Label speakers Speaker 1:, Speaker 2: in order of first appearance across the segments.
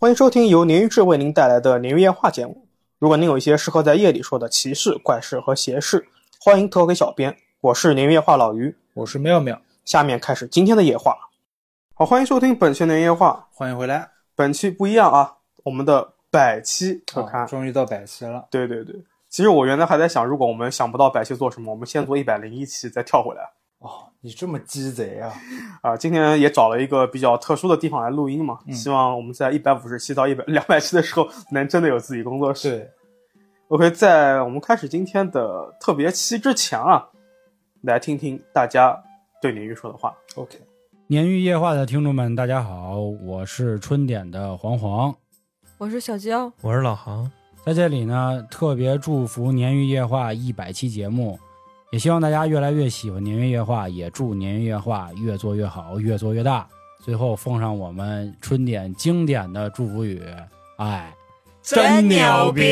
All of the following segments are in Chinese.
Speaker 1: 欢迎收听由鲶鱼志为您带来的鲶鱼夜话节目。如果您有一些适合在夜里说的奇事、怪事和邪事，欢迎投稿给小编。我是鲶鱼夜话老于，
Speaker 2: 我是妙妙，
Speaker 1: 下面开始今天的夜话。好，欢迎收听本期鲶鱼夜话。
Speaker 2: 欢迎回来。
Speaker 1: 本期不一样啊，我们的百期可
Speaker 2: 啊
Speaker 1: 看。
Speaker 2: 终于到百期了。
Speaker 1: 对对对，其实我原来还在想，如果我们想不到百期做什么，我们先做一百零一期，再跳回来。
Speaker 2: 哦，你这么鸡贼啊！
Speaker 1: 啊，今天也找了一个比较特殊的地方来录音嘛，希望我们在一百五十期到一百两百期的时候，能真的有自己工作室。
Speaker 2: 对，
Speaker 1: OK，在我们开始今天的特别期之前啊，来听听大家对鲶鱼说的话。
Speaker 2: OK，
Speaker 3: 鲶鱼夜话的听众们，大家好，我是春点的黄黄，
Speaker 4: 我是小娇，
Speaker 5: 我是老航，
Speaker 3: 在这里呢，特别祝福鲶鱼夜话一百期节目，也希望大家越来越喜欢鲶鱼夜话，也祝鲶鱼夜话越做越好，越做越大。最后奉上我们春点经典的祝福语，哎，真牛逼！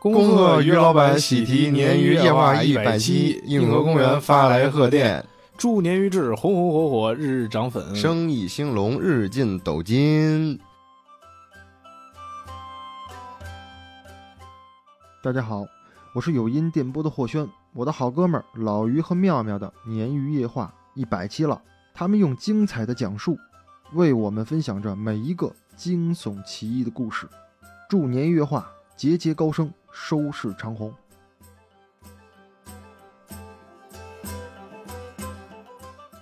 Speaker 5: 恭贺于老板喜提鲶鱼夜话一百期，硬核公园发来贺电，
Speaker 6: 祝鲶鱼志红红火火，日日涨
Speaker 7: 嗯？
Speaker 6: 粉。
Speaker 5: 生意兴隆，日进斗金。
Speaker 8: 大家好，我是有音电波的霍轩，我的好哥们儿老于和妙妙的《鲶鱼夜话》一百期了，他们用精彩的讲述，为我们分享着每一个惊悚奇异的故事。祝《鲶鱼夜话》节节高升，收视长虹。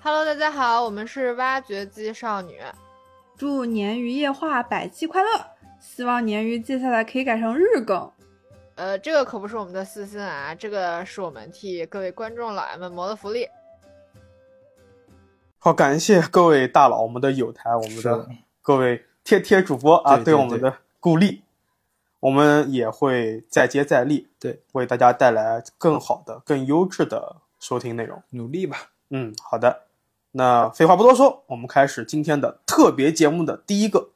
Speaker 9: Hello，大家好，我们是挖掘机少女。
Speaker 10: 祝鲶鱼夜话百期快乐！希望鲶鱼接下来可以改成日更。
Speaker 9: 呃，这个可不是我们的私心啊，这个是我们替各位观众老爷们谋的福利。
Speaker 1: 好，感谢各位大佬，我们的友台，我们
Speaker 2: 是
Speaker 1: 的各位贴贴主播啊，
Speaker 2: 对对
Speaker 1: 我们的鼓励，我们也会再接再厉，
Speaker 2: 对，
Speaker 1: 为大家带来更好的、更优质的收听内容。
Speaker 2: 努力吧。
Speaker 1: 嗯，好的，那废话不多说，我们开始今天的特别节目的第一个。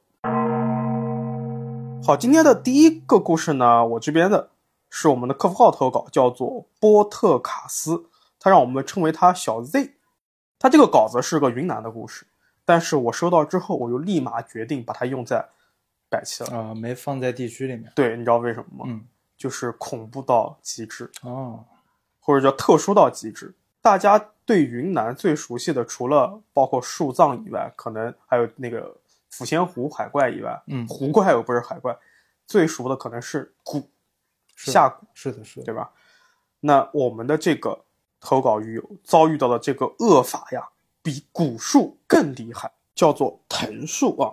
Speaker 1: 好，今天的第一个故事呢，我这边的是我们的客服号投稿，叫做波特卡斯，他让我们称为他小 Z。他这个稿子是个云南的故事，但是我收到之后，我就立马决定把它用在百期了。
Speaker 2: 啊，没放在地区里面。
Speaker 1: 对，你知道为什么吗？
Speaker 2: 嗯，
Speaker 1: 就是恐怖到极致。
Speaker 2: 哦，
Speaker 1: 或者叫特殊到极致。大家对云南最熟悉的，除了包括树葬以外，可能还有那个抚仙湖海怪以外，
Speaker 2: 嗯
Speaker 1: 湖怪又不是海怪，最熟的可能是蛊，
Speaker 2: 是
Speaker 1: 下蛊，
Speaker 2: 是的，是的。
Speaker 1: 对吧？那我们的这个投稿鱼友遭遇到的这个恶法呀，比蛊术更厉害，叫做藤术啊，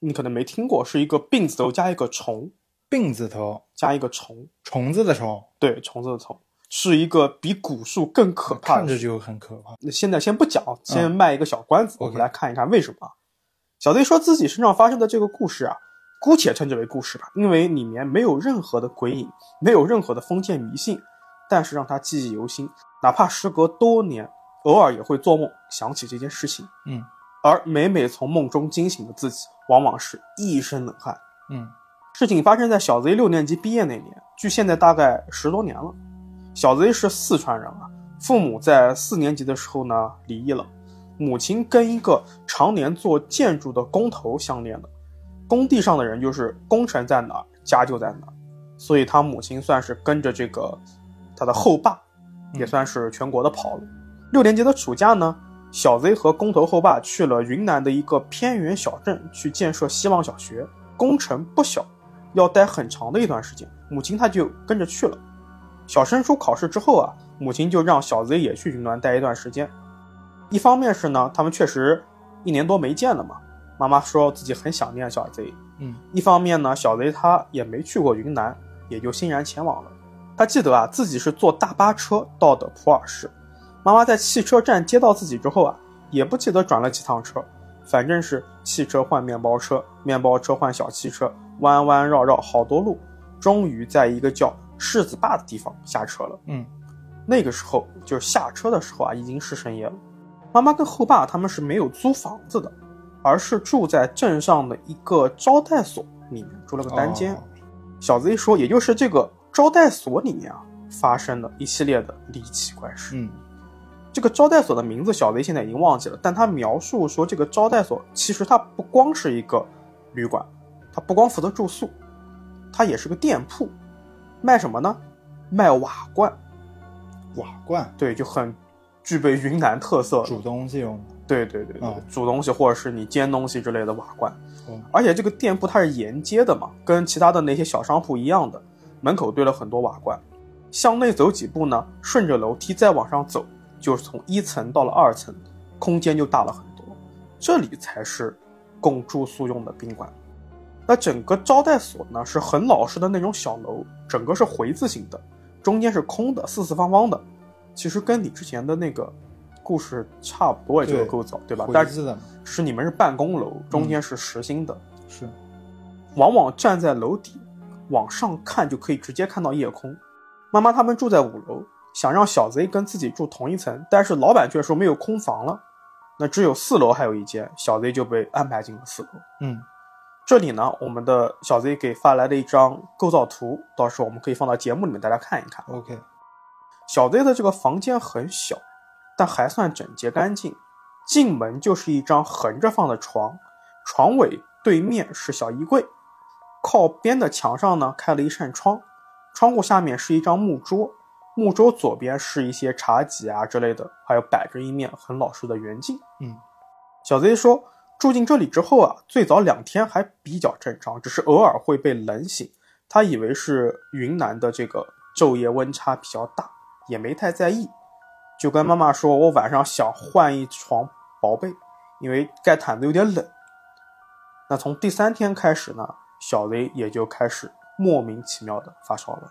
Speaker 1: 你可能没听过，是一个病字头加一个虫，
Speaker 2: 病字头，
Speaker 1: 加一个虫，
Speaker 2: 虫子的虫，
Speaker 1: 对，虫子的虫，是一个比蛊术更可怕
Speaker 2: 看
Speaker 1: 的
Speaker 2: 着就很可怕。
Speaker 1: 那现在先不讲，先卖一个小关子，我们
Speaker 2: 嗯 OK
Speaker 1: 来看一看为什么啊。小 Z 说自己身上发生的这个故事啊，姑且称之为故事吧，因为里面没有任何的鬼影，没有任何的封建迷信，但是让他记忆犹新，哪怕时隔多年，偶尔也会做梦想起这件事情。
Speaker 2: 嗯，
Speaker 1: 而每每从梦中惊醒的自己，往往是一身冷汗。
Speaker 2: 嗯，
Speaker 1: 事情发生在小 Z 六年级毕业那年，距现在大概十多年了。小 Z 是四川人啊，父母在四年级的时候呢离异了，母亲跟一个常年做建筑的工头相恋了。工地上的人就是工程在哪儿，家就在哪儿，所以他母亲算是跟着这个他的后爸，也算是全国的跑了。六年级的暑假呢，小 Z 和工头后爸去了云南的一个偏远小镇去建设希望小学，工程不小，要待很长的一段时间。母亲她就跟着去了。小升初考试之后啊，母亲就让小 Z 也去云南待一段时间。一方面是呢，他们确实一年多没见了嘛，妈妈说自己很想念小 Z。
Speaker 2: 嗯，
Speaker 1: 一方面呢，小 Z 他也没去过云南，也就欣然前往了。他记得啊，自己是坐大巴车到的普洱市，妈妈在汽车站接到自己之后啊，也不记得转了几趟车，反正是汽车换面包车，面包车换小汽车，弯弯绕绕好多路，终于在一个叫柿子坝的地方下车了。
Speaker 2: 嗯，
Speaker 1: 那个时候就是下车的时候啊，已经是深夜了。妈妈跟后爸他们是没有租房子的，而是住在镇上的一个招待所里面，住了个单间。
Speaker 2: 哦
Speaker 1: 小 Z 说，也就是这个招待所里面啊发生的一系列的离奇怪事。
Speaker 2: 嗯，
Speaker 1: 这个招待所的名字小贼现在已经忘记了，但他描述说这个招待所其实它不光是一个旅馆，它不光负责住宿，它也是个店铺，卖什么呢？卖瓦罐，
Speaker 2: 瓦罐
Speaker 1: 对，就很具备云南特色的
Speaker 2: 煮东西用的。
Speaker 1: 对对对对
Speaker 2: 啊，
Speaker 1: 煮东西或者是你煎东西之类的瓦罐
Speaker 2: 哦，
Speaker 1: 而且这个店铺它是沿街的嘛，跟其他的那些小商铺一样的，门口堆了很多瓦罐。向内走几步呢，顺着楼梯再往上走，就是从一层到了二层，空间就大了很多。这里才是供住宿用的宾馆。那整个招待所呢是很老式的那种小楼，整个是回字形的，中间是空的，四四方方的。其实跟你之前的那个故事差不多，也这个
Speaker 2: 对
Speaker 1: 构造，对吧？
Speaker 2: 回
Speaker 1: 但是
Speaker 2: 字的嗯嘛
Speaker 1: 是你们是办公楼，中间是实心的，
Speaker 2: 是
Speaker 1: 往往站在楼底往上看就可以直接看到夜空。妈妈他们住在五楼，想让小贼跟自己住同一层，但是老板却说没有空房了，那只有四楼还有一间，小贼就被安排进了四楼。
Speaker 2: 嗯，
Speaker 1: 这里呢，我们的小贼给发来了一张构造图，到时候我们可以放到节目里面大家看一看。
Speaker 2: OK，
Speaker 1: 小 Z 的这个房间很小，但还算整洁干净。进门就是一张横着放的床，床尾对面是小衣柜，靠边的墙上呢开了一扇窗，窗户下面是一张木桌，木桌左边是一些茶几啊之类的，还有摆着一面很老式的圆镜。
Speaker 2: 嗯，
Speaker 1: 小 Z 说住进这里之后啊，最早两天还比较正常，只是偶尔会被冷醒。他以为是云南的这个昼夜温差比较大，也没太在意，就跟妈妈说：“我晚上想换一床薄被，因为盖毯子有点冷。”那从第三天开始呢，小雷也就开始莫名其妙的发烧了，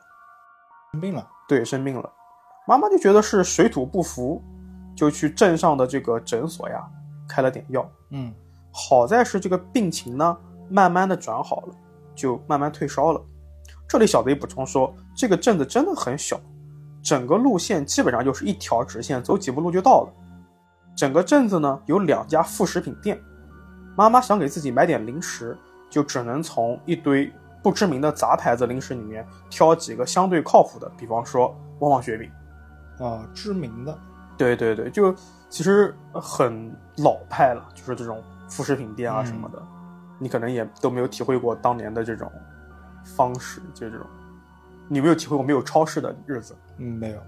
Speaker 2: 生病了，
Speaker 1: 对，生病了。妈妈就觉得是水土不服，就去镇上的这个诊所呀开了点药。
Speaker 2: 嗯，
Speaker 1: 好在是这个病情呢，慢慢的转好了，就慢慢退烧了。这里小贼补充说，这个镇子真的很小，整个路线基本上就是一条直线，走几步路就到了。整个镇子呢有两家副食品店，妈妈想给自己买点零食，就只能从一堆不知名的杂牌子零食里面挑几个相对靠谱的，比方说旺旺雪饼。
Speaker 2: 啊，知名的，
Speaker 1: 对对对，就其实很老派了，就是这种副食品店啊什么的，你可能也都没有体会过当年的这种方式，就是这种，你没有体会过没有超市的日子。
Speaker 2: 嗯，没有，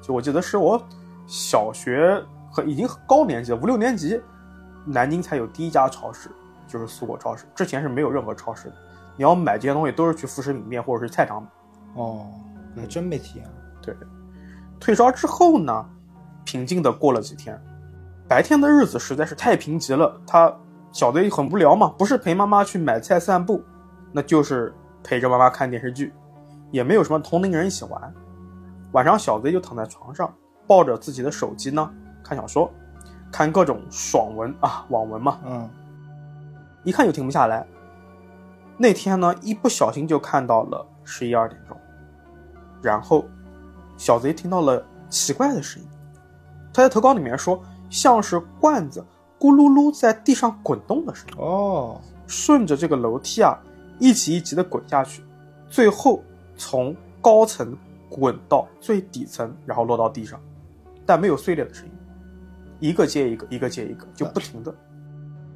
Speaker 1: 就我记得是我小学和已经高年级了，五六年级，南京才有第一家超市，就是苏果超市，之前是没有任何超市的。你要买这些东西都是去副食品店或者是菜场买。
Speaker 2: 哦，还真没体验过，
Speaker 1: 对，退烧之后呢，平静的过了几天，白天的日子实在是太贫瘠了。他小的很无聊嘛，不是陪妈妈去买菜散步，那就是陪着妈妈看电视剧，也没有什么同龄人一起玩。晚上，小 Z 就躺在床上，抱着自己的手机呢，看小说，看各种爽文啊，网文嘛，
Speaker 2: 嗯，
Speaker 1: 一看就停不下来。那天呢，一不小心就看到了十一二点钟，然后小贼听到了奇怪的声音，他在投稿里面说像是罐子咕噜噜在地上滚动的声音，
Speaker 2: 哦，
Speaker 1: 顺着这个楼梯啊一级一级的滚下去，最后从高层滚到最底层，然后落到地上，但没有碎裂的声音，一个接一个，一个接一个，就不停的。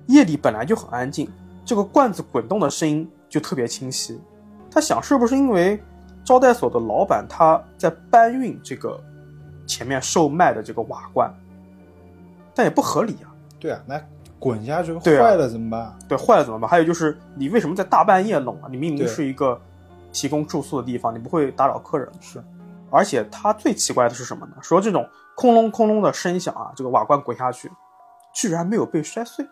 Speaker 1: 夜里本来就很安静，这个罐子滚动的声音就特别清晰。他想是不是因为招待所的老板他在搬运这个前面售卖的这个瓦罐，但也不合理啊。
Speaker 2: 对啊，那滚下去
Speaker 1: 对啊
Speaker 2: 坏了怎么办？
Speaker 1: 对，坏了怎么办？还有就是你为什么在大半夜弄啊？你明明
Speaker 2: 对
Speaker 1: 是一个提供住宿的地方，你不会打扰客人。
Speaker 2: 是，
Speaker 1: 而且他最奇怪的是什么呢？说这种空隆空隆的声响啊，这个瓦罐滚下去，居然没有被摔碎，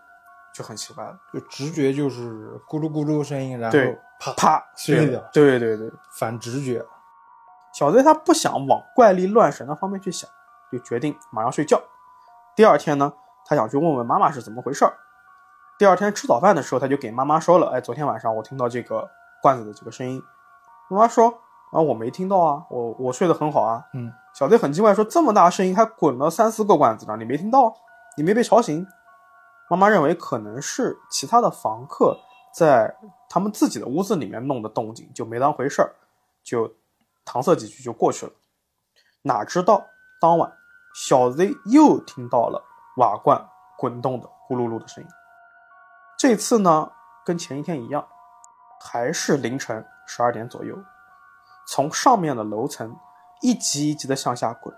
Speaker 1: 就很奇怪了。
Speaker 2: 就直觉就是咕噜咕噜声音，然后
Speaker 1: 对
Speaker 2: 啪
Speaker 1: 啪
Speaker 2: 碎掉
Speaker 1: 对对对对，
Speaker 2: 反直觉，
Speaker 1: 小 Z 他不想往怪力乱神的方面去想，就决定马上睡觉。第二天呢，他想去问问妈妈是怎么回事儿。第二天吃早饭的时候，他就给妈妈说了：“哎，昨天晚上我听到这个罐子的这个声音。”妈妈说：“啊，我没听到啊，我我睡得很好啊。”
Speaker 2: 嗯，
Speaker 1: 小 Z 很奇怪，说：“这么大声音，还滚了三四个罐子呢，你没听到？你没被吵醒？”妈妈认为可能是其他的房客在他们自己的屋子里面弄的动静，就没当回事儿，就搪塞几句就过去了。哪知道当晚小 Z 又听到了瓦罐滚动的咕噜噜的声音。这次呢，跟前一天一样，还是凌晨十二点左右，从上面的楼层一级一级的向下滚，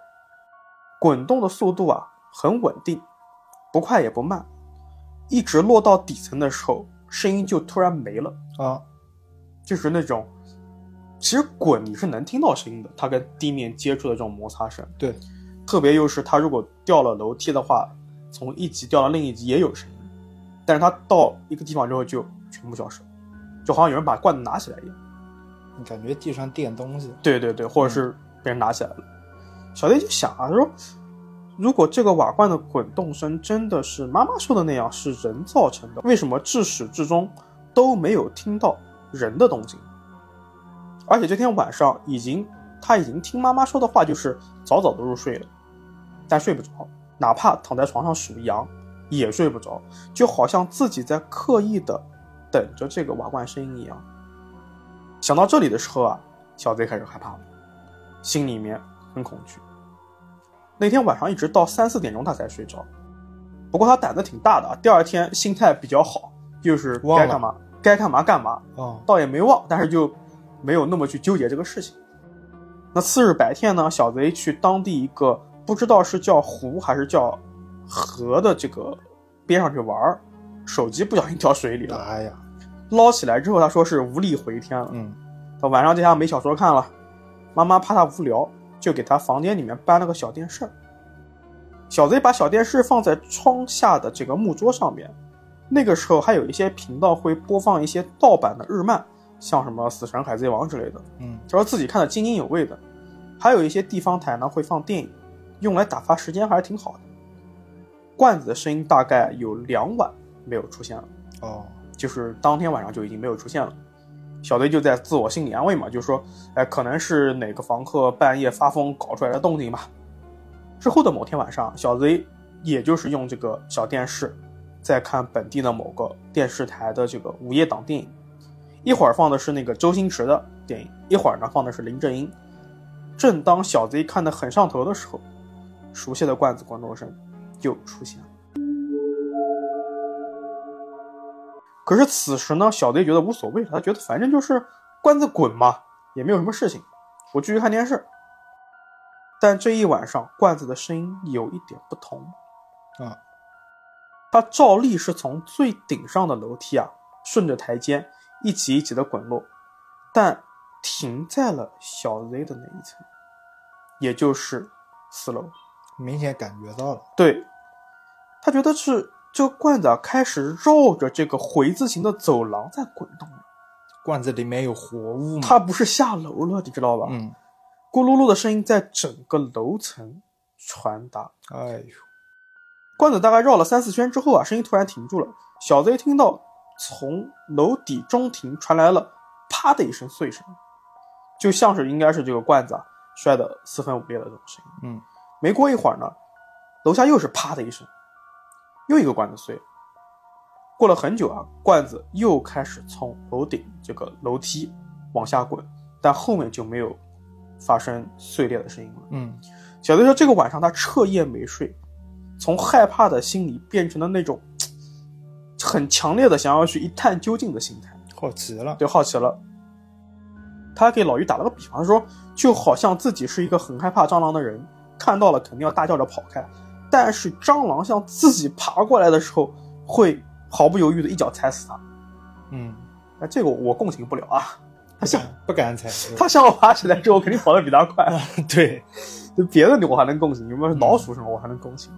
Speaker 1: 滚动的速度啊很稳定，不快也不慢，一直落到底层的时候，声音就突然没了，
Speaker 2: 啊，
Speaker 1: 就是那种，其实滚你是能听到声音的，它跟地面接触的这种摩擦声，
Speaker 2: 对，
Speaker 1: 特别又是它如果掉了楼梯的话，从一级掉到另一级也有声音，但是它到一个地方之后就全部消失了，就好像有人把罐子拿起来一样。
Speaker 2: 你感觉地上垫东西，
Speaker 1: 对对对，或者是被人拿起来了。小 Z 就想啊，说如果这个瓦罐的滚动声真的是妈妈说的那样是人造成的，为什么至始至终都没有听到人的动静？而且这天晚上已经他已经听妈妈说的话，就是早早的入睡了，但睡不着，哪怕躺在床上数羊也睡不着，就好像自己在刻意的等着这个瓦罐声音一样。想到这里的时候啊，小 Z 开始害怕了，心里面很恐惧。那天晚上一直到三四点钟他才睡着，不过他胆子挺大的啊，第二天心态比较好，就是
Speaker 2: 忘
Speaker 1: 该
Speaker 2: 了
Speaker 1: 干嘛该干嘛干嘛，
Speaker 2: 啊，
Speaker 1: 倒也没忘，但是就没有那么去纠结这个事情。那次日白天呢，小贼去当地一个不知道是叫湖还是叫河的这个边上去玩儿，手机不小心掉水里了，
Speaker 2: 哎呀，
Speaker 1: 捞起来之后他说是无力回天了。
Speaker 2: 嗯，
Speaker 1: 他晚上在家没小说看了，妈妈怕他无聊，就给他房间里面搬了个小电视。小贼把小电视放在窗下的这个木桌上面，那个时候还有一些频道会播放一些盗版的日漫，像什么《死神》《海贼王》之类的。
Speaker 2: 嗯，
Speaker 1: 他说自己看得津津有味的。还有一些地方台呢会放电影，用来打发时间还是挺好的。罐子的声音大概有两晚没有出现了。
Speaker 2: 哦，
Speaker 1: 就是当天晚上就已经没有出现了。小队就在自我心理安慰嘛，就说，哎，可能是哪个房客半夜发疯搞出来的动静吧。之后的某天晚上，小 Z 也就是用这个小电视，在看本地的某个电视台的这个午夜档电影，一会儿放的是那个周星驰的电影，一会儿呢放的是林正英。正当小 Z 看得很上头的时候，熟悉的罐子滚动声又出现了。可是此时呢，小 Z 觉得无所谓了，他觉得反正就是关子滚嘛，也没有什么事情，我继续看电视。但这一晚上，罐子的声音有一点不同
Speaker 2: 啊。
Speaker 1: 他照例是从最顶上的楼梯啊，顺着台阶一级一级的滚落，但停在了小 Z 的那一层，也就是四楼。
Speaker 2: 明显感觉到了，
Speaker 1: 对，他觉得是这个罐子啊开始绕着这个回字形的走廊在滚动了。
Speaker 2: 罐子里面有活物嘛，
Speaker 1: 他不是下楼了，你知道吧？
Speaker 2: 嗯，
Speaker 1: 咕噜噜的声音在整个楼层传达。
Speaker 2: 哎呦，
Speaker 1: 罐子大概绕了三四圈之后啊，声音突然停住了。小 Z 听到从楼底中庭传来了“啪”的一声碎声，就像是应该是这个罐子啊摔得四分五裂的这种声音。
Speaker 2: 嗯，
Speaker 1: 没过一会儿呢，楼下又是“啪”的一声，又一个罐子碎了。过了很久啊，罐子又开始从楼顶这个楼梯往下滚，但后面就没有发生碎裂的声音了。
Speaker 2: 嗯，
Speaker 1: 小 Z 说这个晚上他彻夜没睡，从害怕的心理变成了那种嘖很强烈的想要去一探究竟的心态，
Speaker 2: 好奇了，
Speaker 1: 就好奇了。他给老于打了个比方，他说就好像自己是一个很害怕蟑螂的人，看到了肯定要大叫着跑开，但是蟑螂向自己爬过来的时候，会毫不犹豫的一脚踩死它。
Speaker 2: 嗯，
Speaker 1: 那这个我共情不了啊，他向
Speaker 2: 不敢踩，
Speaker 1: 他向我爬起来之后，肯定跑得比他快。
Speaker 2: 对，
Speaker 1: 就别的你我还能共情，有没有老鼠什么我还能共情。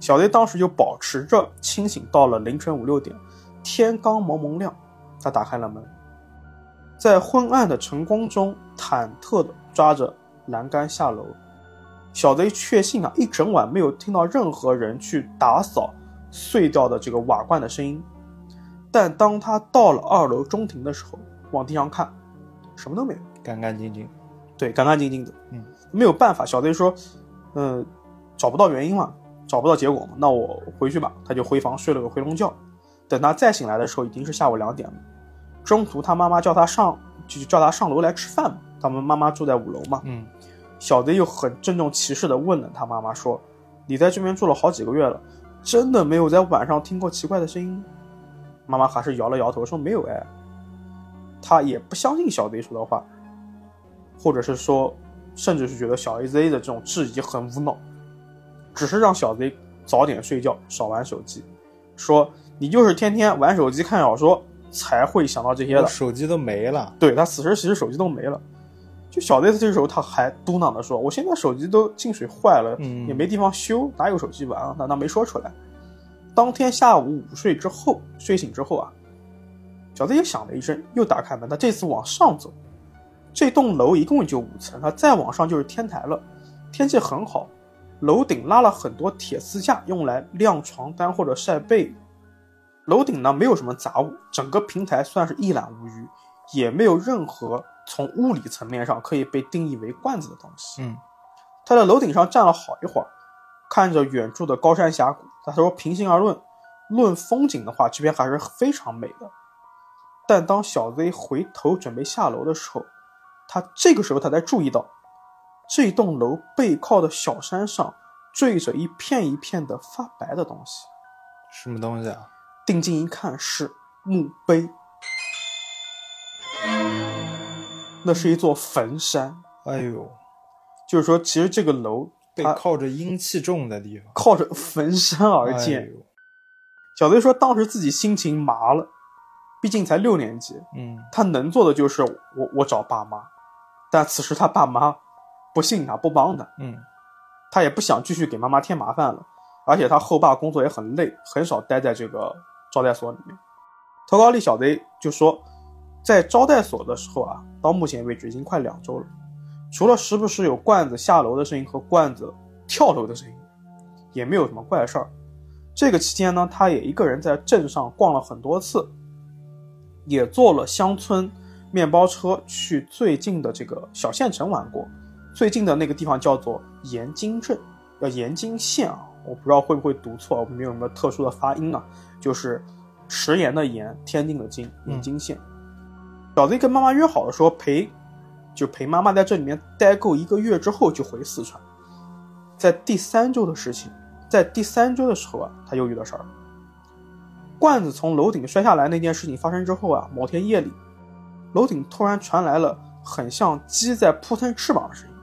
Speaker 1: 小 Z 当时就保持着清醒到了凌晨五六点，天刚蒙蒙亮，他打开了门，在昏暗的晨光中忐忑地抓着栏杆下楼。小 Z 确信啊，一整晚没有听到任何人去打扫碎掉的这个瓦罐的声音，但当他到了二楼中庭的时候，往地上看，什么都没有。
Speaker 2: 干干净净，
Speaker 1: 对，干干净净的。
Speaker 2: 嗯，
Speaker 1: 没有办法。小 Z 说，嗯、找不到原因嘛，找不到结果嘛，那我回去吧。他就回房睡了个回笼觉。等他再醒来的时候，已经是下午两点了。中途他妈妈叫他上，就就叫他上楼来吃饭嘛。他们妈妈住在五楼嘛。
Speaker 2: 嗯，
Speaker 1: 小贼又很郑重其事地问了他妈妈说：“你在这边住了好几个月了，真的没有在晚上听过奇怪的声音吗？”妈妈还是摇了摇头说：“没有哎。”他也不相信小贼说的话，或者是说，甚至是觉得小 A Z 的这种质疑很无脑，只是让小贼早点睡觉，少玩手机，说你就是天天玩手机看小说才会想到这些
Speaker 2: 我
Speaker 1: 的。
Speaker 2: 手机都没了，
Speaker 1: 对他此时其实手机都没了。就小 Z 这时候他还嘟囔着说：“我现在手机都进水坏了，
Speaker 2: 嗯
Speaker 1: 也没地方修，哪有手机玩啊？”那他没说出来。当天下午午睡之后，睡醒之后啊，小 Z 又响了一声，又打开门。他这次往上走，这栋楼一共也就五层，他再往上就是天台了。天气很好，楼顶拉了很多铁丝架，用来晾床单或者晒被。楼顶呢没有什么杂物，整个平台算是一览无余，也没有任何从物理层面上可以被定义为罐子的东西。
Speaker 2: 嗯，
Speaker 1: 他在楼顶上站了好一会儿，看着远处的高山峡谷。他说，平心而论，论风景的话，这边还是非常美的。但当小 Z 回头准备下楼的时候，他这个时候他才注意到，这栋楼背靠的小山上坠着一片一片的发白的东西。
Speaker 2: 什么东西啊？
Speaker 1: 定睛一看是墓碑，那是一座坟山。
Speaker 2: 哎呦，
Speaker 1: 就是说，其实这个楼
Speaker 2: 被
Speaker 1: 它
Speaker 2: 靠着阴气重的地方
Speaker 1: 靠着坟山而建。
Speaker 2: 哎呦
Speaker 1: 小贼说，当时自己心情麻了，毕竟才六年级，
Speaker 2: 嗯，
Speaker 1: 他能做的就是我我找爸妈，但此时他爸妈不信他，不帮他，
Speaker 2: 嗯，
Speaker 1: 他也不想继续给妈妈添麻烦了，而且他后爸工作也很累，很少待在这个招待所里面。投稿里小贼就说，在招待所的时候啊，到目前为止已经快两周了，除了时不时有罐子下楼的声音和罐子跳楼的声音，也没有什么怪事儿。这个期间呢，他也一个人在镇上逛了很多次，也坐了乡村面包车去最近的这个小县城玩过。最近的那个地方叫做盐津镇，叫盐津县啊，我不知道会不会读错，我们有没有特殊的发音啊？就是食盐的盐，天津的津，盐津县。小 Z 跟妈妈约好了说陪，就陪妈妈在这里面待够一个月之后就回四川。在第三周的事情，在第三周的时候啊，他又遇到事儿了。罐子从楼顶摔下来那件事情发生之后啊，某天夜里，楼顶突然传来了很像鸡在扑腾翅膀的声音，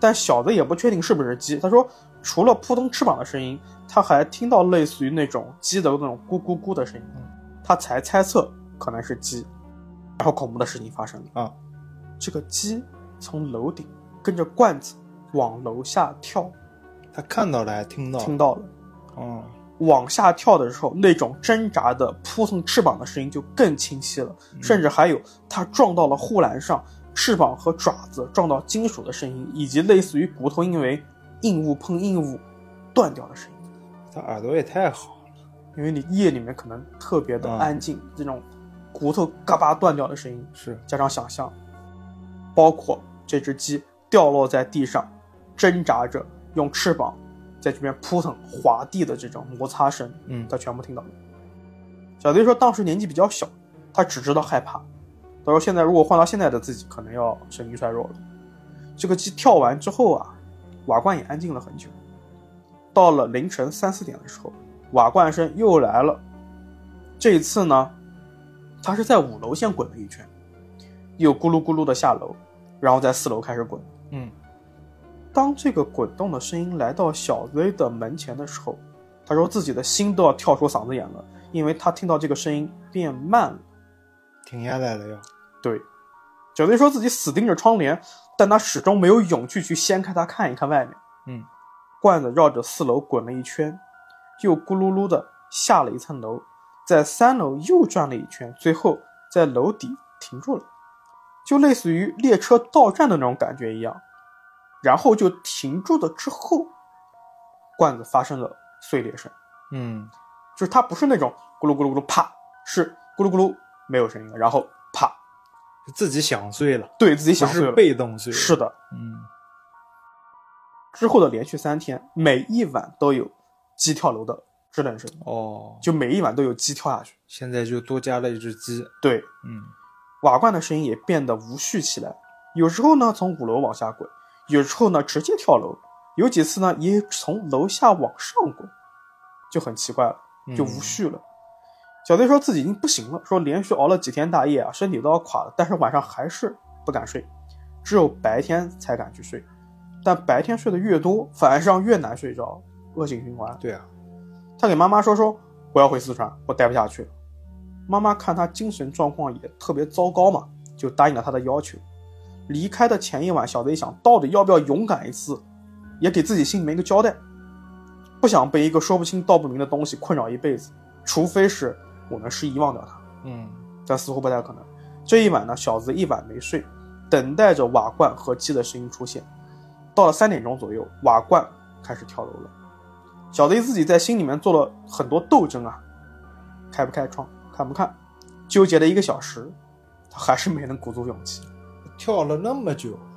Speaker 1: 但小子也不确定是不是鸡。他说，除了扑腾翅膀的声音，他还听到类似于那种鸡的那种咕咕咕的声音，他才猜测可能是鸡。然后恐怖的事情发生了
Speaker 2: 啊！
Speaker 1: 这个鸡从楼顶跟着罐子往楼下跳，
Speaker 2: 他看到了，还听到了，
Speaker 1: 听到了。
Speaker 2: 嗯，
Speaker 1: 往下跳的时候，那种挣扎的扑腾翅膀的声音就更清晰了，甚至还有它撞到了护栏上，翅膀和爪子撞到金属的声音，以及类似于骨头因为硬物碰硬物断掉的声音。
Speaker 2: 他耳朵也太好了，
Speaker 1: 因为你夜里面可能特别的
Speaker 2: 嗯
Speaker 1: 安静，这种骨头嘎巴断掉的声音，
Speaker 2: 是
Speaker 1: 加上想象，包括这只鸡掉落在地上，挣扎着用翅膀在这边扑腾滑地的这种摩擦声，
Speaker 2: 嗯
Speaker 1: 他全部听到了。小贼说当时年纪比较小，他只知道害怕。他说现在如果换到现在的自己，可能要神经衰弱了。这个鸡跳完之后啊，瓦罐也安静了很久。到了凌晨三四点的时候，瓦罐声又来了。这一次呢，他是在五楼先滚了一圈，又咕噜咕噜的下楼，然后在四楼开始滚。
Speaker 2: 嗯，
Speaker 1: 当这个滚动的声音来到小 Z 的门前的时候，他说自己的心都要跳出嗓子眼了，因为他听到这个声音变慢了。
Speaker 2: 停下来了要，
Speaker 1: 对，小 Z 说自己死盯着窗帘，但他始终没有勇气去掀开它看一看外面。
Speaker 2: 嗯，
Speaker 1: 罐子绕着四楼滚了一圈，又咕噜噜的下了一层楼，在三楼又转了一圈，最后在楼底停住了，就类似于列车到站的那种感觉一样。然后就停住了之后，罐子发生了碎裂声。
Speaker 2: 嗯，
Speaker 1: 就是它不是那种咕噜咕噜咕噜啪，是咕噜咕噜没有声音了，然后啪
Speaker 2: 是自己想碎了，
Speaker 1: 对自己想
Speaker 2: 不
Speaker 1: 碎
Speaker 2: 是
Speaker 1: 了。
Speaker 2: 被动碎了，
Speaker 1: 是的，
Speaker 2: 嗯，
Speaker 1: 之后的连续三天，每一晚都有鸡跳楼的支棱声，
Speaker 2: 哦，
Speaker 1: 就每一晚都有鸡跳下去。
Speaker 2: 现在就多加了一只鸡，
Speaker 1: 对，
Speaker 2: 嗯
Speaker 1: 瓦罐的声音也变得无序起来，有时候呢从五楼往下滚，有时候呢直接跳楼，有几次呢也从楼下往上滚，就很奇怪了，
Speaker 2: 嗯
Speaker 1: 就无序了。小 Z 说自己已经不行了，说连续熬了几天大夜啊，身体都要垮了，但是晚上还是不敢睡，只有白天才敢去睡。但白天睡得越多，反而让越难睡着，恶性循环。
Speaker 2: 对啊，
Speaker 1: 他给妈妈说说我要回四川，我待不下去了。妈妈看他精神状况也特别糟糕嘛，就答应了他的要求。离开的前一晚，小贼想到底要不要勇敢一次，也给自己心里面一个交代，不想被一个说不清道不明的东西困扰一辈子，除非是我们失忆忘掉他。
Speaker 2: 嗯，
Speaker 1: 但似乎不太可能。这一晚呢，小子一晚没睡，等待着瓦罐和鸡的声音出现。到了三点钟左右，瓦罐开始跳楼了。小贼自己在心里面做了很多斗争啊，开不开窗，看不看，纠结了一个小时，他还是没能鼓足勇气。
Speaker 2: 跳了那么久，啊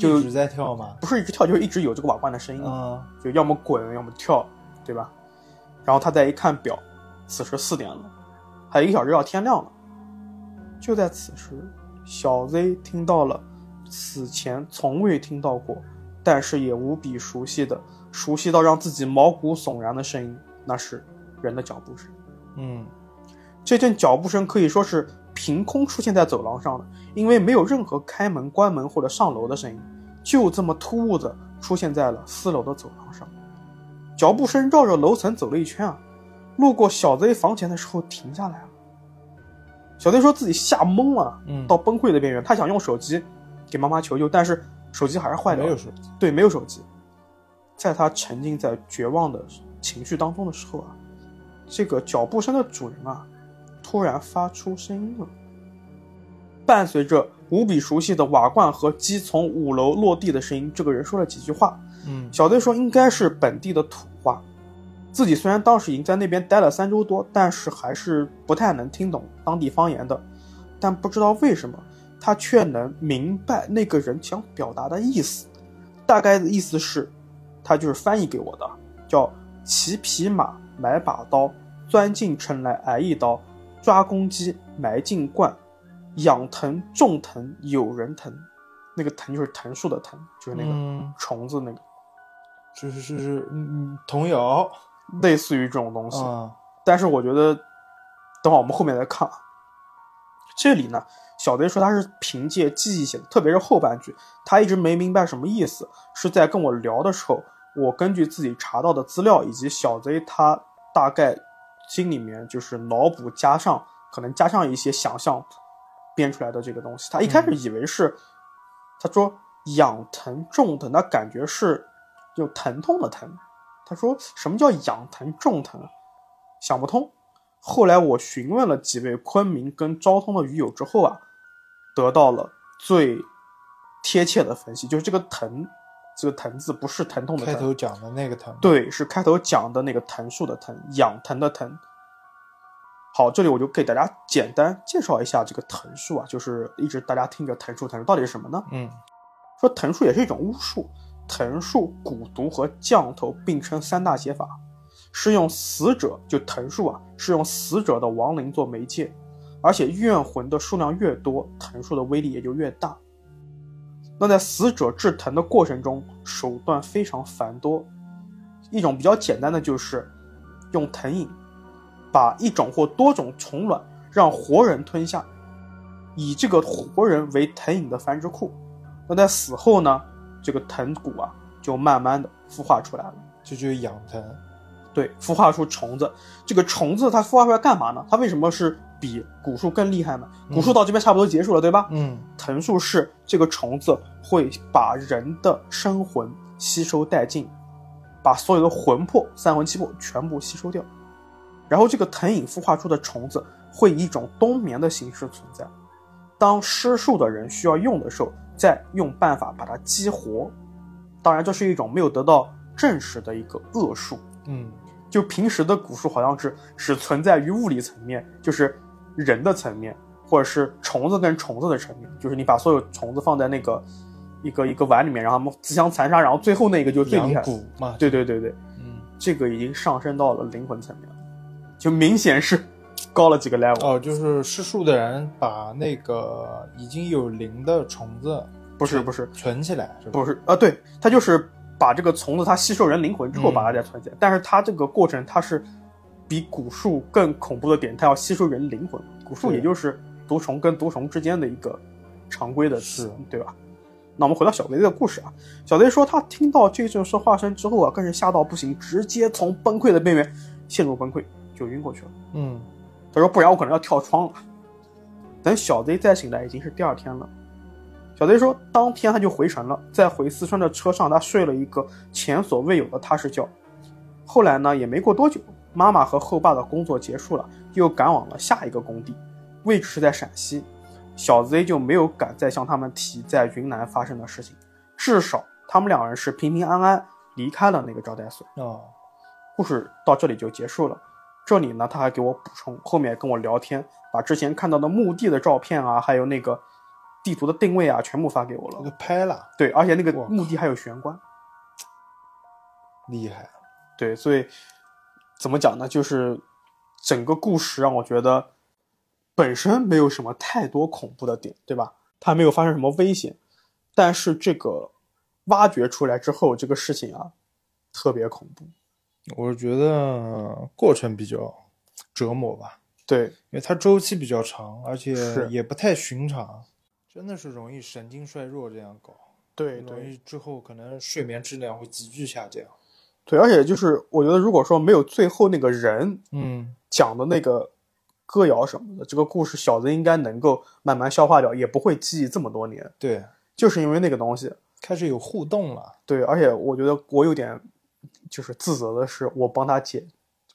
Speaker 1: 就
Speaker 2: 一直在跳吗？
Speaker 1: 不是一直跳，就是一直有这个瓦罐的声音啊。
Speaker 2: 啊，
Speaker 1: 就要么滚，要么跳，对吧？然后他再一看表，此时四点了，还有一个小时要天亮了。就在此时，小 Z 听到了此前从未听到过，但是也无比熟悉的、熟悉到让自己毛骨悚然的声音，那是人的脚步声。
Speaker 2: 嗯，
Speaker 1: 这阵脚步声可以说是凭空出现在走廊上的，因为没有任何开门、关门或者上楼的声音，就这么突兀的出现在了四楼的走廊上。脚步声绕着楼层走了一圈啊，路过小 Z 房前的时候停下来了。小 Z 说自己吓懵了，
Speaker 2: 嗯
Speaker 1: 到崩溃的边缘，他想用手机给妈妈求救，但是手机还是坏掉
Speaker 2: 没
Speaker 1: 了
Speaker 2: 有。手机，
Speaker 1: 对，没有手机。在他沉浸在绝望的情绪当中的时候啊，这个脚步声的主人啊，突然发出声音了，伴随着无比熟悉的瓦罐和鸡从五楼落地的声音，这个人说了几句话。
Speaker 2: 嗯
Speaker 1: 小 Z 说应该是本地的土话，自己虽然当时已经在那边待了三周多，但是还是不太能听懂当地方言的。但不知道为什么，他却能明白那个人想表达的意思。大概的意思是，他就是翻译给我的，叫“骑匹马，买把刀，钻进城来挨一刀，抓公鸡，埋进罐，养藤种藤有人疼”。那个藤就是藤树的藤，就是那个
Speaker 2: 嗯，
Speaker 1: 虫子那个，
Speaker 2: 这是是是，嗯，童谣
Speaker 1: 类似于这种东西。
Speaker 2: 啊，
Speaker 1: 但是我觉得，等会儿我们后面再看。啊。这里呢，小贼说他是凭借记忆写的，特别是后半句，他一直没明白什么意思，是在跟我聊的时候，我根据自己查到的资料以及小贼他大概心里面就是脑补加上可能加上一些想象编出来的这个东西。他一开始以为是，他说痒疼重疼，他感觉是有疼痛的疼。他说什么叫痒疼重疼啊？想不通。后来我询问了几位昆明跟昭通的鱼友之后啊，得到了最贴切的分析，就是这个疼，这个疼字不是疼痛的
Speaker 2: 开
Speaker 1: 疼，
Speaker 2: 头讲的那个疼，，
Speaker 1: 对，是开头讲的那个藤树的藤，养藤的藤。好，这里我就给大家简单介绍一下这个藤树啊，就是一直大家听着藤树藤树到底是什么呢？
Speaker 2: 嗯，
Speaker 1: 说藤术也是一种巫术，藤术、蛊毒和降头并称三大写法，是用死者就藤术啊，是用死者的亡灵做媒介，而且怨魂的数量越多，藤术的威力也就越大。那在死者制藤的过程中，手段非常繁多，一种比较简单的就是用藤引，把一种或多种虫卵让活人吞下，以这个活人为藤引的繁殖库。那在死后呢，这个藤骨啊就慢慢的孵化出来了，
Speaker 2: 这就是痒疼，
Speaker 1: 对，孵化出虫子。这个虫子它孵化出来干嘛呢？它为什么是比古树更厉害呢？古树到这边差不多结束了，对吧？
Speaker 2: 嗯，
Speaker 1: 藤树是这个虫子会把人的生魂吸收殆尽，把所有的魂魄、三魂七魄全部吸收掉。然后这个藤影孵化出的虫子会以一种冬眠的形式存在。当施术的人需要用的时候，再用办法把它激活。当然，这是一种没有得到证实的一个恶术。
Speaker 2: 嗯，
Speaker 1: 就平时的蛊术好像是只存在于物理层面，就是人的层面，或者是虫子跟虫子的层面，就是你把所有虫子放在那个一个一个碗里面，然后它们自相残杀，然后最后那个就是最
Speaker 2: 痒
Speaker 1: 厉害的。
Speaker 2: 骨嘛，
Speaker 1: 对对对对，
Speaker 2: 嗯，
Speaker 1: 这个已经上升到了灵魂层面了，就明显是高了几
Speaker 2: 哦
Speaker 1: 个 level。
Speaker 2: 哦，就是施术的人把那个已经有灵的虫子
Speaker 1: 不是不是
Speaker 2: 存起来是吧？
Speaker 1: 不是啊，对，它就是把这个虫子它吸收人灵魂之后
Speaker 2: 嗯
Speaker 1: 把它再存起来，但是它这个过程它是比蛊术更恐怖的点，它要吸收人灵魂。蛊术
Speaker 2: 对
Speaker 1: 也就是毒虫跟毒虫之间的一个常规的
Speaker 2: 是
Speaker 1: 词，对吧？那我们回到小贼的故事啊，小贼说他听到这阵说话声之后啊，更是吓到不行，直接从崩溃的边缘陷入崩溃，就晕过去了。
Speaker 2: 嗯，
Speaker 1: 他说：“不然我可能要跳窗了。”等小贼再醒来，已经是第二天了。小贼说，当天他就回城了，在回四川的车上，他睡了一个前所未有的踏实觉。后来呢，也没过多久，妈妈和后爸的工作结束了，又赶往了下一个工地，位置是在陕西。小贼就没有敢再向他们提在云南发生的事情，至少他们两人是平平安安离开了那个招待所。
Speaker 2: 哦，
Speaker 1: 故事到这里就结束了。这里呢，他还给我补充，后面跟我聊天，把之前看到的墓地的照片啊，还有那个地图的定位啊，全部发给我
Speaker 2: 这个
Speaker 1: 了。
Speaker 2: 拍了，
Speaker 1: 对，而且那个
Speaker 2: 哇
Speaker 1: 墓地还有玄关。
Speaker 2: 厉害，
Speaker 1: 对，所以怎么讲呢？就是整个故事让我觉得本身没有什么太多恐怖的点，对吧？它没有发生什么危险，但是这个挖掘出来之后，这个事情啊，特别恐怖。
Speaker 2: 我是觉得过程比较折磨吧，
Speaker 1: 对，
Speaker 2: 因为它周期比较长，而且
Speaker 1: 是
Speaker 2: 也不太寻常，真的是容易神经衰弱这样搞，
Speaker 1: 对
Speaker 2: 容易之后可能睡眠质量会急剧下降。
Speaker 1: 对，而且就是我觉得，如果说没有最后那个人
Speaker 2: 嗯，
Speaker 1: 讲的那个歌谣什么的，这个故事小子应该能够慢慢消化掉，也不会记忆这么多年。
Speaker 2: 对，
Speaker 1: 就是因为那个东西，
Speaker 2: 开始有互动了。
Speaker 1: 对，而且我觉得我有点就是自责的是，我帮他解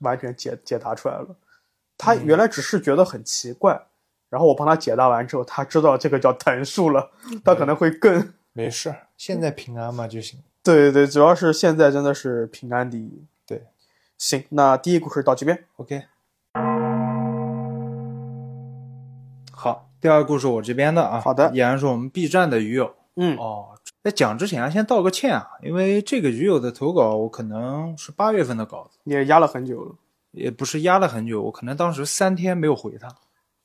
Speaker 1: 完全解解答出来了，他原
Speaker 2: 嗯
Speaker 1: 来只是觉得很奇怪，然后我帮他解答完之后，他知道这个叫藤树 了，他可能会更。
Speaker 2: 没事儿，现在平安嘛就行。
Speaker 1: 对对对，主要是现在真的是平安第一。
Speaker 2: 对，
Speaker 1: 行，那第一故事到这边。
Speaker 2: OK。好，第二个故事我这边的啊，
Speaker 1: 好的
Speaker 2: 依然是我们 B 站的鱼友
Speaker 1: 嗯，
Speaker 2: 哦。在讲之前啊，先道个歉啊，因为这个鱼友的投稿我可能是八月份的稿子，
Speaker 1: 也压了很久了，
Speaker 2: 也不是压了很久，我可能当时三天没有回他，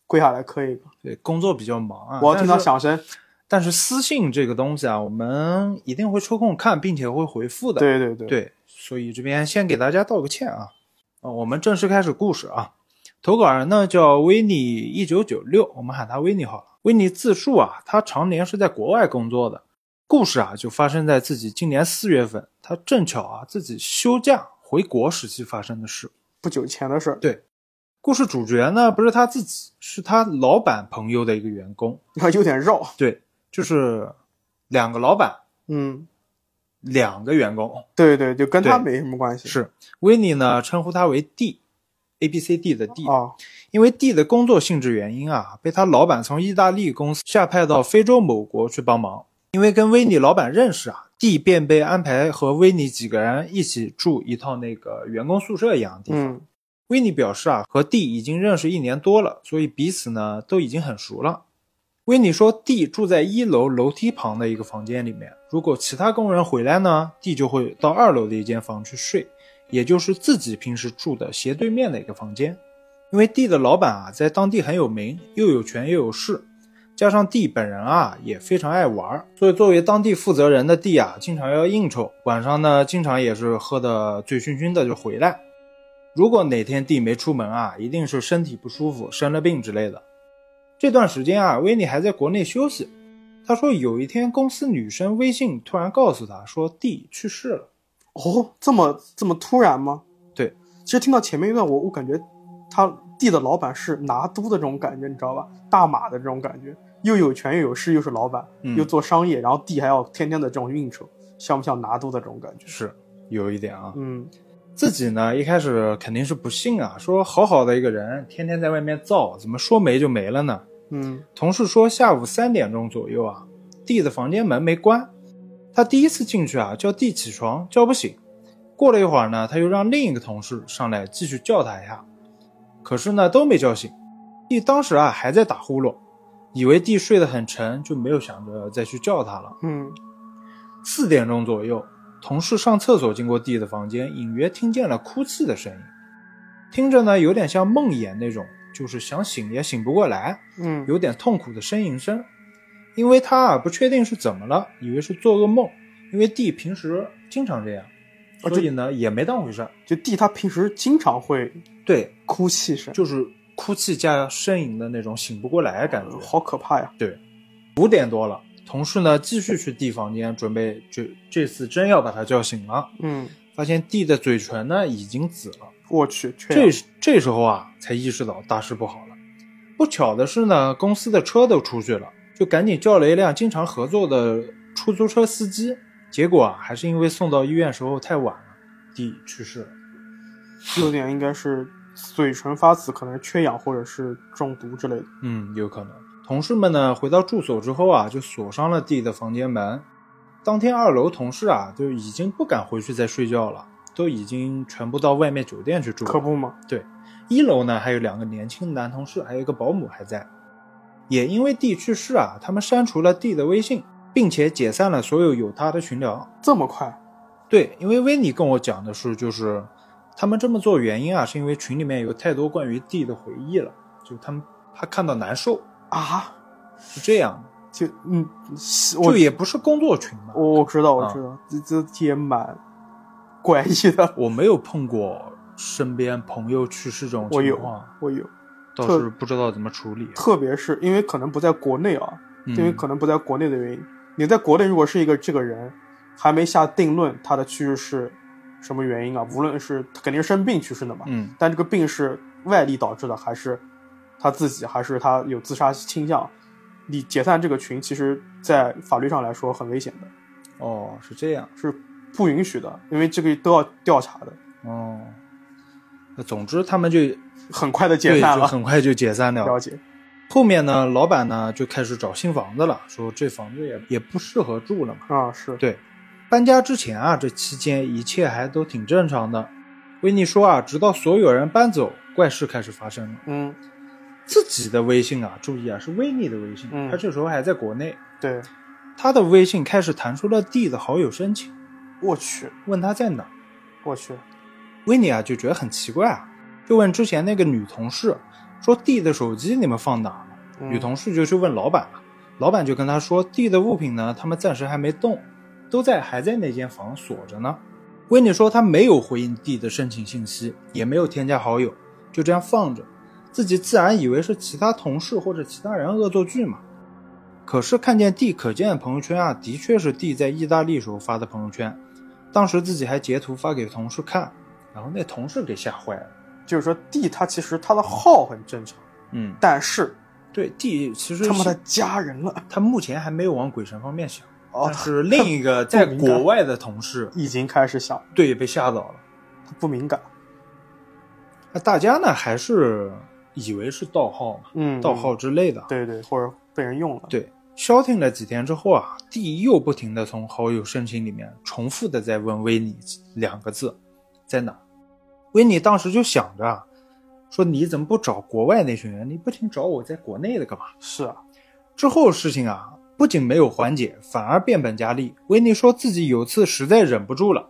Speaker 1: 跪下来磕一个。
Speaker 2: 对，工作比较忙啊。
Speaker 1: 我要听到
Speaker 2: 但是
Speaker 1: 响声。
Speaker 2: 但是私信这个东西啊，我们一定会抽空看，并且会回复的。
Speaker 1: 对对对，
Speaker 2: 对，所以这边先给大家道个歉啊。呃，我们正式开始故事啊。投稿人呢叫维尼一九九六，我们喊他维尼好了。维尼自述啊，他常年是在国外工作的。故事啊，就发生在自己今年四月份，他正巧啊自己休假回国时期发生的事。
Speaker 1: 不久前的事儿。
Speaker 2: 故事主角呢不是他自己，是他老板朋友的一个员工。
Speaker 1: 有点绕。
Speaker 2: 对，就是两个老板，
Speaker 1: 嗯，
Speaker 2: 两个员工。
Speaker 1: 对对，就跟他
Speaker 2: 对
Speaker 1: 没什么关系。
Speaker 2: 是维尼呢称呼他为 D，A B C D 的 D
Speaker 1: 啊，
Speaker 2: 因为 D 的工作性质原因啊，被他老板从意大利公司下派到非洲某国去帮忙。因为跟威尼老板认识啊，D 便被安排和威尼几个人一起住一套那个员工宿舍一样的地方。
Speaker 1: 嗯，
Speaker 2: 威尼表示啊，和 D 已经认识一年多了，所以彼此呢都已经很熟了。威尼说，D 住在一楼楼梯旁的一个房间里面，如果其他工人回来呢，D 就会到二楼的一间房去睡，也就是自己平时住的斜对面的一个房间。因为 D 的老板啊，在当地很有名，又有权又有势，加上 D 本人啊也非常爱玩儿，所以作为当地负责人的 D 啊，经常要应酬，晚上呢经常也是喝得醉醺醺的就回来。如果哪天 D 没出门啊，一定是身体不舒服、生了病之类的。这段时间啊，威尼还在国内休息。他说有一天公司女生微信突然告诉他说 D 去世了。
Speaker 1: 哦，这么这么突然吗？
Speaker 2: 对，
Speaker 1: 其实听到前面一段，我我感觉他弟的老板是拿督的这种感觉，你知道吧？大马的这种感觉，又有权又有势，又是老板，
Speaker 2: 嗯
Speaker 1: 又做商业，然后弟还要天天的这种应酬，像不像拿督的这种感觉？
Speaker 2: 是有一点啊，
Speaker 1: 嗯，
Speaker 2: 自己呢一开始肯定是不信啊，说好好的一个人，天天在外面造，怎么说没就没了呢？
Speaker 1: 嗯，
Speaker 2: 同事说下午三点钟左右啊，D 的房间门没关，他第一次进去啊，叫 D 起床叫不醒。过了一会儿呢，他又让另一个同事上来继续叫他一下，可是呢都没叫醒。D 当时啊还在打呼噜，以为 D 睡得很沉，就没有想着再去叫他了。
Speaker 1: 嗯，
Speaker 2: 四点钟左右，同事上厕所经过 D 的房间，隐约听见了哭泣的声音，听着呢有点像梦魇那种，就是想醒也醒不过来。
Speaker 1: 嗯，
Speaker 2: 有点痛苦的呻吟声。因为他啊不确定是怎么了，以为是做噩梦，因为弟平时经常这样，
Speaker 1: 哦
Speaker 2: 所以呢也没当回事儿。
Speaker 1: 就弟他平时经常会
Speaker 2: 对，
Speaker 1: 哭泣声，
Speaker 2: 就是哭泣加呻吟的那种醒不过来的感觉。
Speaker 1: 好可怕呀！
Speaker 2: 五点多了，同事呢继续去 D 房间准备，这这次真要把他叫醒了。
Speaker 1: 嗯，
Speaker 2: 发现 D 的嘴唇呢已经紫了，
Speaker 1: 我去，这
Speaker 2: 这时这时候啊才意识到大事不好了。不巧的是呢，公司的车都出去了，就赶紧叫了一辆经常合作的出租车司机。结果啊，还是因为送到医院时候太晚了，D 去世了。
Speaker 1: 有点应该是嘴唇发紫，可能是缺氧或者是中毒之类的。
Speaker 2: 嗯，有可能。同事们呢，回到住所之后啊，就锁上了 D 的房间门。当天二楼同事啊，就已经不敢回去再睡觉了，都已经全部到外面酒店去住了。
Speaker 1: 可不嘛，
Speaker 2: 一楼呢还有两个年轻男同事，还有一个保姆还在。也因为 D 去世啊，他们删除了 D 的微信，并且解散了所有有他的群聊。
Speaker 1: 这么快？
Speaker 2: 对，因为维尼跟我讲的是，就是他们这么做原因啊，是因为群里面有太多关于 D 的回忆了，就他们怕看到难受，
Speaker 1: 啊，
Speaker 2: 是这样的。
Speaker 1: 就嗯，是我
Speaker 2: 就也不是工作群嘛。
Speaker 1: 我我知道，我
Speaker 2: 啊
Speaker 1: 知道，这这也蛮怪异的。
Speaker 2: 我没有碰过身边朋友去世这种
Speaker 1: 我
Speaker 2: 情
Speaker 1: 有
Speaker 2: 况，，
Speaker 1: 我有，
Speaker 2: 倒是不知道怎么处理。
Speaker 1: 特别是因为可能不在国内啊，
Speaker 2: 嗯
Speaker 1: 因为可能不在国内的原因。你在国内如果是一个这个人还没下定论他的去世是什么原因啊，无论是他肯定是生病去世的嘛，
Speaker 2: 嗯
Speaker 1: 但这个病是外力导致的，还是他自己，还是他有自杀倾向？你解散这个群，其实在法律上来说很危险的，
Speaker 2: 哦是这样
Speaker 1: 是不允许的，因为这个都要调查的。
Speaker 2: 哦。那总之他们就
Speaker 1: 很快的解
Speaker 2: 对
Speaker 1: 散
Speaker 2: 就
Speaker 1: 了，
Speaker 2: 很快就解散掉
Speaker 1: 了
Speaker 2: 了。
Speaker 1: 解。
Speaker 2: 后面呢，老板呢就开始找新房子了，说这房子也也不适合住了嘛。
Speaker 1: 啊，是
Speaker 2: 对，搬家之前啊，这期间一切还都挺正常的。维尼说啊，直到所有人搬走，怪事开始发生了。
Speaker 1: 嗯，
Speaker 2: 自己的微信啊，注意啊，是维尼的微信，
Speaker 1: 嗯
Speaker 2: 他这时候还在国内，
Speaker 1: 对，
Speaker 2: 他的微信开始弹出了 D 的好友申请，
Speaker 1: 我去，
Speaker 2: 问他在哪儿。
Speaker 1: 我去，
Speaker 2: 维尼啊就觉得很奇怪啊，就问之前那个女同事，说 D 的手机你们放哪儿了？
Speaker 1: 嗯
Speaker 2: 女同事就去问老板了，老板就跟他说 D 的物品呢，他们暂时还没动，都在还在那间房锁着呢。维尼说他没有回应 D 的申请信息，也没有添加好友，就这样放着，自己自然以为是其他同事或者其他人恶作剧嘛。可是看见 D 可见的朋友圈啊，的确是 D 在意大利时候发的朋友圈，当时自己还截图发给同事看，然后那同事给吓坏了。
Speaker 1: 就是说 D 他其实他的号很正常，
Speaker 2: 嗯，
Speaker 1: 但是
Speaker 2: 对，D 其实
Speaker 1: 他妈的
Speaker 2: 是
Speaker 1: 家人了，
Speaker 2: 他目前还没有往鬼神方面想，
Speaker 1: 哦
Speaker 2: 但是另一个在
Speaker 1: 敏感
Speaker 2: 国外的同事
Speaker 1: 已经开始想
Speaker 2: 对被吓到了。
Speaker 1: 他不敏感，
Speaker 2: 那大家呢还是以为是盗号嘛，
Speaker 1: 嗯，
Speaker 2: 盗号，之类的。啊
Speaker 1: 对对，或者被人用了，
Speaker 2: 对，消停了几天之后啊，D 又不停的从好友申请里面重复的在问维尼两个字，在哪？维尼当时就想着啊，说你怎么不找国外那群人，你不停找我在国内的干嘛？
Speaker 1: 是啊，
Speaker 2: 之后事情啊，不仅没有缓解，反而变本加厉。维尼说自己有次实在忍不住了，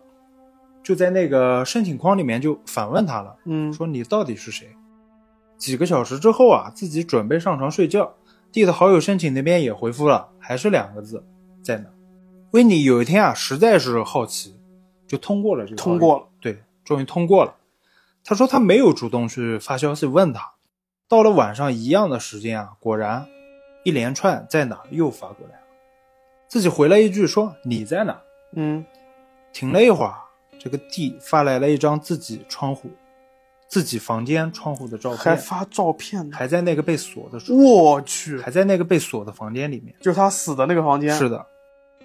Speaker 2: 就在那个申请框里面就反问他了，
Speaker 1: 嗯，
Speaker 2: 说你到底是谁？几个小时之后啊，自己准备上床睡觉，D 的好友申请那边也回复了，还是两个字，在哪？维尼有一天啊，实在是好奇，就通过了这个好友
Speaker 1: 通过了，
Speaker 2: 对，终于通过了。他说他没有主动去发消息问他，到了晚上一样的时间啊，果然一连串在哪儿又发过来了，自己回了一句说你在哪儿？
Speaker 1: 嗯，
Speaker 2: 停了一会儿，这个 D 发来了一张自己窗户、自己房间窗户的照
Speaker 1: 还
Speaker 2: 片，
Speaker 1: 发照片呢，
Speaker 2: 还在那个被锁的窗，
Speaker 1: 我去，
Speaker 2: 还在那个被锁的房间里面。
Speaker 1: 就是他死的那个房间，
Speaker 2: 是的，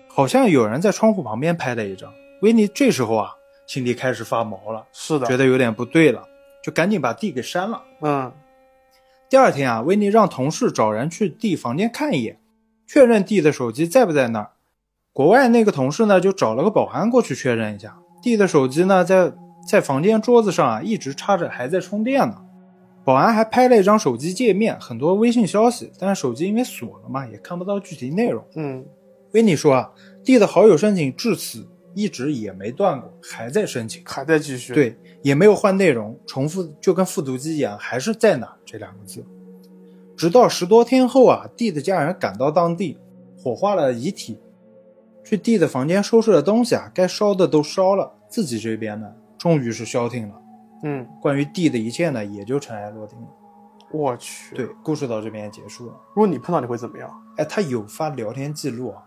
Speaker 2: 好像有人在窗户旁边拍了一张。维尼这时候啊，心里开始发毛了，
Speaker 1: 是的，
Speaker 2: 觉得有点不对了，就赶紧把 D 给删了。
Speaker 1: 嗯，
Speaker 2: 第二天啊，维尼让同事找人去 D 房间看一眼，确认 D 的手机在不在那儿。国外那个同事呢，就找了个保安过去确认一下，D 的手机呢，在在房间桌子上啊，一直插着，还在充电呢。保安还拍了一张手机界面，很多微信消息，但是手机因为锁了嘛，也看不到具体内容。
Speaker 1: 嗯，
Speaker 2: 维尼说啊，D 的好友申请至此一直也没断过，还在申请。
Speaker 1: 还在继续，，
Speaker 2: 对，也没有换内容，重复就跟复读机一样，还是在哪儿这两个字。直到十多天后啊，D 的家人赶到当地，火化了遗体。去弟的房间收拾了东西啊，该烧的都烧了，自己这边呢，终于是消停了。
Speaker 1: 嗯，
Speaker 2: 关于弟的一切呢，也就尘埃落定了。
Speaker 1: 我去，
Speaker 2: 对，故事到这边也结束了。
Speaker 1: 如果你碰到你会怎么样？
Speaker 2: 哎，他有发聊天记录啊，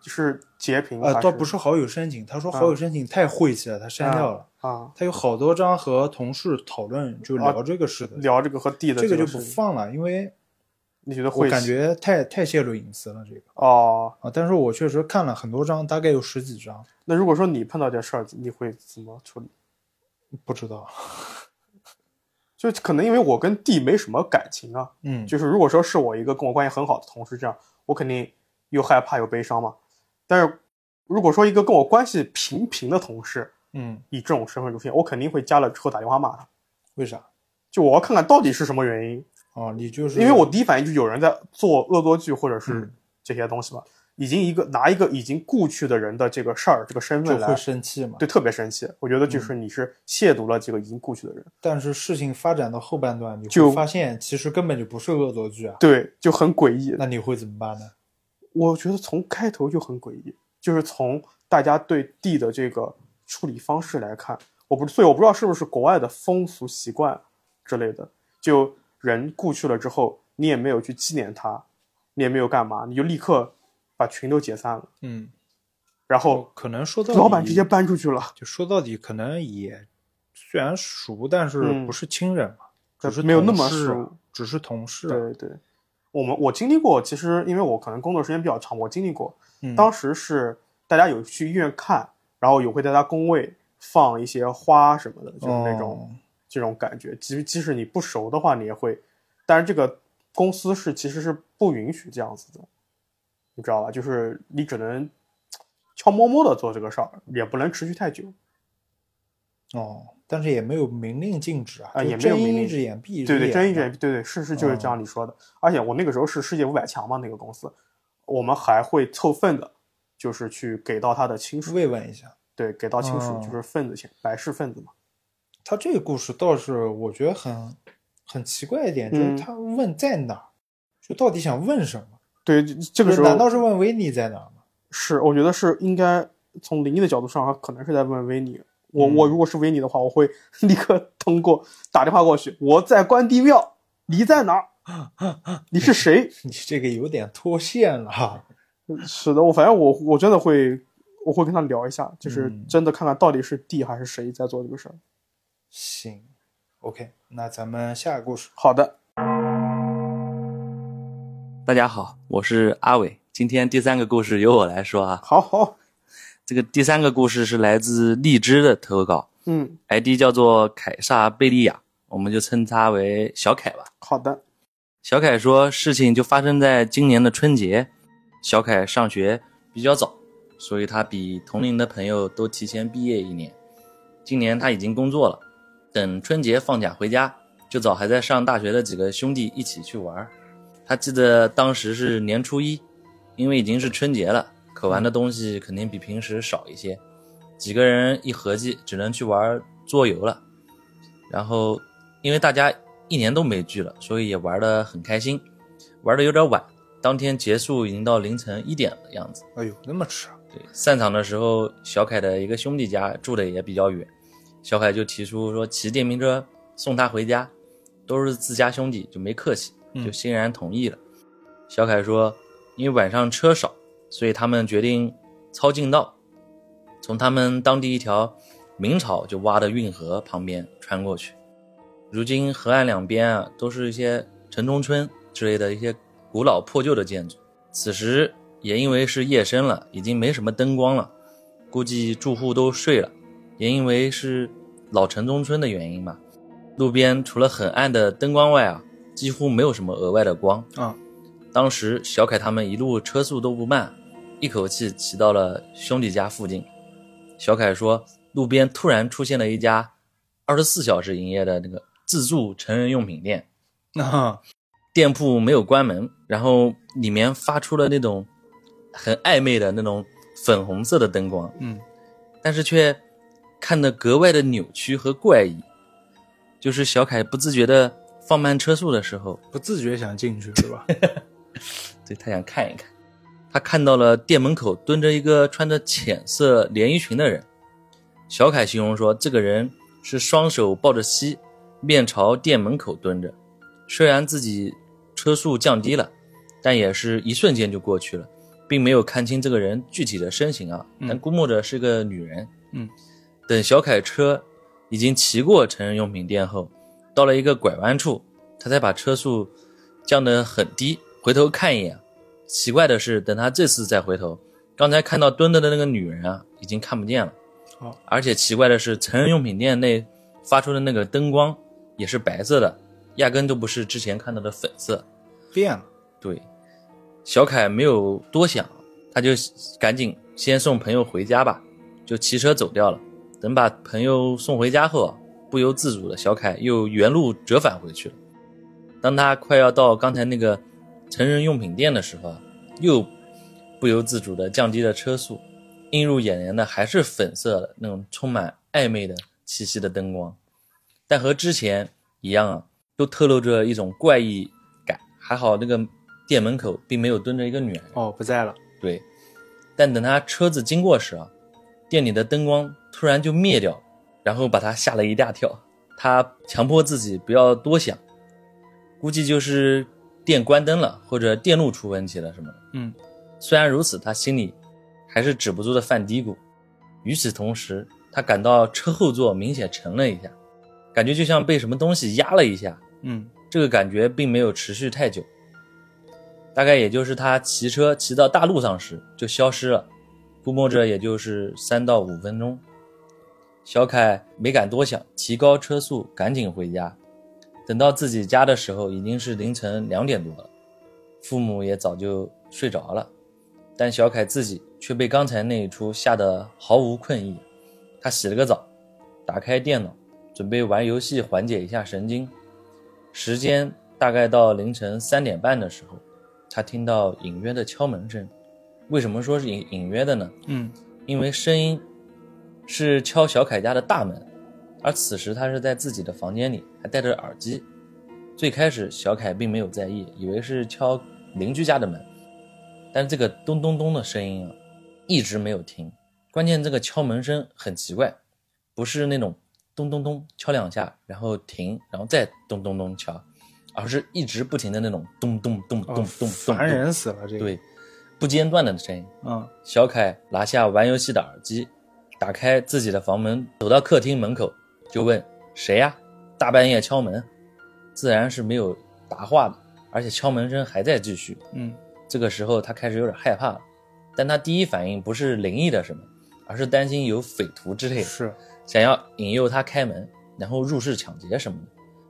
Speaker 1: 就是截屏还
Speaker 2: 呃，倒不
Speaker 1: 是
Speaker 2: 是好友申请，他说好友申请太晦气了，他删掉了。
Speaker 1: 啊，
Speaker 2: 他有好多张和同事讨论，就聊这个事的，
Speaker 1: 聊这个和地的
Speaker 2: 这个就
Speaker 1: 事
Speaker 2: 不
Speaker 1: 情
Speaker 2: 放了，因为
Speaker 1: 你觉得
Speaker 2: 我
Speaker 1: 会
Speaker 2: 感觉太太泄露隐私了这个
Speaker 1: 哦。
Speaker 2: 啊。但是我确实看了很多张，大概有十几张，
Speaker 1: 那如果说你碰到这事儿，你会怎么处理？
Speaker 2: 不知道。
Speaker 1: 就可能因为我跟地没什么感情啊，
Speaker 2: 嗯，
Speaker 1: 就是如果说是我一个跟我关系很好的同事这样，我肯定又害怕又悲伤嘛。但是如果说一个跟我关系平平的同事
Speaker 2: 嗯，
Speaker 1: 以这种身份出现，我肯定会加了之后打电话骂他，
Speaker 2: 为啥？
Speaker 1: 就我要看看到底是什么原因，
Speaker 2: 哦，你就是
Speaker 1: 因为我第一反应就有人在做恶作剧或者是
Speaker 2: 嗯
Speaker 1: 这些东西嘛，已经一个拿一个已经故去的人的这个事儿这个身
Speaker 2: 就
Speaker 1: 份
Speaker 2: 会嗯
Speaker 1: 来。
Speaker 2: 生气嘛。
Speaker 1: 对，特别生气。我觉得就是你是亵渎了这个已经故去的人，
Speaker 2: 但是事情发展到后半段，你
Speaker 1: 就
Speaker 2: 会发现其实根本就不是恶作剧啊。
Speaker 1: 对，就很诡异。
Speaker 2: 那你会怎么办呢？
Speaker 1: 我觉得从开头就很诡异，就是从大家对地的这个处理方式来看，我不，所以我不知道是不是国外的风俗习惯之类的，就人故去了之后，你也没有去纪念他，你也没有干嘛，你就立刻把群都解散了，
Speaker 2: 嗯，
Speaker 1: 然后
Speaker 2: 可能说到
Speaker 1: 老板直接搬出去了，
Speaker 2: 就说到底，可能也虽然熟，但是
Speaker 1: 嗯
Speaker 2: 不是亲人嘛，只是
Speaker 1: 没有那么
Speaker 2: 同事
Speaker 1: 熟，
Speaker 2: 只是同事啊。
Speaker 1: 对对。我们我经历过，其实因为我可能工作时间比较长，我经历过，
Speaker 2: 嗯
Speaker 1: 当时是大家有去医院看，然后有会在他工位放一些花什么的，就是那种、
Speaker 2: 哦
Speaker 1: 这种感觉。即即使你不熟的话，你也会。但是这个公司是其实是不允许这样子的，你知道吧？就是你只能悄摸摸的做这个事儿，也不能持续太久。
Speaker 2: 哦，但是也没有明令禁止啊，
Speaker 1: 啊
Speaker 2: 就
Speaker 1: 也没有
Speaker 2: 睁
Speaker 1: 明
Speaker 2: 一
Speaker 1: 令
Speaker 2: 只眼闭一只
Speaker 1: 对
Speaker 2: 眼
Speaker 1: 对，
Speaker 2: 嘛。
Speaker 1: 睁一只眼，对对，是是就是这
Speaker 2: 嗯
Speaker 1: 样你说的。而且我那个时候是世界五百强嘛，那个公司，我们还会凑份子，就是去给到他的亲属，
Speaker 2: 慰问一下。
Speaker 1: 对，给到亲属
Speaker 2: 哦
Speaker 1: 就是份子钱，白事份子嘛。
Speaker 2: 他这个故事倒是我觉得很很奇怪一点，就是
Speaker 1: 嗯
Speaker 2: 他问在哪儿，就到底想问什么？
Speaker 1: 对，这个
Speaker 2: 就是
Speaker 1: 时
Speaker 2: 难道
Speaker 1: 候
Speaker 2: 是问维尼在哪儿吗？
Speaker 1: 是我觉得是应该从灵异的角度上，他可能是在问维尼。我、
Speaker 2: 嗯
Speaker 1: 我如果是维尼的话，我会 立刻通过打电话过去，我在关帝庙，你在哪儿？你是谁？
Speaker 2: 你这个有点脱线了哈。
Speaker 1: 是的，我反正我我真的会，我会跟他聊一下，就是
Speaker 2: 嗯
Speaker 1: 真的看看到底是地还是谁在做这个事儿。
Speaker 2: 行，OK，那咱们下个故事。
Speaker 1: 好的，
Speaker 4: 大家好，我是阿伟。今天第三个故事由我来说啊。
Speaker 1: 好好，
Speaker 4: 这个第三个故事是来自荔枝的投稿
Speaker 1: 嗯，
Speaker 4: ，ID 叫做凯撒贝利亚，我们就称他为小凯吧。
Speaker 1: 好的，
Speaker 4: 小凯说，事情就发生在今年的春节。小凯上学比较早，所以他比同龄的朋友都提前毕业一年。今年他已经工作了，等春节放假回家，就找还在上大学的几个兄弟一起去玩儿。他记得当时是年初一，因为已经是春节了，可玩的东西肯定比平时少一些，几个人一合计，只能去玩桌游了。然后因为大家一年都没聚了，所以也玩得很开心，玩得有点晚，当天结束已经到凌晨一点的样子。
Speaker 2: 哎呦，那么迟 啊！
Speaker 4: 对，散场的时候，小凯的一个兄弟家住的也比较远，小凯就提出说骑电瓶车送他回家，都是自家兄弟，就没客气，
Speaker 2: 嗯
Speaker 4: 就欣然同意了。小凯说，因为晚上车少，所以他们决定抄近道，从他们当地一条明朝就挖的运河旁边穿过去。如今河岸两边啊，都是一些城中村之类的一些古老破旧的建筑。此时也因为是夜深了，已经没什么灯光了，估计住户都睡了。也因为是老城中村的原因嘛，路边除了很暗的灯光外啊，几乎没有什么额外的光
Speaker 2: 啊。
Speaker 4: 当时小凯他们一路车速都不慢，一口气骑到了兄弟家附近。小凯说，路边突然出现了一家二十四小时营业的那个自助成人用品店。
Speaker 2: 啊，
Speaker 4: 店铺没有关门，然后里面发出了那种很暧昧的那种粉红色的灯光，
Speaker 2: 嗯，
Speaker 4: 但是却看得格外的扭曲和怪异。就是小凯不自觉的放慢车速的时候，
Speaker 2: 不自觉想进去是吧？
Speaker 4: 对他想看一看，他看到了店门口蹲着一个穿着浅色连衣裙的人。小凯形容说，这个人是双手抱着膝，面朝店门口蹲着。虽然自己车速降低了，但也是一瞬间就过去了，并没有看清这个人具体的身形啊，
Speaker 2: 嗯
Speaker 4: 但估摸着是个女人。
Speaker 2: 嗯，
Speaker 4: 等小凯车已经骑过成人用品店后，到了一个拐弯处，他才把车速降得很低，回头看一眼。奇怪的是，等他这次再回头，刚才看到蹲着的那个女人啊，已经看不见了。
Speaker 2: 哦，
Speaker 4: 而且奇怪的是，成人用品店内发出的那个灯光也是白色的，压根就不是之前看到的粉色。
Speaker 2: 变了。
Speaker 4: 对，小凯没有多想，他就赶紧先送朋友回家吧，就骑车走掉了。等把朋友送回家后啊，不由自主的小凯又原路折返回去了。当他快要到刚才那个成人用品店的时候啊，又不由自主的降低了车速，映入眼帘的还是粉色的那种充满暧昧的气息的灯光，但和之前一样啊，都透露着一种怪异感。还好那个店门口并没有蹲着一个女人，
Speaker 2: 哦，不在了。
Speaker 4: 对。但等他车子经过时啊，店里的灯光突然就灭掉，然后把他吓了一大跳。他强迫自己不要多想，估计就是店关灯了，或者电路出问题了什么的。
Speaker 2: 嗯，
Speaker 4: 虽然如此，他心里还是止不住的犯嘀咕。与此同时，他感到车后座明显沉了一下，感觉就像被什么东西压了一下。
Speaker 2: 嗯，
Speaker 4: 这个感觉并没有持续太久，大概也就是他骑车骑到大路上时就消失了，估摸着也就是三到五分钟。小凯没敢多想，提高车速赶紧回家。等到自己家的时候，已经是凌晨两点多了，父母也早就睡着了，但小凯自己却被刚才那一出吓得毫无困意。他洗了个澡，打开电脑，准备玩游戏缓解一下神经。时间大概到凌晨三点半的时候，他听到隐约的敲门声。为什么说是隐隐约的呢？
Speaker 2: 嗯，
Speaker 4: 因为声音是敲小凯家的大门，而此时他是在自己的房间里，还戴着耳机。最开始小凯并没有在意，以为是敲邻居家的门，但是这个咚咚咚的声音啊，一直没有停。关键这个敲门声很奇怪，不是那种咚咚咚敲两下，然后停，然后再咚咚咚敲，而是一直不停的那种咚咚咚咚
Speaker 2: 哦
Speaker 4: 咚咚，
Speaker 2: 烦人死了这个。，
Speaker 4: 对，不间断的声音。
Speaker 2: 嗯，
Speaker 4: 小凯拿下玩游戏的耳机，打开自己的房门，走到客厅门口，就问：“谁呀、大半夜敲门？”自然是没有答话的，而且敲门声还在继续。
Speaker 2: 嗯，
Speaker 4: 这个时候他开始有点害怕了，但他第一反应不是灵异的什么，而是担心有匪徒之类的，
Speaker 2: 是
Speaker 4: 想要引诱他开门，然后入室抢劫什么的。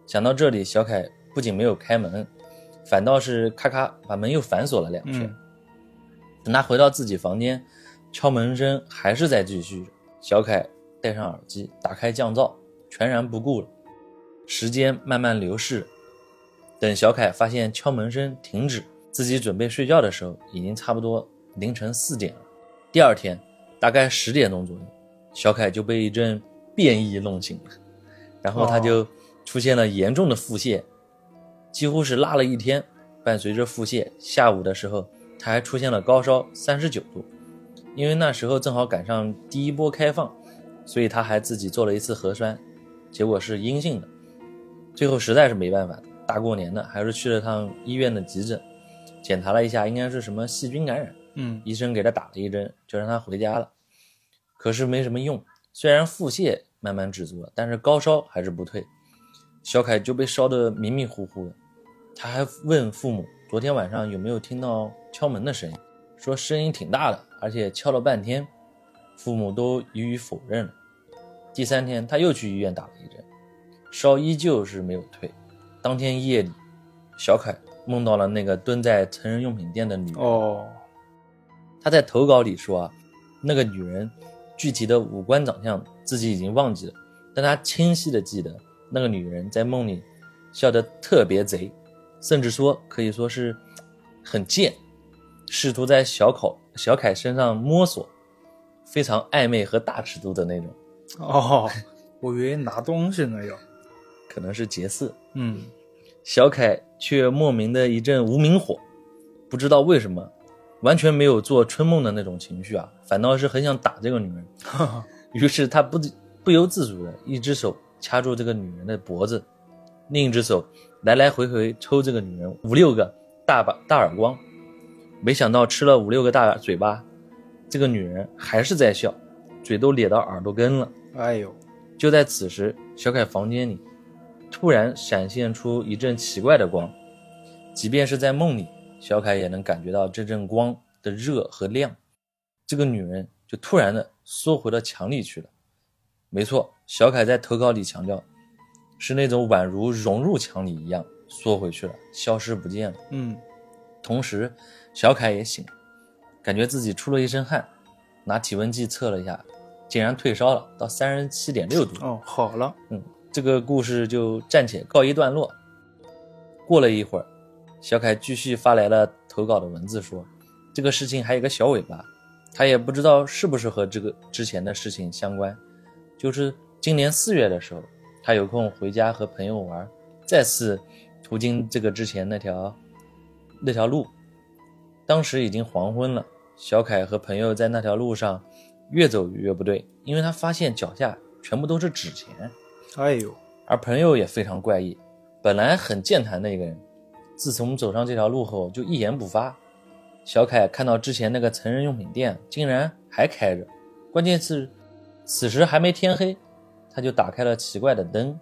Speaker 4: 想到这里，小凯不仅没有开门，反倒是咔咔把门又反锁了两圈。
Speaker 2: 嗯
Speaker 4: 等他回到自己房间，敲门声还是在继续。小凯戴上耳机，打开降噪，全然不顾了。时间慢慢流逝，等小凯发现敲门声停止，自己准备睡觉的时候，已经差不多凌晨四点了。第二天大概十点钟左右，小凯就被一阵变异弄醒了，然后他就出现了严重的腹泻，几乎是拉了一天。伴随着腹泻，下午的时候他还出现了高烧三十九度，因为那时候正好赶上第一波开放，所以他还自己做了一次核酸，结果是阴性的。最后实在是没办法，大过年的还是去了趟医院的急诊，检查了一下，应该是什么细菌感染。
Speaker 2: 嗯
Speaker 4: 医生给他打了一针，就让他回家了。可是没什么用，虽然腹泻慢慢止住了，但是高烧还是不退。小凯就被烧得迷迷糊糊的，他还问父母昨天晚上有没有听到敲门的声音，说声音挺大的，而且敲了半天，父母都予以否认了。第三天他又去医院打了一针，烧依旧是没有退。当天夜里，小凯梦到了那个蹲在成人用品店的女人。
Speaker 2: 哦，
Speaker 4: 他在投稿里说啊，那个女人具体的五官长相自己已经忘记了，但他清晰的记得那个女人在梦里笑得特别贼，甚至说可以说是很贱，试图在小口小凯身上摸索，非常暧昧和大尺度的那种，
Speaker 2: 哦，我以为拿东西呢要。
Speaker 4: 可能是劫色。
Speaker 2: 嗯，
Speaker 4: 小凯却莫名的一阵无名火，不知道为什么，完全没有做春梦的那种情绪啊，反倒是很想打这个女人。于是他不不由自主的一只手掐住这个女人的脖子，另一只手来来回回抽这个女人五六个大巴大耳光。没想到吃了五六个大嘴巴，这个女人还是在笑，嘴都咧到耳朵根了。
Speaker 2: 哎呦，
Speaker 4: 就在此时，小凯房间里突然闪现出一阵奇怪的光，即便是在梦里，小凯也能感觉到这阵光的热和亮。这个女人就突然的缩回到墙里去了。没错，小凯在投稿里强调，是那种宛如融入墙里一样缩回去了，消失不见了。
Speaker 2: 嗯，
Speaker 4: 同时，小凯也醒了，感觉自己出了一身汗，拿体温计测了一下，竟然退烧了，到三十七点六度。
Speaker 2: 哦，好了，
Speaker 4: 嗯，这个故事就暂且告一段落。过了一会儿，小凯继续发来了投稿的文字说，这个事情还有个小尾巴，他也不知道是不是和这个之前的事情相关。就是今年四月的时候，他有空回家和朋友玩，再次途经这个之前那条那条路。当时已经黄昏了，小凯和朋友在那条路上越走越不对，因为他发现脚下全部都是纸钱。
Speaker 2: 哎呦，
Speaker 4: 而朋友也非常怪异，本来很健谈的一个人，自从走上这条路后就一言不发。小凯看到之前那个成人用品店竟然还开着，关键是此时还没天黑，他就打开了奇怪的灯。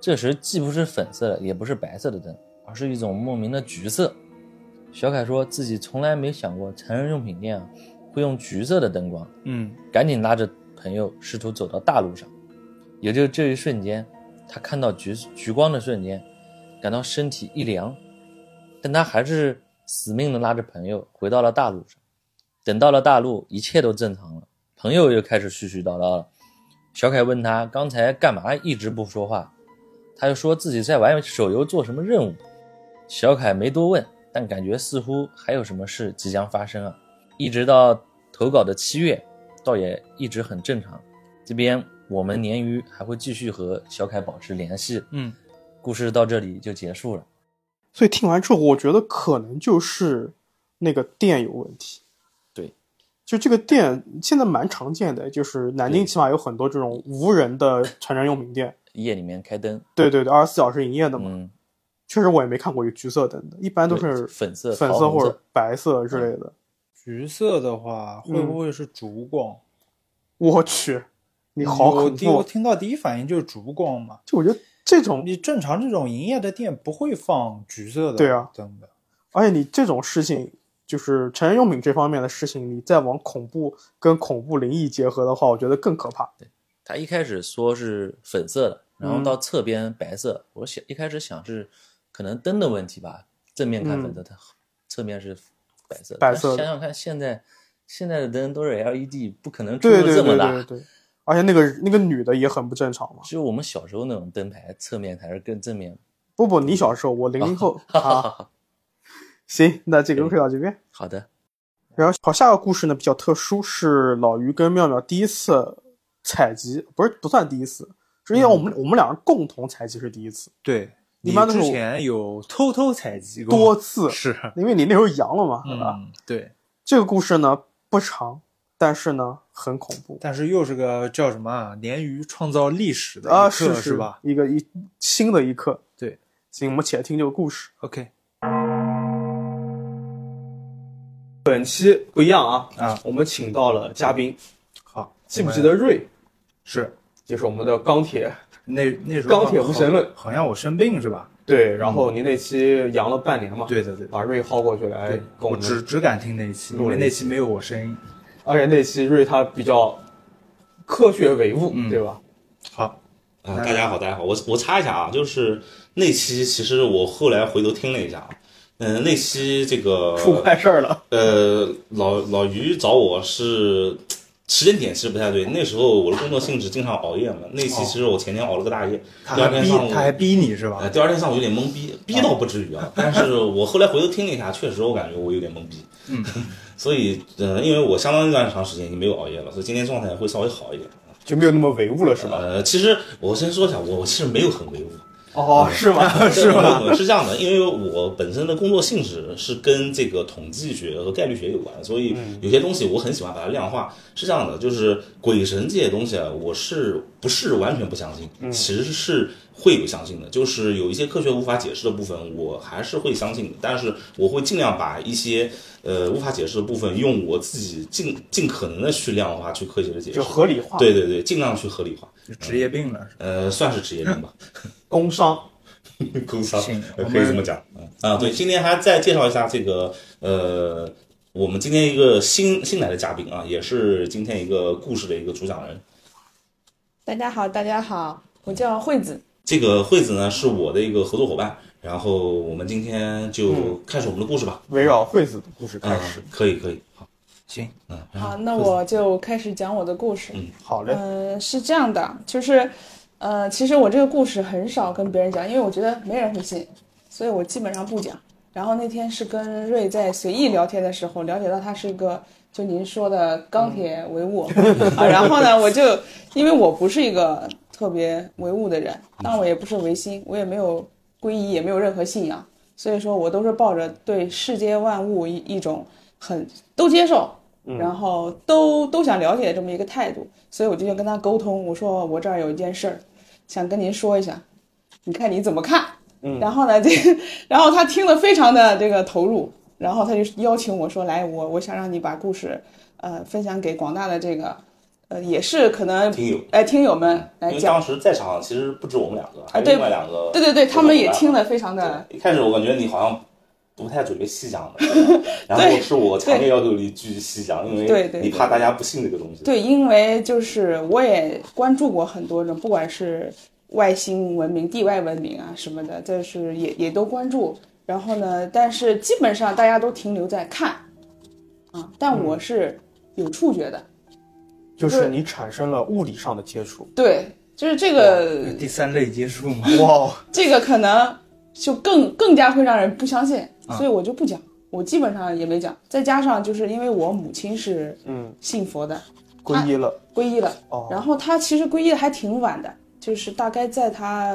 Speaker 4: 这时既不是粉色的，也不是白色的灯，而是一种莫名的橘色。小凯说自己从来没想过成人用品店啊会用橘色的灯光，
Speaker 2: 嗯，
Speaker 4: 赶紧拉着朋友试图走到大路上。也就这一瞬间，他看到橘橘光的瞬间，感到身体一凉，但他还是死命的拉着朋友回到了大路上。等到了大路，一切都正常了，朋友又开始絮絮叨叨了。小凯问他刚才干嘛一直不说话，他又说自己在玩手游做什么任务。小凯没多问，但感觉似乎还有什么事即将发生啊。一直到投稿的七月，倒也一直很正常。这边我们鲶鱼还会继续和小凯保持联系。
Speaker 2: 嗯，
Speaker 4: 故事到这里就结束了。
Speaker 1: 所以听完之后，我觉得可能就是那个店有问题。
Speaker 4: 对，
Speaker 1: 就这个店现在蛮常见的，就是南京
Speaker 4: 对
Speaker 1: 起码有很多这种无人 的成人用品店。
Speaker 4: 夜里面开灯，
Speaker 1: 对对对，二十四小时营业的嘛。
Speaker 4: 嗯，
Speaker 1: 确实我也没看过有橘色灯的，一般都
Speaker 4: 对
Speaker 1: 是
Speaker 4: 粉色、
Speaker 1: 粉
Speaker 4: 桃
Speaker 1: 色
Speaker 4: 红
Speaker 1: 或者白色之类的。
Speaker 2: 橘色的话
Speaker 1: 嗯
Speaker 2: 会不会是烛光？
Speaker 1: 我去，你好
Speaker 2: 我
Speaker 1: 恐
Speaker 2: 第我
Speaker 1: 怖！啊
Speaker 2: 听到第一反应就是烛光嘛。
Speaker 1: 就我觉得这种，
Speaker 2: 你正常这种营业的店不会放橘色的
Speaker 1: 对啊
Speaker 2: 灯的。
Speaker 1: 而且你这种事情，就是成人用品这方面的事情，你再往恐怖跟恐怖灵异结合的话，我觉得更可怕。
Speaker 4: 他一开始说是粉色的，然后到
Speaker 1: 嗯
Speaker 4: 侧边白色。我想一开始想是可能灯的问题吧，正面看粉色，它侧面是白色的。
Speaker 1: 嗯白色的
Speaker 4: 但想想看，现在现在的灯都是 LED，不可能出
Speaker 1: 对
Speaker 4: 入
Speaker 1: 对
Speaker 4: 这
Speaker 1: 对
Speaker 4: 么大。
Speaker 1: 对对，而且那个那个女的也很不正常嘛。
Speaker 4: 只有我们小时候那种灯牌，侧面才是更正面。
Speaker 1: 不不，你小时候，我零零后
Speaker 2: 哦
Speaker 4: 哈 哈
Speaker 1: 啊。
Speaker 4: 哈，
Speaker 1: 行，那这个故事到这边。
Speaker 4: 好的，
Speaker 1: 然后好，下个故事呢比较特殊，是老于跟妙妙第一次采集，不是不算第一次，是因为我
Speaker 2: 嗯
Speaker 1: 们、我们两人共同采集是第一次，
Speaker 2: 对，
Speaker 1: 一
Speaker 2: 你
Speaker 1: 般都是
Speaker 2: 之前有偷偷采集过
Speaker 1: 多次，啊
Speaker 2: 是，
Speaker 1: 因为你那时候阳了嘛，对吧？
Speaker 2: 嗯，对。
Speaker 1: 这个故事呢不长，但是呢很恐怖
Speaker 2: 但是又是个叫什么啊？鲶鱼创造历史的一
Speaker 1: 啊，
Speaker 2: 刻
Speaker 1: 是
Speaker 2: 是吧？？
Speaker 1: 一个一新的一刻，
Speaker 2: 对。
Speaker 1: 行，我们且听这个故事。
Speaker 2: ？OK，
Speaker 1: 本期不一样啊
Speaker 2: 啊，
Speaker 1: 我们请到了嘉宾，
Speaker 2: 好，
Speaker 1: 记不记得瑞？
Speaker 2: 是
Speaker 1: 就是我们的钢铁，
Speaker 2: 那那时候
Speaker 1: 钢铁无神论
Speaker 2: 好好像我生病是吧？
Speaker 1: 对，然后您那期阳了半年嘛，
Speaker 2: 对的对的。
Speaker 1: 把瑞薅过去来
Speaker 2: 对
Speaker 1: 跟，我
Speaker 2: 我
Speaker 1: 们
Speaker 2: 只只敢听那一期，因
Speaker 1: 录了
Speaker 2: 为
Speaker 1: 一
Speaker 2: 那期没有我声音。
Speaker 1: 而且那期瑞他比较科学唯物，
Speaker 2: 嗯
Speaker 1: 对吧？
Speaker 2: 好，
Speaker 11: 啊、大家好，大家好，我我插一下啊，就是那期其实我后来回头听了一下啊，嗯、那期这个
Speaker 1: 出怪事儿了，
Speaker 11: 呃老老于找我是呃时间点其实不太对，那时候我的工作性质经常熬夜嘛，那期其实我前天熬了个大夜，
Speaker 2: 他
Speaker 11: 第二
Speaker 2: 还
Speaker 11: 天
Speaker 2: 逼
Speaker 11: 上午
Speaker 2: 他还逼你是
Speaker 11: 呃
Speaker 2: 吧？
Speaker 11: 第二天上午有点懵
Speaker 5: 哦
Speaker 11: 逼，逼倒不至 于啊，但是我后来回头听了一下，确实我感觉我有点懵逼，
Speaker 2: 嗯，
Speaker 11: 所以呃因为我相当一段长时间已经没有熬夜了，所以今天状态会稍微好一点。
Speaker 1: 就没有那么唯物了，是吧？
Speaker 11: 呃，其实我先说一下，我我其实没有很唯物，
Speaker 1: 哦，是吗是吗？
Speaker 7: 是这样的，因为我本身的工作性质是跟这个统计学和概率学有关，所以有些东西我很喜欢把它量化。是这样的，就是鬼神这些东西啊，我是不是完全不相信？
Speaker 12: 嗯
Speaker 7: 其实是会有相信的，就是有一些科学无法解释的部分，我还是会相信的，但是我会尽量把一些。呃，无法解释的部分，用我自己尽尽可能的去量化、去科学的解释，
Speaker 1: 就合理化
Speaker 7: 对对对，尽量去合理化。
Speaker 2: 职业病了，
Speaker 11: 哎
Speaker 7: 呃，算是职业病吧。
Speaker 1: 工伤，
Speaker 7: 工伤
Speaker 2: 行
Speaker 11: 哎
Speaker 7: 呃
Speaker 2: 我
Speaker 7: 可以
Speaker 2: 们
Speaker 7: 这么讲嗯啊。对，今天还再介绍一下这个呃，我们今天一个新新来的嘉宾啊，也是今天一个故事的一个主讲人。
Speaker 9: 大家好，大家好，我叫惠子。
Speaker 7: 这个惠子呢是我的一个合作伙伴，然后我们今天
Speaker 9: 嗯
Speaker 7: 就开始我们的故事吧，
Speaker 1: 围绕惠子的故事
Speaker 7: 开始。可以，可以，好，
Speaker 2: 行，
Speaker 7: 嗯，
Speaker 9: 好，那我就开始讲我的故事。
Speaker 7: 嗯，
Speaker 1: 好
Speaker 7: 嘞
Speaker 9: 嗯、是这样的，就是，呃，其实我这个故事很少跟别人讲，因为我觉得没人会信，所以我基本上不讲。然后那天是跟瑞在随意聊天的时候，了解到他是一个就您说的钢铁唯物、啊。然后呢，我就因为我不是一个特别唯物的人，但我也不是唯心，我也没有皈依，也没有任何信仰，所以说我都是抱着对世间万物一一种很都接受，
Speaker 13: 嗯
Speaker 9: 然后都都想了解这么一个态度，所以我就跟他沟通，我说我这儿有一件事儿，想跟您说一下，你看你怎么看？
Speaker 1: 嗯
Speaker 9: 然后呢，这， 然后他听得非常的这个投入，然后他就邀请我说，来，我我想让你把故事，呃，分享给广大的这个，呃，也是可能
Speaker 7: 听友
Speaker 9: 哎听友们来
Speaker 7: 因为当
Speaker 9: 讲，
Speaker 7: 时在场其实不止我们两个，还
Speaker 9: 啊
Speaker 7: 有
Speaker 9: 对
Speaker 7: 另外两个，
Speaker 9: 对对对，他们也听。得非常的，
Speaker 7: 啊一开始我感觉你好像不太准备细讲 的，然后是我强烈要求你继续细讲，因
Speaker 9: 对
Speaker 7: 为
Speaker 9: 对
Speaker 7: 你怕大家不信这个东西。
Speaker 9: 对，因为就是我也关注过很多种，不管是外星文明、地外文明啊什么的，就是也也都关注。然后呢，但是基本上大家都停留在看，啊，但我是有触觉的，
Speaker 1: 就是你产生了物理上的接触。
Speaker 9: 对，就是这
Speaker 14: 嗯
Speaker 7: 呃
Speaker 9: 个
Speaker 2: 呃第三类接触嘛。
Speaker 1: 哇，
Speaker 9: 这个可能就更更加会让人不相信，
Speaker 2: 啊
Speaker 9: 所以我就不讲，我基本上也没讲。再加上就是因为我母亲是
Speaker 1: 嗯，
Speaker 9: 信佛的，
Speaker 1: 皈依了。
Speaker 9: 皈依了。
Speaker 1: 哦
Speaker 9: 然后他其实皈依的还挺晚的，就是大概在他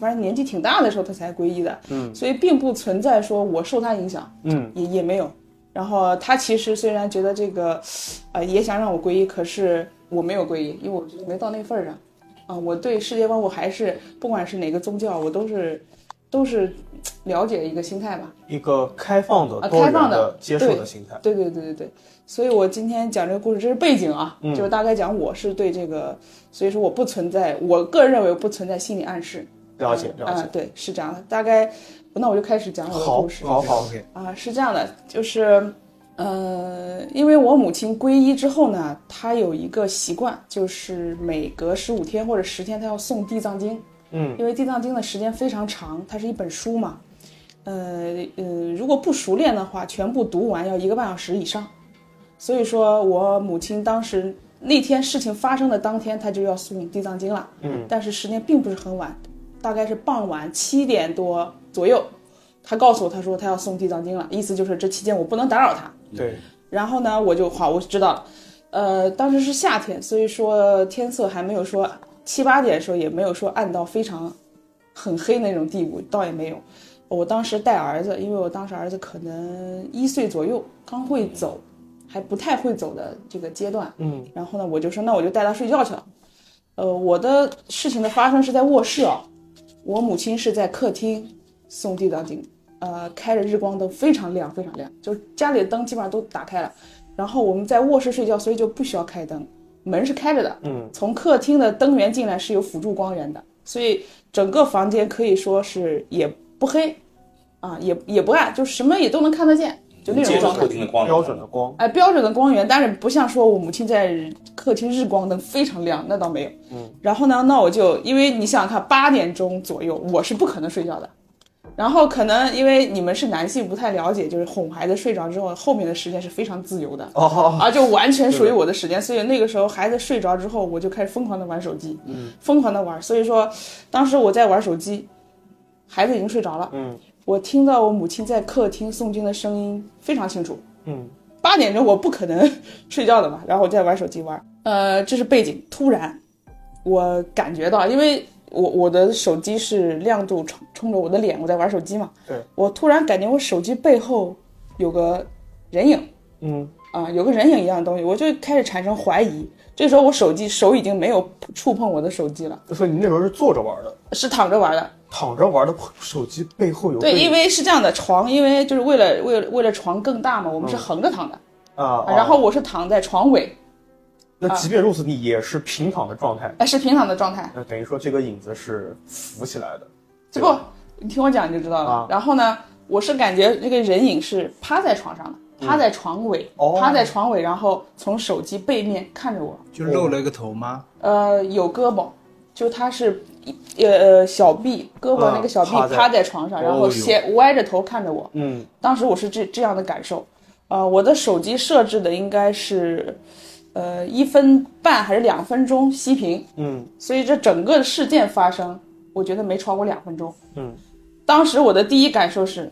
Speaker 9: 反正年纪挺大的时候他才皈依的，
Speaker 1: 嗯
Speaker 9: 所以并不存在说我受他影响，
Speaker 1: 嗯
Speaker 9: 也也没有。然后他其实虽然觉得这个，呃，也想让我皈依，可是我没有皈依，因为我觉得没到那份儿上，啊、我对世界万物还是不管是哪个宗教，我都是都是了解一个心态吧。
Speaker 1: 一个开放的
Speaker 9: 啊、、
Speaker 1: 多
Speaker 9: 开
Speaker 1: 元
Speaker 9: 放的、
Speaker 1: 接受的心态。
Speaker 9: 对。对对对对对，所以我今天讲这个故事，这是背景啊，
Speaker 1: 嗯
Speaker 9: 就是大概讲我是对这个，所以说我不存在，我个人认为不存在心理暗示。
Speaker 1: 了解了
Speaker 9: 啊、
Speaker 1: 解。
Speaker 9: 对，是这样的。大概，那我就开始讲我的
Speaker 1: 好
Speaker 9: 故事。
Speaker 2: 哦
Speaker 1: 好好，OK
Speaker 9: 啊、是这样的，就是，呃，因为我母亲皈依之后呢，她有一个习惯，就是每隔十五天或者十天，她要诵《地藏经》。
Speaker 1: 嗯
Speaker 9: 因为《地藏经》的时间非常长，它是一本书嘛，呃呃，如果不熟练的话，全部读完要呃一个半小时以上。所以说我母亲当时那天事情发生的当天，她就要诵《地藏经》了。
Speaker 1: 嗯
Speaker 9: 但是时间并不是很晚，大概是傍晚七点多左右，她告诉我，她说她要诵《地藏经》了，意思就是这期间我不能打扰她。
Speaker 1: 对，
Speaker 9: 然后呢，我就好，我就知道了。呃，当时是夏天，所以说天色还没有说七八点的时候，也没有说暗到非常很黑那种地步，倒也没有。我当时带儿子，因为我当时儿子可能一岁左右，刚会走，还不太会走的这个阶段。
Speaker 1: 嗯
Speaker 9: 然后呢，我就说那我就带他睡觉去了。呃，我的事情的发生是在卧室啊，我母亲是在客厅送地藏经，呃，开着日光灯，非常亮，非常亮，就是家里的灯基本上都打开了。然后我们在卧室睡觉，所以就不需要开灯，门是开着的。
Speaker 1: 嗯
Speaker 9: 从客厅的灯源进来是有辅助光源的，所以整个房间可以说是也不黑，啊，也也不暗，就什么也都能看得见，就那种
Speaker 7: 借助
Speaker 9: 状态
Speaker 7: 客。厅的光标准
Speaker 1: 的光，
Speaker 9: 哎，标准的光源，但是不像说我母亲在客厅日光灯非常亮，那倒没有。
Speaker 1: 嗯
Speaker 9: 然后呢，那我就因为你想想看，八点钟左右我是不可能睡觉的。然后可能因为你们是男性，不太了解，就是哄孩子睡着之后，后面的时间是非常自由的，
Speaker 1: 哦
Speaker 9: 啊，就完全属于我的时间。所以那个时候孩子睡着之后，我就开始疯狂的玩手机，
Speaker 1: 嗯
Speaker 9: 疯狂的玩。所以说，当时我在玩手机，孩子已经睡着了，
Speaker 1: 嗯
Speaker 9: 我听到我母亲在客厅诵经的声音非常清楚。
Speaker 1: 嗯
Speaker 9: 八点钟我不可能睡觉的嘛，然后我在玩手机玩。呃，这是背景。突然，我感觉到，因为
Speaker 14: 我我的手机是亮度冲冲着我的脸，我在玩手机嘛，
Speaker 1: 对，
Speaker 14: 我突然感觉我手机背后有个人影
Speaker 1: 嗯
Speaker 14: 啊，有个人影一样的东西，我就开始产生怀疑。这时候我手机手已经没有触碰我的手机了，
Speaker 1: 所以你那时候是坐着玩的，
Speaker 14: 是躺着玩的。
Speaker 1: 躺着玩的，手机背后有
Speaker 14: 对，
Speaker 1: 个影
Speaker 14: 因为是这样的，床因为就是为了为了为了床更大嘛，我们是
Speaker 1: 嗯
Speaker 14: 横着躺的，
Speaker 1: 啊，
Speaker 14: 然后我是躺在床尾，
Speaker 1: 那即便如此，你也是平躺的状态，
Speaker 14: 哎，是平躺的状态。
Speaker 1: 那等于说这个影子是浮起来的，
Speaker 14: 这不，你听我讲你就知道了。
Speaker 1: 啊
Speaker 14: 然后呢，我是感觉这个人影是趴在床上的，
Speaker 2: 嗯
Speaker 14: 趴在床尾，
Speaker 2: 哦
Speaker 14: 趴在床尾，然后从手机背面看着我，
Speaker 2: 就露了一个头吗？
Speaker 14: 呃，有胳膊，就他是一呃小臂，胳膊那个小臂
Speaker 2: 啊趴在
Speaker 14: 趴在床上，然后
Speaker 2: 哦呦
Speaker 14: 斜歪着头看着我。
Speaker 1: 嗯，
Speaker 14: 当时我是这这样的感受，呃，我的手机设置的应该是，呃，一分半还是两分钟熄屏，
Speaker 1: 嗯
Speaker 14: 所以这整个事件发生，我觉得没超过两分钟。
Speaker 1: 嗯
Speaker 14: 当时我的第一感受是，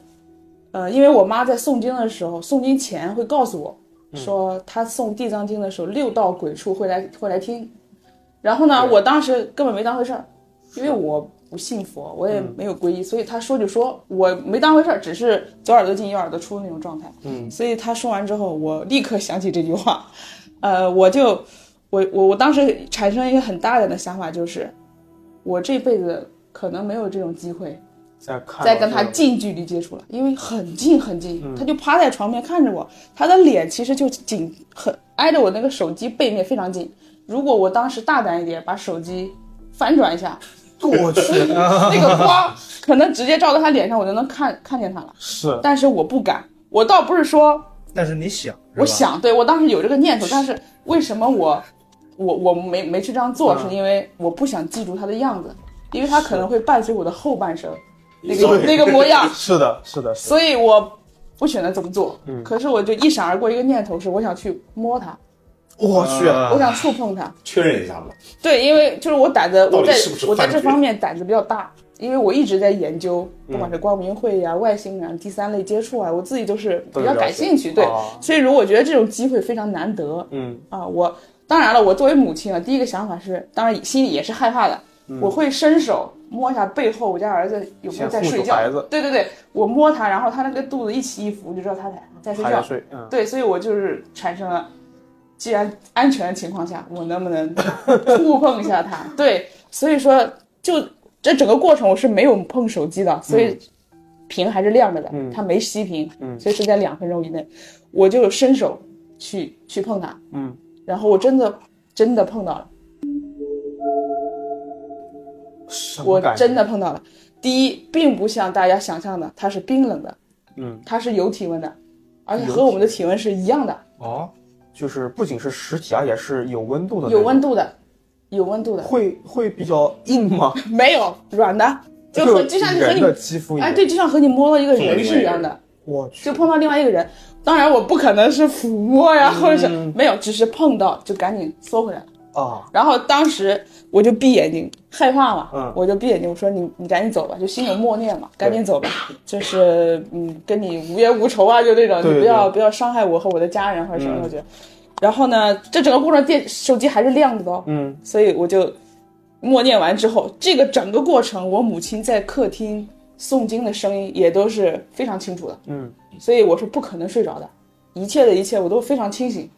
Speaker 14: 呃，因为我妈在诵经的时候，诵经前会告诉我
Speaker 9: 嗯
Speaker 14: 说，她诵地藏经的时候，六道鬼畜会来会来听。然后呢，我当时根本没当回事儿，因为我不信佛，我也
Speaker 9: 嗯
Speaker 14: 没有皈依，所以她说就说，我没当回事儿，只是左耳朵进右耳朵出那种状态。
Speaker 1: 嗯
Speaker 14: 所以她说完之后，我立刻想起这句话，呃，我就我我我当时产生一个很大胆的想法，就是我这辈子可能没有这种机会
Speaker 1: 在看
Speaker 14: 再跟他
Speaker 1: 进。
Speaker 14: 近距离接触了，因为很近很近，他就趴在床边看着我，他的脸其实就紧很挨着我那个手机背面非常近。如果我当时大胆一点，把手机翻转一下，
Speaker 1: 我去
Speaker 14: 那个光可能直接照到他脸上，我就能看看见他了。
Speaker 1: 是
Speaker 14: 但是我不敢，我倒不是说
Speaker 2: 但是你想，
Speaker 14: 我想，对我当时有这个念头，但是为什么我，我我没没去这样做，
Speaker 2: 嗯
Speaker 14: 是因为我不想记住他的样子，因为他可能会伴随我的后半生，那个
Speaker 1: 对，
Speaker 14: 那个 模样
Speaker 1: 是的，是的，
Speaker 14: 所以我不选择这么做。
Speaker 1: 嗯
Speaker 14: 可是我就一闪而过一个念头，是我想去摸他，
Speaker 1: 我去，
Speaker 14: 我想触碰他。
Speaker 11: 啊确认一下吧。
Speaker 14: 对，因为就是我胆子，
Speaker 11: 到
Speaker 14: 我
Speaker 11: 底
Speaker 14: 在
Speaker 11: 是不是
Speaker 14: 我在
Speaker 11: 幻
Speaker 14: 这
Speaker 11: 觉
Speaker 14: 方面胆子比较大，因为我一直在研究，
Speaker 1: 嗯
Speaker 14: 不管是光明会呀、外星啊、第三类接触啊，我自己都是
Speaker 1: 都有
Speaker 14: 比较
Speaker 1: 了
Speaker 14: 感
Speaker 1: 解
Speaker 14: 兴趣。对
Speaker 1: 哦，
Speaker 14: 所以如果我觉得这种机会非常难得，
Speaker 1: 嗯
Speaker 14: 啊，我当然了，我作为母亲啊，第一个想法是，当然心里也是害怕的，
Speaker 1: 嗯
Speaker 14: 我会伸手摸一下背后我家儿子有没有
Speaker 1: 先
Speaker 14: 在
Speaker 1: 护
Speaker 14: 睡
Speaker 1: 住
Speaker 14: 觉
Speaker 1: 孩子。
Speaker 14: 对对对，我摸他，然后他那个肚子一起一伏，我就知道他在在睡
Speaker 1: 还
Speaker 14: 觉。
Speaker 1: 在睡嗯
Speaker 14: 对，所以我就是产生了，既然安全的情况下，我能不能触碰一下他？ 对，所以说就这整个过程我是没有碰手机的，所以
Speaker 9: 嗯
Speaker 14: 屏还是亮着的，
Speaker 9: 嗯
Speaker 14: 它没熄屏，
Speaker 9: 嗯
Speaker 14: 所以是在两分钟以内，我就伸手去去碰它，
Speaker 1: 嗯，
Speaker 14: 然后我真的真的碰到了，
Speaker 1: 什
Speaker 14: 我
Speaker 1: 么感觉
Speaker 14: 真的，碰到了。第一，并不像大家想象的，它是冰冷的，
Speaker 1: 嗯，
Speaker 14: 它是有体温的，而且和我们的体温是一样的，
Speaker 1: 哦，就是不仅是实体啊，也是有温度的，
Speaker 14: 有温，度的，有温度的。
Speaker 1: 会会比较硬吗？
Speaker 14: 没有软的， 就和就像是和
Speaker 1: 人
Speaker 14: 你
Speaker 1: 的肌肤一样，
Speaker 14: 哎，对，就像和你摸到一个
Speaker 1: 碰到
Speaker 14: 人
Speaker 1: 另
Speaker 14: 是
Speaker 1: 外
Speaker 14: 一
Speaker 1: 一个
Speaker 14: 样
Speaker 1: 人
Speaker 14: 的，
Speaker 1: 我去，
Speaker 14: 就碰到另外一个人。当然，我不可能是抚摸呀，
Speaker 1: 嗯
Speaker 14: 或者是没有，只是碰到就赶紧缩回来了。
Speaker 1: 啊，
Speaker 14: 然后当时我就闭眼睛，害怕嘛，
Speaker 1: 嗯
Speaker 14: 我就闭眼睛，我说你你赶紧走吧，就心有默念嘛，赶紧走吧，就是嗯，跟你无冤无仇啊，就那种，
Speaker 9: 对
Speaker 14: 你不
Speaker 9: 对
Speaker 14: 要不要伤害我和我的家人或者什么，
Speaker 9: 嗯
Speaker 14: 我觉得。然后呢，这整个过程电手机还是亮着的哦，
Speaker 1: 嗯
Speaker 14: 所以我就默念完之后，这个整个过程，我母亲在客厅诵经的声音也都是非常清楚的，
Speaker 1: 嗯
Speaker 14: 所以我是不可能睡着的，一切的一切我都非常清醒。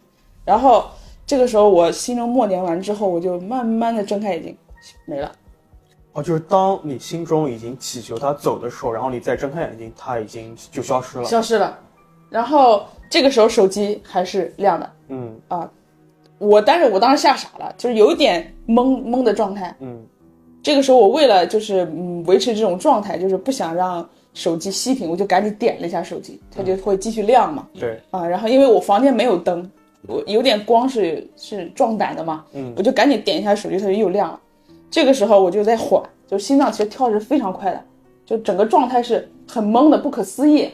Speaker 14: 然后这个时候我心中默念完之后，我就慢慢的睁开眼睛，没了。
Speaker 1: 哦，就是当你心中已经祈求他走的时候，然后你再睁开眼睛，他已经就消失了，
Speaker 14: 消失了。然后这个时候手机还是亮的
Speaker 1: 嗯
Speaker 14: 啊，我但是我当时吓傻了，就是有一点懵懵的状态。
Speaker 1: 嗯
Speaker 14: 这个时候我为了就是嗯维持这种状态，就是不想让手机熄屏，我就赶紧点了一下手机，它
Speaker 1: 嗯
Speaker 14: 就会继续亮嘛。
Speaker 1: 对，
Speaker 14: 啊，然后因为我房间没有灯，我有点光是是壮胆的嘛，
Speaker 1: 嗯
Speaker 14: 我就赶紧点一下手机，它就又亮了。这个时候我就在缓，就心脏其实跳是非常快的，就整个状态是很懵的，不可思议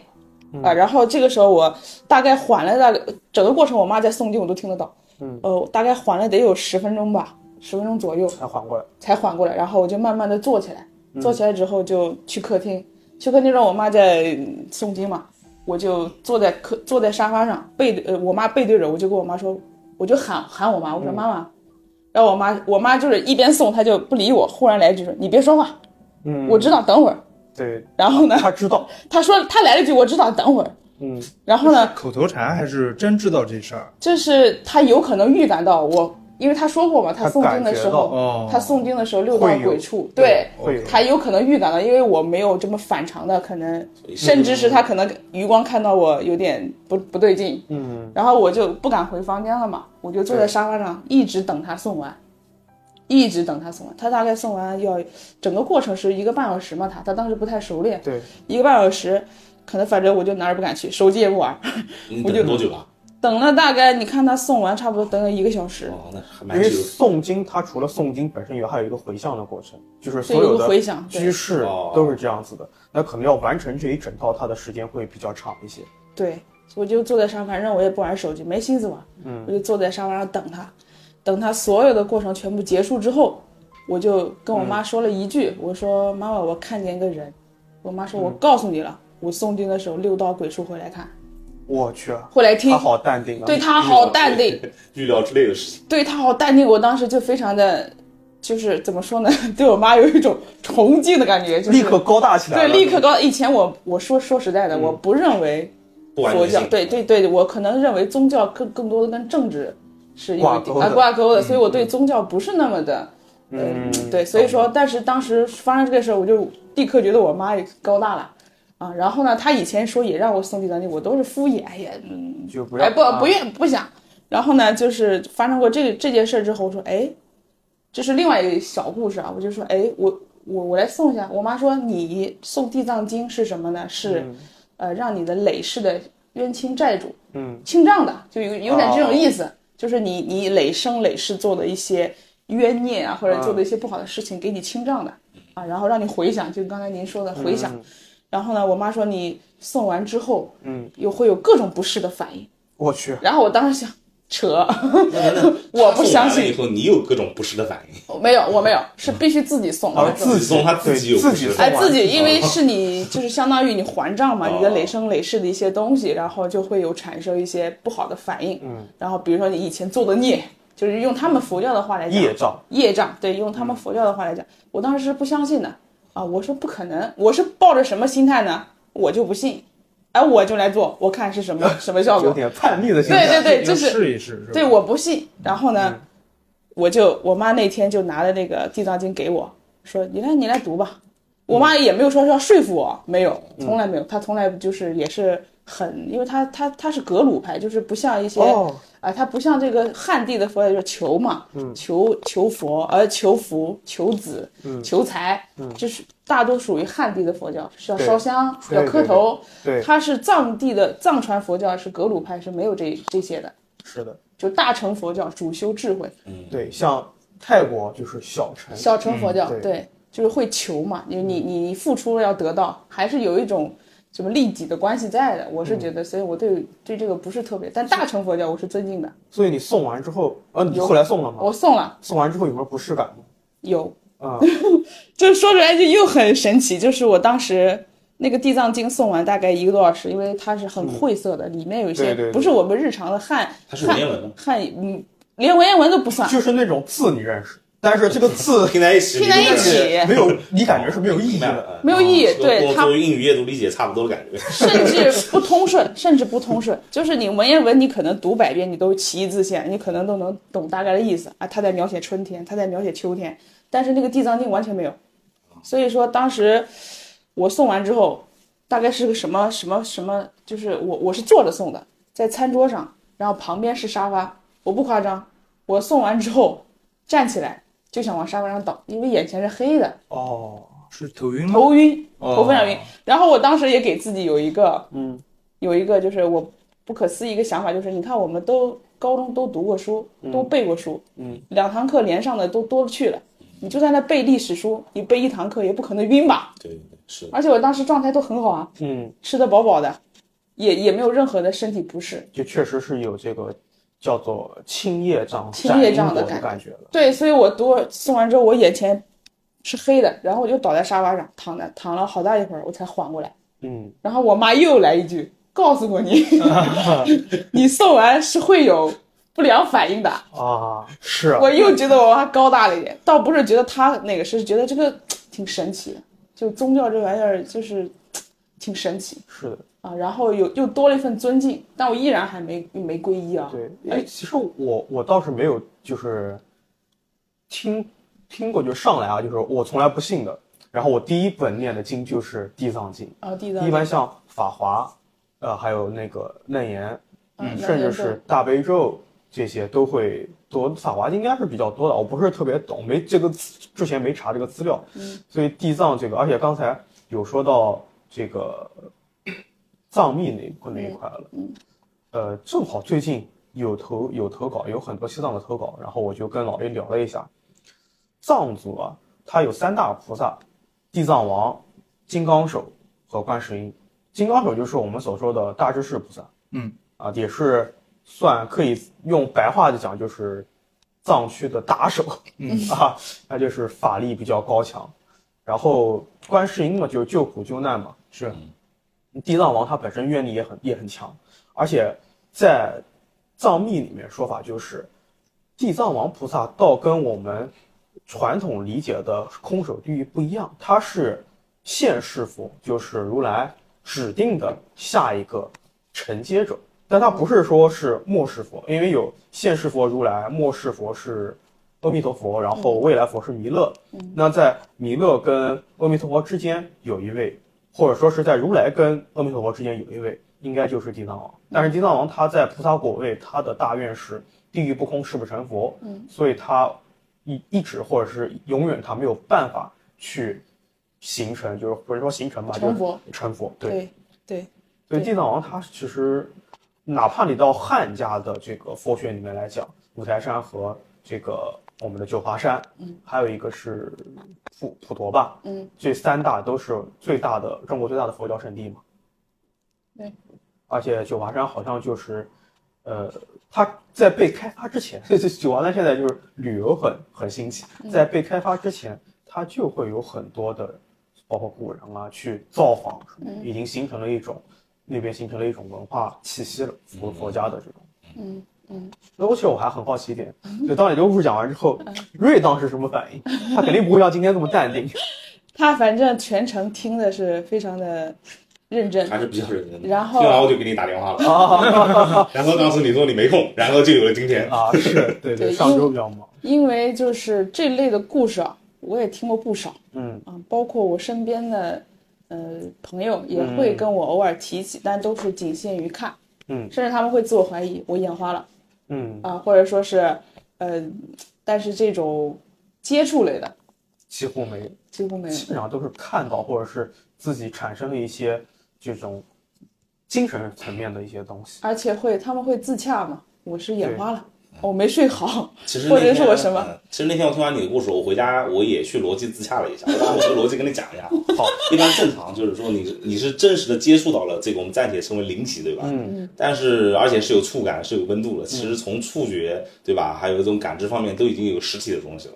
Speaker 1: 嗯
Speaker 14: 啊。然后这个时候我大概缓了大概整个过程，我妈在诵经，我都听得到，
Speaker 1: 嗯哎
Speaker 14: 呃，我大概缓了得有十分钟吧，十分钟左右
Speaker 1: 才缓过来，
Speaker 14: 才缓过来。然后我就慢慢的坐起来，
Speaker 1: 嗯
Speaker 14: 坐起来之后就去客厅，去客厅让我妈在嗯诵经嘛，我就坐在客坐在沙发上，背对呃我妈背对着我，我就跟我妈说，我就喊喊我妈，我说
Speaker 9: 嗯
Speaker 14: 妈妈，然后我妈我妈就是一边送，她就不理我，忽然来一句说：“你别说话，
Speaker 1: 嗯，
Speaker 14: 我知道，等会儿。
Speaker 1: 对，”
Speaker 14: 然后呢，
Speaker 1: 她知道，
Speaker 14: 她说她来了一句：“我知道，等会儿。
Speaker 1: 嗯，”
Speaker 14: 然后呢，
Speaker 2: 口头禅还是真知道这事儿？
Speaker 14: 就是她有可能预感到我，因为她说过嘛，她
Speaker 2: 她
Speaker 14: 诵
Speaker 2: 感
Speaker 14: 经的
Speaker 2: 觉
Speaker 14: 时
Speaker 2: 到
Speaker 14: 候
Speaker 2: 哦，
Speaker 14: 她诵经的时候六道
Speaker 2: 会有
Speaker 14: 鬼畜，
Speaker 2: 对
Speaker 14: 对
Speaker 2: 会有，
Speaker 14: 她有可能预感到，因为我没有这么反常的，可能甚至是她可能余光看到我有点不不对劲，
Speaker 1: 嗯，
Speaker 14: 然后我就不敢回房间了嘛，我就坐在
Speaker 1: 对
Speaker 14: 沙发上一直等他送完，一直等他送完。他大概送完要整个过程是一个半小时嘛，他他当时不太熟练，
Speaker 1: 对，
Speaker 14: 一个半小时，可能反正我就哪儿也 不敢去，手机也不玩，
Speaker 11: 你
Speaker 14: 我
Speaker 11: 等
Speaker 14: 就
Speaker 11: 了多久啊？
Speaker 14: 等了大概你看他送完差不多等了一个小
Speaker 1: 哦
Speaker 14: 时，
Speaker 1: 因为诵经，它除了诵经本身以外，还有一个回向的过程，就是所
Speaker 14: 对有
Speaker 1: 有
Speaker 14: 个
Speaker 1: 的
Speaker 14: 回向对
Speaker 1: 居士都是这样子的。那可能要完成这一整套，它的时间会比较长一些。
Speaker 14: 对，我就坐在沙发，反正我也不玩手机，没心思玩，
Speaker 1: 嗯
Speaker 14: 我就坐在沙发上等他，等他所有的过程全部结束之后，我就跟我妈说了一句，我说妈妈，我看见一个人，我妈说，
Speaker 1: 嗯
Speaker 14: 我告诉你了，我诵经的时候六道鬼畜会来看，
Speaker 1: 我去啊，
Speaker 14: 会来听
Speaker 1: 他好淡定啊，
Speaker 14: 对他好 淡定，
Speaker 11: 预料之类的事情。
Speaker 14: 对他好淡定，我当时就非常的。就是怎么说呢， 对我妈有一种崇敬的感觉，就是
Speaker 1: 立刻高大起来
Speaker 14: 对，
Speaker 1: 了嗯
Speaker 14: 立刻高。以前我我说说实在的，我不认为
Speaker 1: 不完全
Speaker 14: 佛教
Speaker 1: 性
Speaker 14: 对对对，我可能认为宗教更更多的跟政治是有
Speaker 1: 挂
Speaker 14: 一点
Speaker 1: 钩
Speaker 14: 啊
Speaker 1: 的嗯
Speaker 14: 挂钩的，所以我对宗教不是那么的，嗯，对，所以说，但是当时发生这个事儿，我就立刻觉得我妈也高大了。啊，然后呢，她以前说也让我送地藏经，我都是敷衍，哎呀，嗯，
Speaker 1: 就不要
Speaker 14: 哎不
Speaker 1: 啊
Speaker 14: 不愿不想。然后呢，就是发生过这这件事之后，我说哎，这是另外一个小故事啊，我就说哎，我我我来送一下。我妈说你送地藏经是什么呢？
Speaker 1: 嗯
Speaker 14: 是、呃让你的累世的冤亲债主
Speaker 1: 嗯
Speaker 14: 清账的，就有有点这种
Speaker 1: 哦
Speaker 14: 意思，就是你你累生累世做的一些冤孽啊，或者
Speaker 1: 嗯
Speaker 14: 做的一些不好的事情，给你清账的啊，然后让你回想，就刚才您说的回想。
Speaker 1: 嗯
Speaker 14: 然后呢，我妈说你送完之后，
Speaker 1: 嗯，
Speaker 14: 又会有各种不适的反应。
Speaker 1: 我去，
Speaker 14: 然后我当时想，扯， 我不相
Speaker 11: 送完了以
Speaker 14: 信，
Speaker 11: 后你有各种不适的反应，
Speaker 14: 没有，我没有，是必须自己送。
Speaker 11: 啊自己送他自己有
Speaker 1: 哦自己
Speaker 11: 不适
Speaker 14: 哎，
Speaker 11: 的
Speaker 14: 自己
Speaker 11: 反应
Speaker 14: 因为是你，就是相当于你还账嘛，
Speaker 11: 哦
Speaker 14: 你的累生累世的一些东西，然后就会有产生一些不好的反应。
Speaker 1: 嗯，
Speaker 14: 然后比如说你以前做的孽，就是用他们佛教的话来讲，
Speaker 1: 业障，
Speaker 14: 业障，对，用他们佛教的话来讲，我当时是不相信的啊，我说不可能，我是抱着什么心态呢？我就不信，哎，我就来做，我看是什么什么效果，
Speaker 1: 有点叛逆的心
Speaker 14: 对
Speaker 1: 态
Speaker 14: 对对，就
Speaker 2: 要
Speaker 14: 是
Speaker 2: 试一试是吧
Speaker 14: 对，我不信。然后呢，
Speaker 1: 嗯
Speaker 14: 我就我妈那天就拿了那个地藏经给我，说你来你来读吧。我妈也没有说是要说服我，没有，
Speaker 1: 嗯
Speaker 14: 从来没有。她从来就是也是很，因为她她她是格鲁派，就是不像一些
Speaker 1: 哦
Speaker 14: 啊，他不像这个汉地的佛教，就是求嘛，
Speaker 1: 嗯
Speaker 14: 求求佛，呃，求福、求子、
Speaker 1: 嗯
Speaker 14: 求财，
Speaker 1: 嗯
Speaker 14: 就是大多属于汉地的佛教，是要
Speaker 1: 对
Speaker 14: 烧香，
Speaker 1: 对
Speaker 14: 要磕头。
Speaker 1: 对对对
Speaker 14: 他是藏地的藏传佛教，是格鲁派，是没有这这些的，
Speaker 1: 是的，
Speaker 14: 就大乘佛教主修智慧，
Speaker 1: 对，像泰国就是小乘，
Speaker 14: 小乘佛教，
Speaker 1: 嗯
Speaker 14: 对，就是会求嘛，你你你你付出了要得到，还是有一种。什么利己的关系在的，我是
Speaker 1: 嗯
Speaker 14: 觉得，所以我对对这个不是特别，但大乘佛教我是尊敬的。
Speaker 1: 所以你送完之后，呃，你
Speaker 14: 有
Speaker 1: 后来送了吗？
Speaker 14: 我送了，
Speaker 1: 送完之后有没有不适感吗？
Speaker 14: 有
Speaker 1: 啊，
Speaker 14: 这说出来 就又很神奇，就是我当时那个地藏经送完大概一个多小时，因为它是很晦涩的，里面有一
Speaker 1: 嗯
Speaker 14: 些
Speaker 1: 对对对
Speaker 14: 不是我们日常的汉，
Speaker 1: 它是文言
Speaker 14: 汉
Speaker 1: 文吗
Speaker 14: 汉语，嗯，连文言文都不算，
Speaker 1: 就是那种字你认识，但是这个 字
Speaker 11: 拼在一起
Speaker 14: 拼在一起
Speaker 1: 没有，你感觉是没有意义的。
Speaker 14: 没有意义，
Speaker 11: 跟
Speaker 14: 对
Speaker 11: 我
Speaker 14: 它
Speaker 11: 作为英语阅读理解差不多的感觉。
Speaker 14: 甚至不通顺，甚至不通顺，就是你文言文你可能读百遍你都其义自现，你可能都能懂大概的意思啊。他在描写春天，他在描写秋天，但是那个地藏经完全没有。所以说当时我送完之后，大概是个什么什么什么，就是我我是坐着送的，在餐桌上，然后旁边是沙发，我不夸张，我送完之后站起来就想往沙发上倒，因为眼前是黑的，
Speaker 1: 哦，
Speaker 2: 是头晕吗？
Speaker 14: 头晕，
Speaker 2: 哦
Speaker 14: 头非常晕。然后我当时也给自己有一个
Speaker 1: 嗯
Speaker 14: 有一个就是我不可思议一个想法，就是你看我们都高中都读过书，
Speaker 1: 嗯
Speaker 14: 都背过书，
Speaker 1: 嗯，
Speaker 14: 两堂课连上的都多了去了。你就在那背历史书，你背一堂课也不可能晕吧？
Speaker 11: 对对对，是
Speaker 14: 而且我当时状态都很好啊，
Speaker 1: 嗯，
Speaker 14: 吃得饱饱的，也也没有任何的身体不适。
Speaker 1: 就确实是有这个叫做青叶障、
Speaker 14: 青叶障的
Speaker 1: 的
Speaker 14: 感
Speaker 1: 感觉了。
Speaker 14: 对，所以我读送完之后，我眼前是黑的，然后我就倒在沙发上躺着，躺了好大一会儿，我才缓过来。
Speaker 1: 嗯，
Speaker 14: 然 后我妈又来一句：“告诉过你，你送完是会有不良反应的。
Speaker 1: 啊，是啊
Speaker 14: 我又觉得我还高大了一点，倒不是觉得他那个，是觉得这个挺神奇的，就宗教这玩意儿就是挺神奇
Speaker 1: 是的，
Speaker 14: 啊。然后有又多了一份尊敬，但我依然还没没皈依啊。
Speaker 1: 对，哎，其实我我倒是没有，就是听听过，就上来啊，就是我从来不信的。然后我第一本念的经就是《地藏经》，
Speaker 14: 啊，地藏
Speaker 1: 一般像法华，呃，还有那个楞严，
Speaker 14: 嗯
Speaker 1: 甚
Speaker 14: 楞
Speaker 1: 至
Speaker 14: 严咒
Speaker 1: 是大悲咒这些都会多。法华应该是比较多的，我不是特别懂，没这个资之前没查这个资料，
Speaker 14: 嗯
Speaker 1: 所以地藏这个，而且刚才有说到这个藏密那一块那一块了，呃，正好最近有投有投稿，有很多西藏的投稿，然后我就跟老爷聊了一下，藏族啊，它有三大菩萨，地藏王、金刚手和观世音。金刚手就是我们所说的大智士菩萨
Speaker 2: 嗯
Speaker 1: 啊，也是算可以用白话的讲，就是藏区的打手，
Speaker 2: 嗯
Speaker 1: 啊，那就是法力比较高强。然后观世音嘛，就是救苦救难嘛，是。地藏王他本身愿力也很也很强，而且在藏密里面说法就是，地藏王菩萨倒跟我们传统理解的空手地狱不一样，它是现世佛，就是如来指定的下一个承接者，但它不是说是末世佛，因为有现世佛如来，末世佛是阿弥陀佛，然后未来佛是弥勒。
Speaker 14: 嗯
Speaker 1: 那在弥勒跟阿弥陀佛之间有一位，或者说是在如来跟阿弥陀佛之间有一位，应该就是地藏王。但是地藏王他在菩萨果位，他的大愿是地狱不空，誓不成佛。
Speaker 14: 嗯
Speaker 1: 所以他一一直或者是永远他没有办法去形成，就是不是说形成吧，就
Speaker 14: 成
Speaker 1: 是
Speaker 14: 佛
Speaker 1: 成佛。对，
Speaker 14: 对对，
Speaker 1: 所以地藏王他其实，哪怕你到汉家的这个佛学里面来讲，五台山和这个我们的九华山，
Speaker 14: 嗯
Speaker 1: 还有一个是普普陀吧，
Speaker 14: 嗯，
Speaker 1: 这三大都是最大的中国最大的佛教圣地嘛。
Speaker 14: 对，
Speaker 1: 而且九华山好像就是，呃，它在被开发之前， 这九华山现在就是旅游很很兴起，
Speaker 14: 嗯
Speaker 1: 在被开发之前，它就会有很多的，包括古人啊去造访，
Speaker 14: 嗯
Speaker 1: 已经形成了一种那边形成了一种文化气息了，佛佛家的这种。
Speaker 14: 嗯嗯，
Speaker 1: 那而且我还很好奇一 点，就当你这个故事讲完之后，瑞当时什么反应？他肯定不会像今天这么淡 定。
Speaker 14: 他反正全程听的是非常的认真，
Speaker 11: 还是比较认真的。
Speaker 14: 然后
Speaker 11: 听完我就给你打电话
Speaker 1: 了，
Speaker 11: 然后当时你说你没空，然后就有了今天
Speaker 1: 啊，是对
Speaker 14: 对上周比
Speaker 1: 较忙，
Speaker 14: 因为就是这类的故事啊，我也听过不少
Speaker 1: 嗯
Speaker 14: 啊，包括我身边的呃朋友也会
Speaker 1: 嗯
Speaker 14: 跟我偶尔提起，但都是仅限于看，
Speaker 1: 嗯
Speaker 14: 甚至他们会自我怀疑我眼花了
Speaker 1: 嗯，
Speaker 14: 啊，或者说是呃，但是这种接触类的
Speaker 1: 几乎没有。
Speaker 14: 几乎没有
Speaker 1: 基。本上都是看到或者是自己产生了一些这种精神层面的一些东西。
Speaker 14: 而且会他们会自洽嘛，我是眼花了，哦我没睡好，
Speaker 11: 其实
Speaker 14: 或
Speaker 11: 那
Speaker 14: 者是
Speaker 11: 天啊
Speaker 14: 我什么，
Speaker 11: 其实那天我听完你的故事，我回家我也去逻辑自洽了一下，我把我的逻辑跟你讲一下。好，一般正常就是说你你是真实的接触到了这个，我们暂且称为灵体，对吧？
Speaker 1: 嗯。
Speaker 11: 但是而且是有触感，是有温度的。其实从触觉，对吧？还有一种感知方面，都已经有实体的东西了。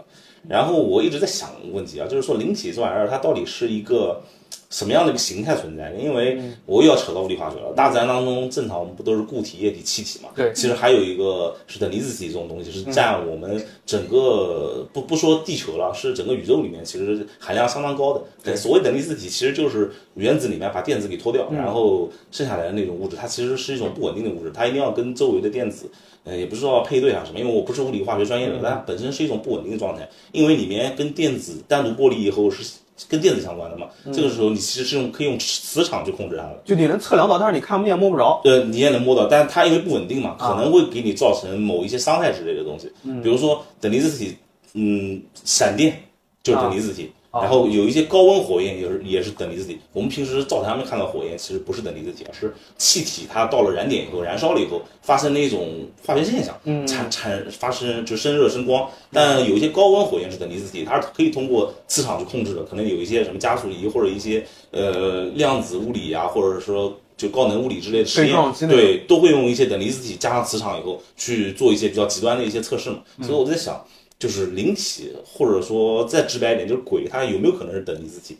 Speaker 11: 然后我一直在想一个问题啊，就是说灵体这玩意儿，它到底是一个什么样的一个形态存在？因为我又要扯到物理化学了。大自然当中，正常我们不都是固体、液体、气体嘛？
Speaker 1: 对
Speaker 11: 其实还有一个是等离子体这种东西，是占我们整个不不说地球了，是整个宇宙里面其实含量相当高的。对，所谓等离子体其实就是原子里面把电子给脱掉，
Speaker 1: 嗯
Speaker 11: 然后剩下来的那种物质，它其实是一种不稳定的物质，它一定要跟周围的电子。呃，也不知道配对啊什么，因为我不是物理化学专业的，但它本身是一种不稳定的状态，因为里面跟电子单独剥离以后是跟电子相关的嘛，这个时候你其实是用可以用磁场去控制它的，
Speaker 1: 就你能测量到，但是你看不见摸不着。
Speaker 11: 呃，你也能摸到，但它因为不稳定嘛，
Speaker 1: 啊
Speaker 11: 可能会给你造成某一些伤害之类的东西，
Speaker 1: 嗯
Speaker 11: 比如说等离子体，嗯，闪电就是等离子体。
Speaker 1: 啊
Speaker 11: 然后有一些高温火焰也是也是等离子体，我们平时灶台上面看到火焰其实不是等离子体，而是气体它到了燃点以后燃烧了以后发生了一种化学现象，
Speaker 1: 嗯
Speaker 11: 产产发生就生热生光。但有一些高温火焰是等离子体，它是可以通过磁场去控制的，可能有一些什么加速仪或者一些呃量子物理啊，或者说就高能物理之类的实
Speaker 1: 对
Speaker 11: 验
Speaker 1: 撞击，那种
Speaker 11: 对，都会用一些等离子体加上磁场以后去做一些比较极端的一些测试嘛。
Speaker 1: 嗯
Speaker 11: 所以我在想，就是灵体或者说再直白一点，就是鬼，它有没有可能是等离子体？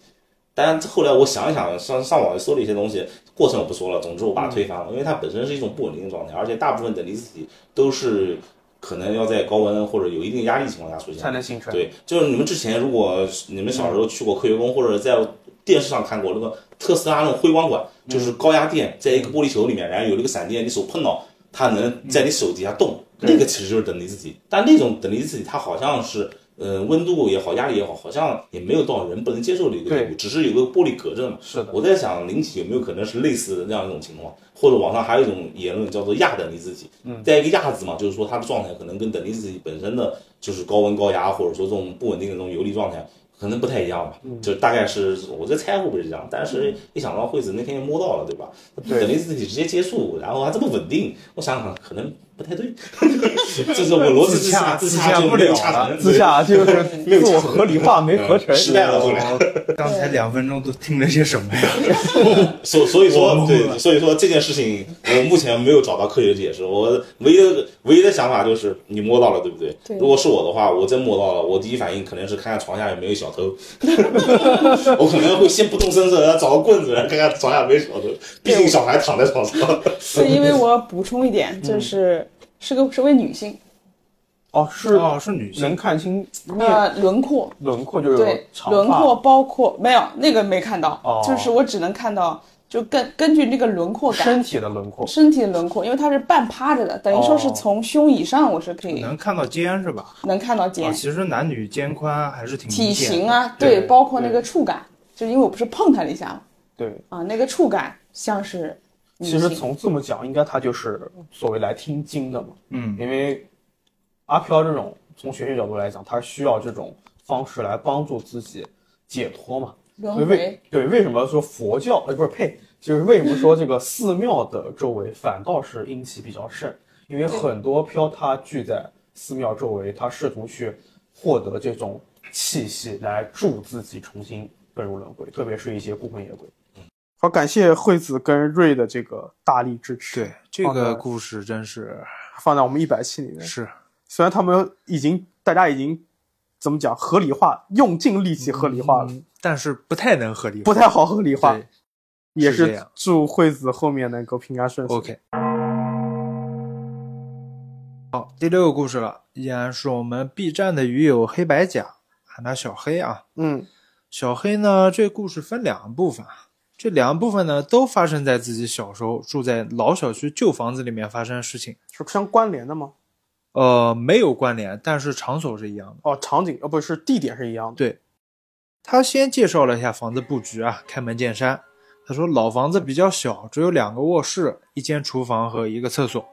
Speaker 11: 但后来我想一想，上上网搜了一些东西，过程我不说了。总之我把它推翻了，
Speaker 1: 嗯
Speaker 11: 因为它本身是一种不稳定的状态，而且大部分等离子体都是可能要在高温或者有一定压力情况下出现
Speaker 1: 才能形成。
Speaker 11: 对，就是你们之前如果你们小时候去过科学宫，或者在电视上看过那个特斯拉那种辉光管，就是
Speaker 1: 嗯
Speaker 11: 高压电在一个玻璃球里面，然后有那个闪电，你手碰到它
Speaker 1: 嗯
Speaker 11: 能在你手底下动，那个其实就是等离子体。但那种等离子体它好像是。呃，温度也好，压力也好，好像也没有到人不能接受的一个地步，只是有个玻璃隔着嘛。
Speaker 1: 是的。
Speaker 11: 我在想，灵体有没有可能是类似的那样一种情况，或者网上还有一种言论叫做亚等离子体，
Speaker 1: 嗯
Speaker 11: 带一个亚字嘛，就是说它的状态可能跟等离子体本身的就是高温高压，或者说这种不稳定的这种游离状态，可能不太一样吧。
Speaker 1: 嗯
Speaker 11: 就大概是我在猜会不会是这样，但是一想到惠子那天摸到了，对吧？等离子体直接接触，然后还这么稳定，我想想可能不太对，这是我逻辑之下
Speaker 2: 自
Speaker 11: 下
Speaker 2: 洽
Speaker 11: 就
Speaker 2: 不
Speaker 11: 没有
Speaker 2: 了
Speaker 11: 洽
Speaker 2: 了
Speaker 11: 谈，
Speaker 2: 自洽就是
Speaker 11: 没有洽
Speaker 2: 自我
Speaker 11: 谈
Speaker 2: 合理化没合成
Speaker 11: 嗯失败了后来。
Speaker 2: 哦
Speaker 15: 刚才两分钟都听了些什么呀？
Speaker 11: 所所以
Speaker 15: 我
Speaker 11: 说，
Speaker 15: 懵了
Speaker 11: 对，所以说这件事情，我目前没有找到科学解释。我唯一的唯一的想法就是，你摸到了，对不对？
Speaker 15: 对
Speaker 11: 如果是我的话，我真摸到了，我第一反应可能是看看床下有没有小偷。我可能会先不动声色，然后找个棍子，然后看看床下有没有小偷。毕竟小孩躺在床上。 嗯
Speaker 14: 是因为我补充一点，就是是个是位女性，
Speaker 1: 哦，是哦，
Speaker 15: 是女
Speaker 1: 性能看清
Speaker 11: 嗯
Speaker 14: 呃，
Speaker 1: 面
Speaker 14: 轮廓，
Speaker 1: 轮廓就是
Speaker 14: 对，
Speaker 1: 长发
Speaker 14: 轮廓包括没有那个没看到，
Speaker 1: 哦
Speaker 14: 就是我只能看到，就根根据这个轮廓感，
Speaker 1: 身体的轮廓，
Speaker 14: 身体的轮廓，因为它是半趴着的，等于说是从胸以上我是可以
Speaker 15: 能看到肩是吧？
Speaker 14: 能看到
Speaker 15: 啊，
Speaker 2: 哦
Speaker 14: 肩、
Speaker 15: 其实男女肩宽还是挺
Speaker 14: 体
Speaker 15: 明显的
Speaker 14: 型啊，
Speaker 15: 对，
Speaker 14: 包括那个触感，就是因为我不是碰它了一下嘛，
Speaker 1: 对。
Speaker 14: 啊，那个触感像是女
Speaker 1: 其实
Speaker 14: 性
Speaker 1: 从这么讲，应该他就是所谓来听经的嘛。
Speaker 15: 嗯，
Speaker 1: 因为阿飘这种从玄学角度来讲，他需要这种方式来帮助自己解脱嘛。
Speaker 14: 轮
Speaker 1: 所以为
Speaker 14: 回，
Speaker 1: 对为什么说佛教呃不是呸，就是为什么说这个寺庙的周围反倒是阴气比较盛，因为很多飘他聚在寺庙周围，他试图去获得这种气息来助自己重新遁入轮回，特别是一些孤魂野鬼。好，感谢惠子跟瑞的这个大力支持。对，
Speaker 2: 这个故事真是
Speaker 1: 放在我们一百期里面。
Speaker 2: 是，
Speaker 1: 虽然他们已经大家已经怎么讲合理化，用尽力气合理化了，
Speaker 2: 但是不太能合理化，
Speaker 1: 不太好合理化
Speaker 2: 对。
Speaker 1: 也
Speaker 2: 是这
Speaker 1: 是
Speaker 2: 样
Speaker 1: 祝惠子后面能够平安顺遂。
Speaker 2: OK。好，第六个故事了，依然是我们 B 站的鱼友黑白甲，喊他小黑啊。
Speaker 1: 嗯，
Speaker 2: 小黑呢，这故事分两部分，啊，这两部分呢都发生在自己小时候住在老小区旧房子里面发生的事情。
Speaker 1: 是相关联的吗？
Speaker 2: 呃，没有关联，但是场所是一样的。
Speaker 1: 哦，场景哦，不是地点是一样的。
Speaker 2: 对，他先介绍了一下房子布局啊，开门见山。他说老房子比较小，只有两个卧室、一间厨房和一个厕所。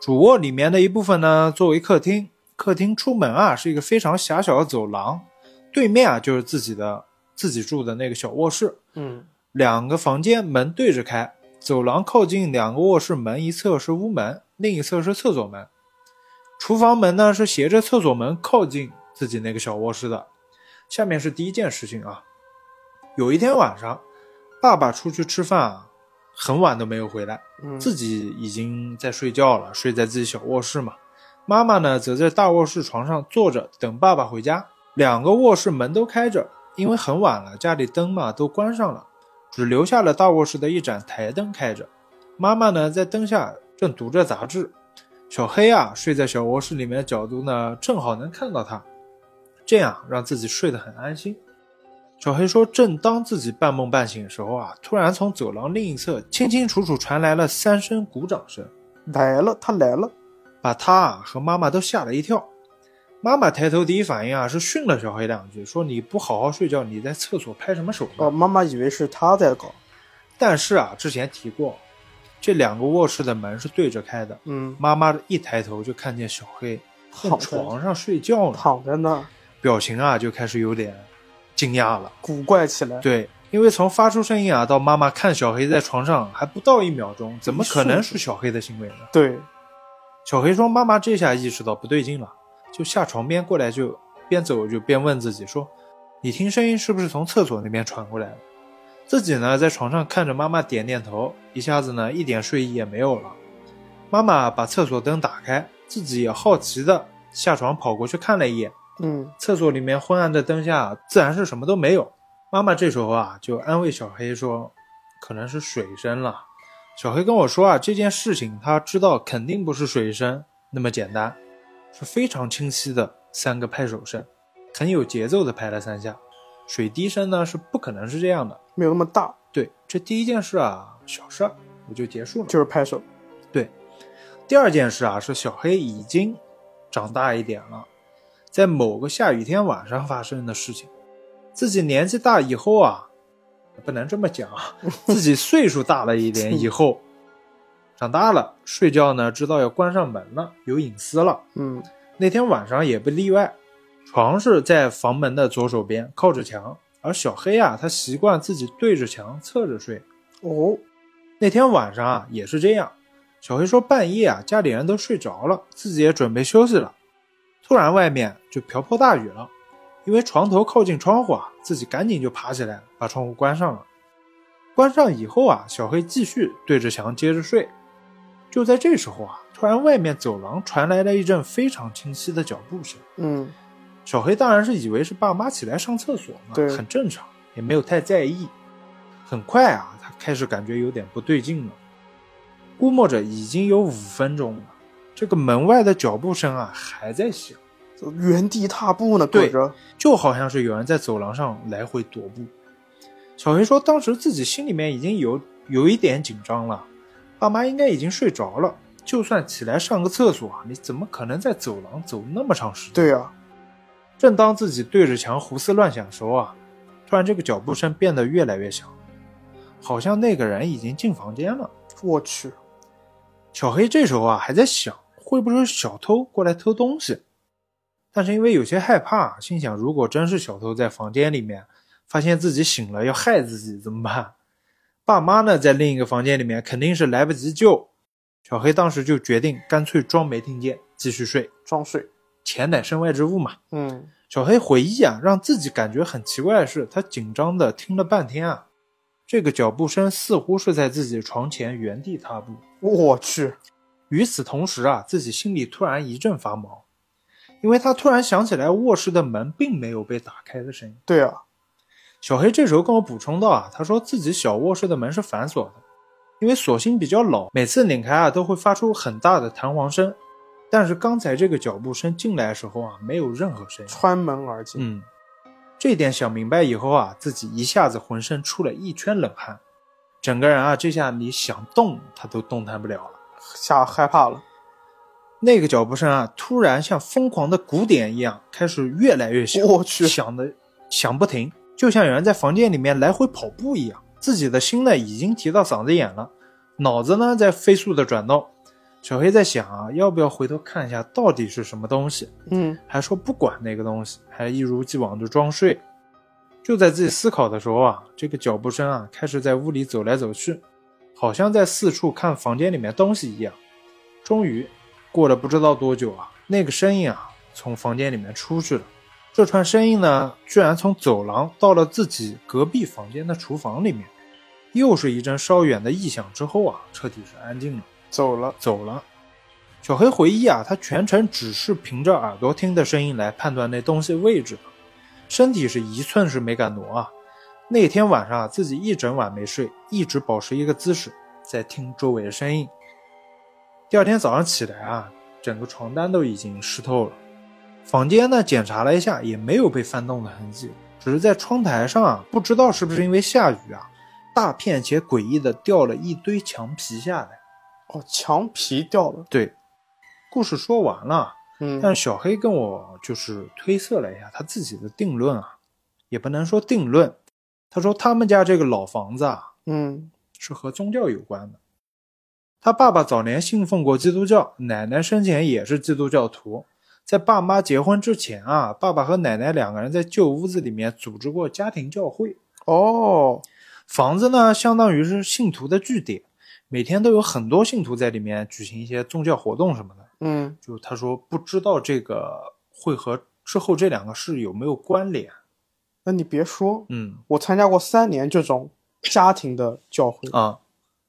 Speaker 2: 主卧里面的一部分呢作为客厅，客厅出门啊是一个非常狭小的走廊，对面啊就是自己的自己住的那个小卧室。
Speaker 1: 嗯，
Speaker 2: 两个房间门对着开，走廊靠近两个卧室门，一侧是屋门，另一侧是厕所门。厨房门呢是斜着厕所门靠近自己那个小卧室的。下面是第一件事情啊，有一天晚上，爸爸出去吃饭啊，很晚都没有回来，
Speaker 1: 嗯
Speaker 2: 自己已经在睡觉了，睡在自己小卧室嘛。妈妈呢，则在大卧室床上坐着等爸爸回家。两个卧室门都开着，因为很晚了，家里灯嘛都关上了，只留下了大卧室的一盏台灯开着。妈妈呢，在灯下正读着杂志。小黑啊，睡在小卧室里面的角度呢，正好能看到他，这样让自己睡得很安心。小黑说，正当自己半梦半醒的时候啊，突然从走廊另一侧清清楚楚传来了三声鼓掌声。
Speaker 1: 来了，他来了，
Speaker 2: 把他啊和妈妈都吓了一跳。妈妈抬头第一反应啊是训了小黑两句，说你不好好睡觉，你在厕所拍什么手呢？
Speaker 1: 哦，妈妈以为是他在搞。
Speaker 2: 但是啊，之前提过，这两个卧室的门是对着开的。
Speaker 1: 嗯，
Speaker 2: 妈妈一抬头就看见小黑在
Speaker 1: 躺在
Speaker 2: 床上睡觉呢，
Speaker 1: 躺在那儿，
Speaker 2: 表情啊就开始有点惊讶了。
Speaker 1: 古怪起来。，
Speaker 2: 对，因为从发出声音啊到妈妈看小黑在床上还不到一秒钟，怎么可能是小黑的行为呢？
Speaker 1: 对，
Speaker 2: 小黑说：“妈妈这下意识到不对劲了，就下床边过来就，边走就边问自己说：‘你听声音是不是从厕所那边传过来的？’自己呢在床上看着妈妈点点头，一下子呢一点睡意也没有了。妈妈把厕所灯打开，自己也好奇的下床跑过去看了一眼，
Speaker 1: 嗯，
Speaker 2: 厕所里面昏暗的灯下自然是什么都没有。妈妈这时候啊，就安慰小黑说：“可能是水深了。”小黑跟我说啊，这件事情他知道肯定不是水深那么简单，是非常清晰的三个拍手声，很有节奏的拍了三下。水滴声呢是不可能是这样的，
Speaker 1: 没有那么大。
Speaker 2: 对，这第一件事啊，小事儿我就结束了，
Speaker 1: 就是拍手。
Speaker 2: 对，第二件事啊是小黑已经长大一点了，在某个下雨天晚上发生的事情。自己年纪大以后啊，不能这么讲啊，自己岁数大了一点以后，长大了睡觉呢，知道要关上门了，有隐私了。
Speaker 1: 嗯，
Speaker 2: 那天晚上也不例外，床是在房门的左手边，靠着墙，而小黑啊，他习惯自己对着墙侧着睡。
Speaker 1: 哦，
Speaker 2: 那天晚上啊也是这样，小黑说半夜啊，家里人都睡着了，自己也准备休息了，突然外面就瓢泼大雨了。因为床头靠近窗户啊，自己赶紧就爬起来，把窗户关上了。关上以后啊，小黑继续对着墙接着睡。就在这时候啊，突然外面走廊传来了一阵非常清晰的脚步声。
Speaker 1: 嗯，
Speaker 2: 小黑当然是以为是爸妈起来上厕所嘛，
Speaker 1: 对，
Speaker 2: 很正常，也没有太在意。很快啊，他开始感觉有点不对劲了。估摸着已经有五分钟了，这个门外的脚步声啊还在响。
Speaker 1: 原地踏步呢，
Speaker 2: 对，就好像是有人在走廊上来回踱步。小黑说，当时自己心里面已经有有一点紧张了，爸妈应该已经睡着了，就算起来上个厕所啊，你怎么可能在走廊走那么长时间？
Speaker 1: 对呀、啊。
Speaker 2: 正当自己对着墙胡思乱想的时候啊，突然这个脚步声变得越来越响，好像那个人已经进房间了。
Speaker 1: 我去！
Speaker 2: 小黑这时候啊还在想，会不会是小偷过来偷东西？但是因为有些害怕，心想如果真是小偷在房间里面发现自己醒了要害自己怎么办？爸妈呢在另一个房间里面肯定是来不及救。小黑当时就决定干脆装没听见，继续睡，
Speaker 1: 装睡。
Speaker 2: 钱乃身外之物嘛。
Speaker 1: 嗯。
Speaker 2: 小黑回忆啊，让自己感觉很奇怪的是，他紧张的听了半天啊，这个脚步声似乎是在自己床前原地踏步。
Speaker 1: 我去！
Speaker 2: 与此同时啊，自己心里突然一阵发毛。因为他突然想起来，卧室的门并没有被打开的声音。
Speaker 1: 对啊，
Speaker 2: 小黑这时候跟我补充到啊，他说自己小卧室的门是反锁的，因为锁芯比较老，每次拧开啊都会发出很大的弹簧声。但是刚才这个脚步声进来的时候啊，没有任何声音，
Speaker 1: 穿门而进。
Speaker 2: 嗯，这点想明白以后啊，自己一下子浑身出了一圈冷汗，整个人啊，这下你想动他都动弹不了了，
Speaker 1: 吓害怕了。
Speaker 2: 那个脚步声啊，突然像疯狂的鼓点一样，开始越来越响。
Speaker 1: 我去，
Speaker 2: 响的响不停，就像有人在房间里面来回跑步一样。自己的心呢，已经提到嗓子眼了，脑子呢在飞速的转动。小黑在想啊，要不要回头看一下到底是什么东西？
Speaker 1: 嗯，
Speaker 2: 还说不管那个东西，还一如既往的装睡。就在自己思考的时候啊，这个脚步声啊，开始在屋里走来走去，好像在四处看房间里面东西一样。终于。过了不知道多久啊，那个声音啊从房间里面出去了。这串声音呢，居然从走廊到了自己隔壁房间的厨房里面。又是一阵稍远的异响之后啊，彻底是安静了。
Speaker 1: 走了，
Speaker 2: 走了。小黑回忆啊，他全程只是凭着耳朵听的声音来判断那东西位置的，身体是一寸是没敢挪啊。那天晚上啊，自己一整晚没睡，一直保持一个姿势在听周围的声音。第二天早上起来啊，整个床单都已经湿透了。房间呢检查了一下，也没有被翻动的痕迹，只是在窗台上啊，不知道是不是因为下雨啊，大片且诡异的掉了一堆墙皮下来。
Speaker 1: 哦，墙皮掉了。
Speaker 2: 对，故事说完了。啊
Speaker 1: 嗯，
Speaker 2: 但是小黑跟我就是推测了一下他自己的定论啊，也不能说定论。他说他们家这个老房子啊，
Speaker 1: 嗯，
Speaker 2: 是和宗教有关的。他爸爸早年信奉过基督教，奶奶生前也是基督教徒。在爸妈结婚之前啊，爸爸和奶奶两个人在旧屋子里面组织过家庭教会。
Speaker 1: 哦，
Speaker 2: 房子呢，相当于是信徒的据点，每天都有很多信徒在里面举行一些宗教活动什么的。
Speaker 1: 嗯，
Speaker 2: 就他说不知道这个会和之后这两个事有没有关联。
Speaker 1: 那你别说，
Speaker 2: 嗯，
Speaker 1: 我参加过三年这种家庭的教会
Speaker 2: 啊、嗯，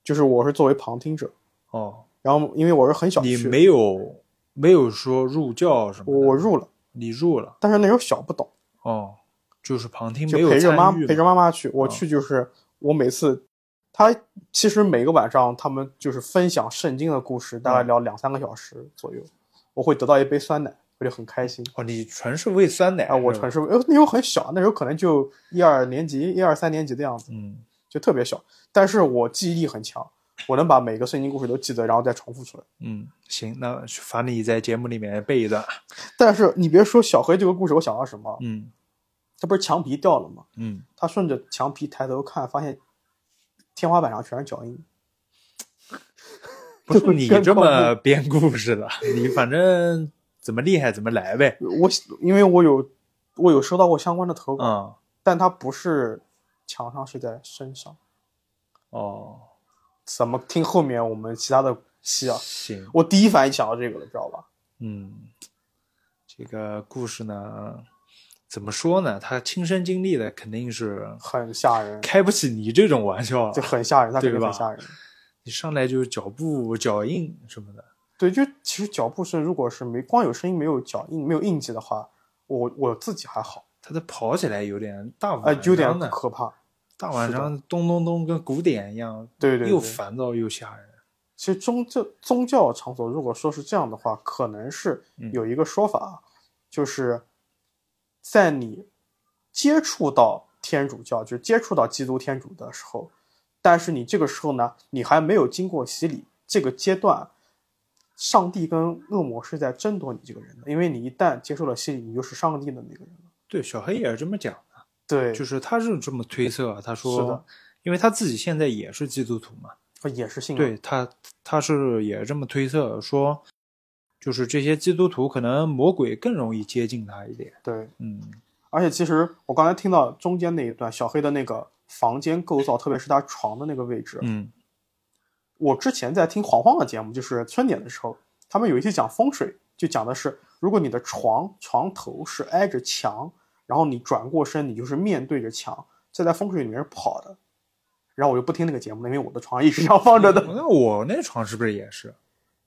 Speaker 1: 就是我是作为旁听者。
Speaker 2: 哦，
Speaker 1: 然后因为我是很小，
Speaker 2: 你没有没有说入教什么？
Speaker 1: 我入了，
Speaker 2: 你入了，
Speaker 1: 但是那时候小不懂。
Speaker 2: 哦，就是旁听
Speaker 1: 就
Speaker 2: 没有
Speaker 1: 陪着妈
Speaker 2: 参与啊
Speaker 1: 陪着
Speaker 2: 嘛。
Speaker 1: 妈妈去，我去就是我每次，他其实每个晚上他们就是分享圣经的故事，大
Speaker 2: 嗯
Speaker 1: 概聊两三个小时左右，我会得到一杯酸奶，我就很开心。
Speaker 2: 哦，你纯是喂酸奶
Speaker 1: 啊？我
Speaker 2: 是吧
Speaker 1: 纯是喂，呃那时候很小，那时候可能就一二年级、一二三年级的样子，
Speaker 2: 嗯，
Speaker 1: 就特别小，但是我记忆力很强，我能把每个圣经故事都记得，然后再重复出来。
Speaker 2: 嗯，行，那罚你在节目里面背一段。
Speaker 1: 但是你别说小黑这个故事，我想到什么？
Speaker 2: 嗯，
Speaker 1: 他不是墙皮掉了吗？
Speaker 2: 嗯，
Speaker 1: 他顺着墙皮抬头看，发现天花板上全是脚印。
Speaker 2: 不是你
Speaker 1: 更
Speaker 2: 这
Speaker 1: 恐怖
Speaker 2: 么编故事的，你反正怎么厉害怎么来呗。
Speaker 1: 我因为我有我有收到过相关的投稿，
Speaker 2: 嗯
Speaker 1: 但它不是墙上，是在身上。
Speaker 2: 哦，
Speaker 1: 怎么听后面我们其他的戏啊？
Speaker 2: 行，
Speaker 1: 我第一反应想到这个了，知道吧？
Speaker 2: 嗯，这个故事呢，怎么说呢？他亲身经历的肯定是
Speaker 1: 很吓人，
Speaker 2: 开不起你这种玩笑了，
Speaker 1: 就很吓人，它肯
Speaker 2: 对
Speaker 1: 定
Speaker 2: 吧？
Speaker 1: 很吓人。
Speaker 2: 你上来就是脚步、脚印什么的，
Speaker 1: 对，就其实脚步声如果是没光有声音没有脚印没有印记的话，我我自己还好，
Speaker 2: 他的跑起来有点大
Speaker 1: 呃
Speaker 2: 晚
Speaker 1: 有点
Speaker 2: 上哦的，
Speaker 1: 可怕。
Speaker 2: 大晚
Speaker 1: 是的
Speaker 2: 上咚咚咚跟鼓点一样，
Speaker 1: 对对
Speaker 2: 又
Speaker 1: 对
Speaker 2: 烦躁又吓人。
Speaker 1: 其实宗教宗教场所如果说是这样的话，可能是有一个说法，啊就是在你接触到天主教，就是接触到基督天主的时候，但是你这个时候呢，你还没有经过洗礼这个阶段，上帝跟恶魔是在争夺你这个人的，因为你一旦接受了洗礼，你就是上帝的那个人。
Speaker 2: 对，小黑也是这么讲的。
Speaker 1: 对，
Speaker 2: 就是他是这么推测，啊他
Speaker 1: 是的
Speaker 2: 说，因为他自己现在也是基督徒嘛，
Speaker 1: 啊也是信仰
Speaker 2: 对他，他是也这么推测说，就是这些基督徒可能魔鬼更容易接近他一点。
Speaker 1: 对，
Speaker 2: 嗯，
Speaker 1: 而且其实我刚才听到中间那一段小黑的那个房间构造，特别是他床的那个位置，
Speaker 2: 嗯，
Speaker 1: 我之前在听黄黄的节目，就是春点的时候，他们有一期讲风水，就讲的是如果你的床床头是挨着墙，然后你转过身，你就是面对着墙，这在风水里面是不好的。然后我就不听那个节目了，因为我的床一直这样放着的。
Speaker 2: 那我那床是不是也是？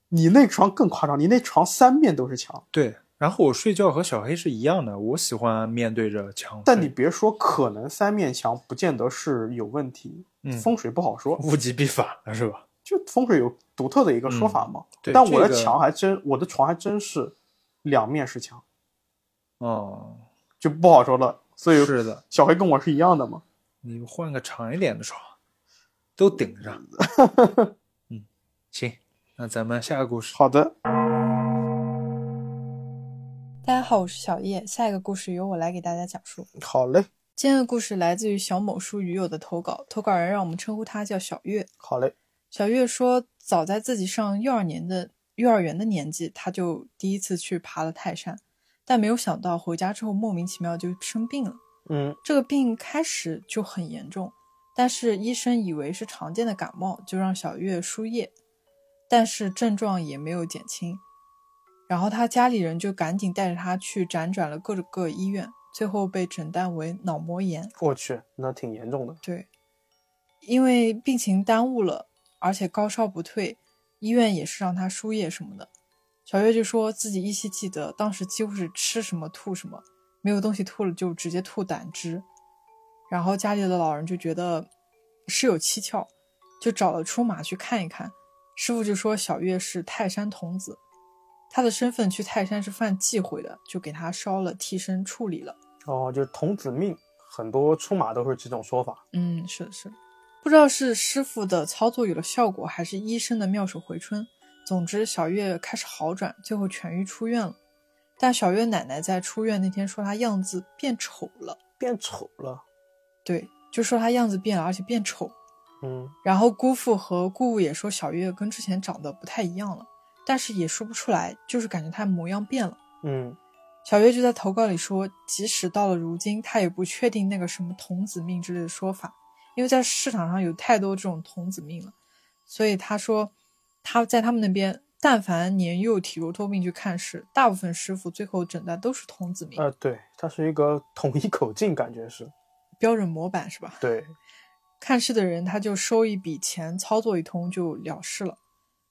Speaker 1: 你那床更夸张，你那床三面都是墙。
Speaker 2: 对，然后我睡觉和小黑是一样的，我喜欢面对着墙，
Speaker 1: 但你别说，可能三面墙不见得是有问题，
Speaker 2: 嗯
Speaker 1: 风水不好说，
Speaker 2: 物极必反了是吧？
Speaker 1: 就风水有独特的一个说法嘛。
Speaker 2: 嗯对
Speaker 1: 但我的
Speaker 2: 这个
Speaker 1: 墙还真，我的床还真是两面是墙，
Speaker 2: 哦，
Speaker 1: 就不好说了。所以
Speaker 2: 是的，
Speaker 1: 小黑跟我是一样的嘛。
Speaker 2: 你换个长一点的床，都顶上。 嗯，行，那咱们下个故事。
Speaker 1: 好的，
Speaker 7: 大家好，我是小叶。下一个故事由我来给大家讲述。
Speaker 1: 好嘞，
Speaker 7: 今天的故事来自于小某书鱼友的投稿，投稿人让我们称呼他叫小月。
Speaker 1: 好嘞，
Speaker 7: 小月说，早在自己上幼儿年的幼儿园的年纪，他就第一次去爬了泰山，但没有想到回家之后莫名其妙就生病了。
Speaker 1: 嗯，
Speaker 7: 这个病开始就很严重，但是医生以为是常见的感冒，就让小月输液，但是症状也没有减轻。然后他家里人就赶紧带着他去辗转了各个医院，最后被诊断为脑膜炎。
Speaker 1: 我去，那挺严重的。
Speaker 7: 对，因为病情耽误了，而且高烧不退，医院也是让他输液什么的。小月就说自己依稀记得，当时几乎是吃什么吐什么，没有东西吐了就直接吐胆汁。然后家里的老人就觉得事有蹊跷，就找了出马去看一看。师傅就说小月是泰山童子，他的身份去泰山是犯忌讳的，就给他烧了替身处理了。
Speaker 1: 哦，就是童子命，很多出马都是这种说法。
Speaker 7: 嗯，是的是的，不知道是师傅的操作有了效果，还是医生的妙手回春。总之，小月开始好转，最后痊愈出院了。但小月奶奶在出院那天说她样子变丑了，
Speaker 1: 变丑了，
Speaker 7: 对，就说她样子变了，而且变丑。
Speaker 1: 嗯，
Speaker 7: 然后姑父和姑姑也说小月跟之前长得不太一样了，但是也说不出来，就是感觉她模样变了。
Speaker 1: 嗯，
Speaker 7: 小月就在投稿里说，即使到了如今，她也不确定那个什么童子命之类的说法，因为在市场上有太多这种童子命了。所以她说，她在他们那边，但凡年幼体弱多病去看事，大部分师傅最后诊断都是童子命，
Speaker 1: 呃，对，它是一个统一口径，感觉是。
Speaker 7: 标准模板是吧？
Speaker 1: 对，
Speaker 7: 看事的人他就收一笔钱，操作一通就了事了，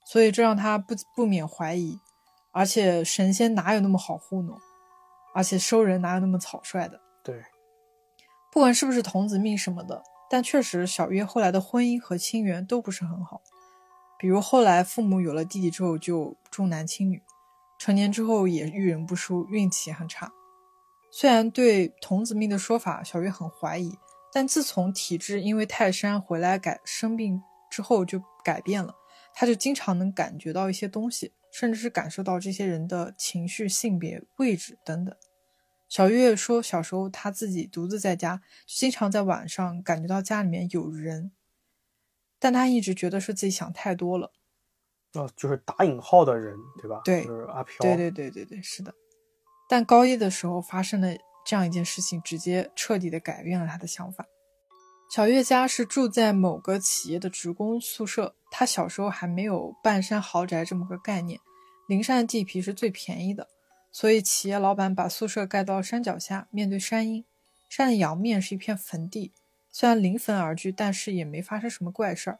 Speaker 7: 所以这让他不不免怀疑，而且神仙哪有那么好糊弄，而且收人哪有那么草率的？
Speaker 1: 对，
Speaker 7: 不管是不是童子命什么的，但确实小月后来的婚姻和亲缘都不是很好。比如后来父母有了弟弟之后就重男轻女，成年之后也遇人不淑，运气也很差。虽然对童子命的说法小月很怀疑，但自从体质因为泰山回来改生病之后就改变了，他就经常能感觉到一些东西，甚至是感受到这些人的情绪、性别、位置等等。小月说，小时候她自己独自在家，就经常在晚上感觉到家里面有人，但她一直觉得是自己想太多了。
Speaker 1: 啊，就是打引号的人，对吧？
Speaker 7: 对，
Speaker 1: 就是阿飘。
Speaker 7: 对对对对对，是的。但高一的时候发生了这样一件事情，直接彻底的改变了他的想法。小月家是住在某个企业的职工宿舍，她小时候还没有半山豪宅这么个概念，灵山地皮是最便宜的，所以企业老板把宿舍盖到山脚下，面对山阴，山的阳面是一片坟地，虽然临坟而居，但是也没发生什么怪事儿。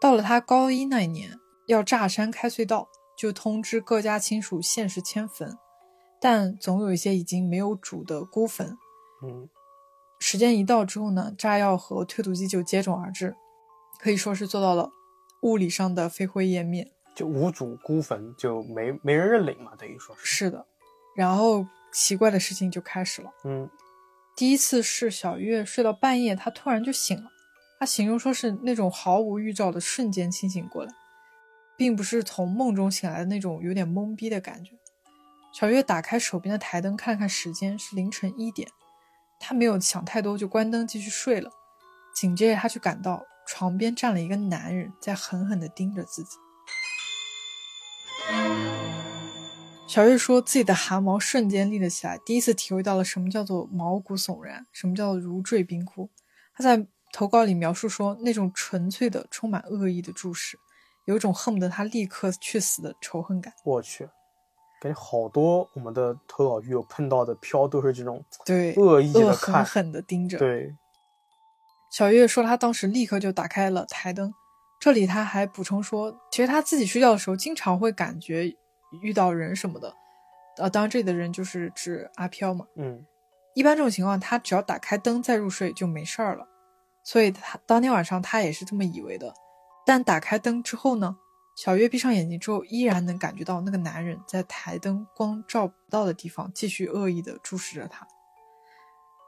Speaker 7: 到了他高一那一年，要炸山开隧道，就通知各家亲属限时迁坟。但总有一些已经没有主的孤坟。
Speaker 1: 嗯，
Speaker 7: 时间一到之后呢，炸药和推土机就接踵而至，可以说是做到了物理上的飞灰烟灭。
Speaker 1: 就无主孤坟，就没没人认领嘛，等于说是。
Speaker 7: 是的，然后奇怪的事情就开始了。
Speaker 1: 嗯，
Speaker 7: 第一次是小月睡到半夜，她突然就醒了。她形容说是那种毫无预兆的瞬间清醒过来，并不是从梦中醒来的那种有点懵逼的感觉。小月打开手边的台灯，看看时间是凌晨一点。她没有想太多，就关灯继续睡了。紧接着，她就感到床边站了一个男人，在狠狠地盯着自己。小月说自己的汗毛瞬间立了起来，第一次体会到了什么叫做毛骨悚然，什么叫如坠冰窟。她在投稿里描述说，那种纯粹的、充满恶意的注视，有一种恨不得她立刻去死的仇恨感。
Speaker 1: 我去。感觉好多我们的投稿剧友碰到的飘都是这种
Speaker 7: 对
Speaker 1: 恶意的看，
Speaker 7: 狠狠的盯着。
Speaker 1: 对，
Speaker 7: 小月说她当时立刻就打开了台灯。这里她还补充说，其实她自己睡觉的时候经常会感觉遇到人什么的，呃，当然这里的人就是指阿飘嘛。
Speaker 1: 嗯，
Speaker 7: 一般这种情况，她只要打开灯再入睡就没事儿了。所以她当天晚上她也是这么以为的。但打开灯之后呢？小月闭上眼睛之后，依然能感觉到那个男人在台灯光照不到的地方继续恶意地注视着她。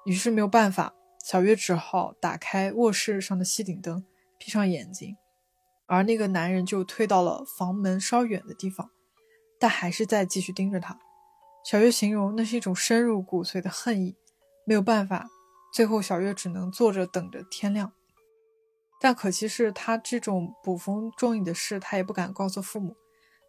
Speaker 7: 于是没有办法，小月只好打开卧室上的吸顶灯，闭上眼睛，而那个男人就退到了房门稍远的地方，但还是在继续盯着她。小月形容那是一种深入骨髓的恨意，没有办法，最后小月只能坐着等着天亮。但可惜是他这种捕风捉影的事，他也不敢告诉父母，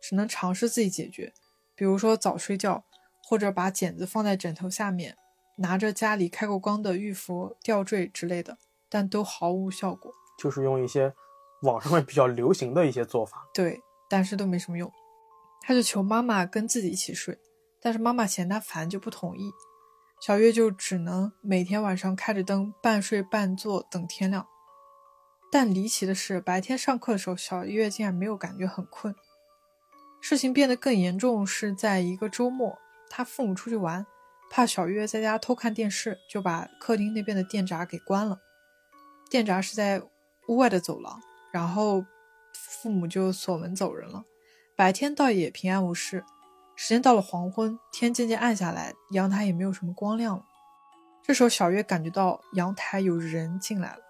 Speaker 7: 只能尝试自己解决，比如说早睡觉，或者把剪子放在枕头下面，拿着家里开过光的玉佛、吊坠之类的，但都毫无效果。
Speaker 1: 就是用一些网上面比较流行的一些做法。
Speaker 7: 对，但是都没什么用。他就求妈妈跟自己一起睡，但是妈妈嫌他烦就不同意，小月就只能每天晚上开着灯半睡半坐等天亮。但离奇的是，白天上课的时候，小月竟然没有感觉很困。事情变得更严重是在一个周末，他父母出去玩，怕小月在家偷看电视，就把客厅那边的电闸给关了。电闸是在屋外的走廊，然后父母就锁门走人了。白天倒也平安无事，时间到了黄昏，天渐渐暗下来，阳台也没有什么光亮了。这时候，小月感觉到阳台有人进来了。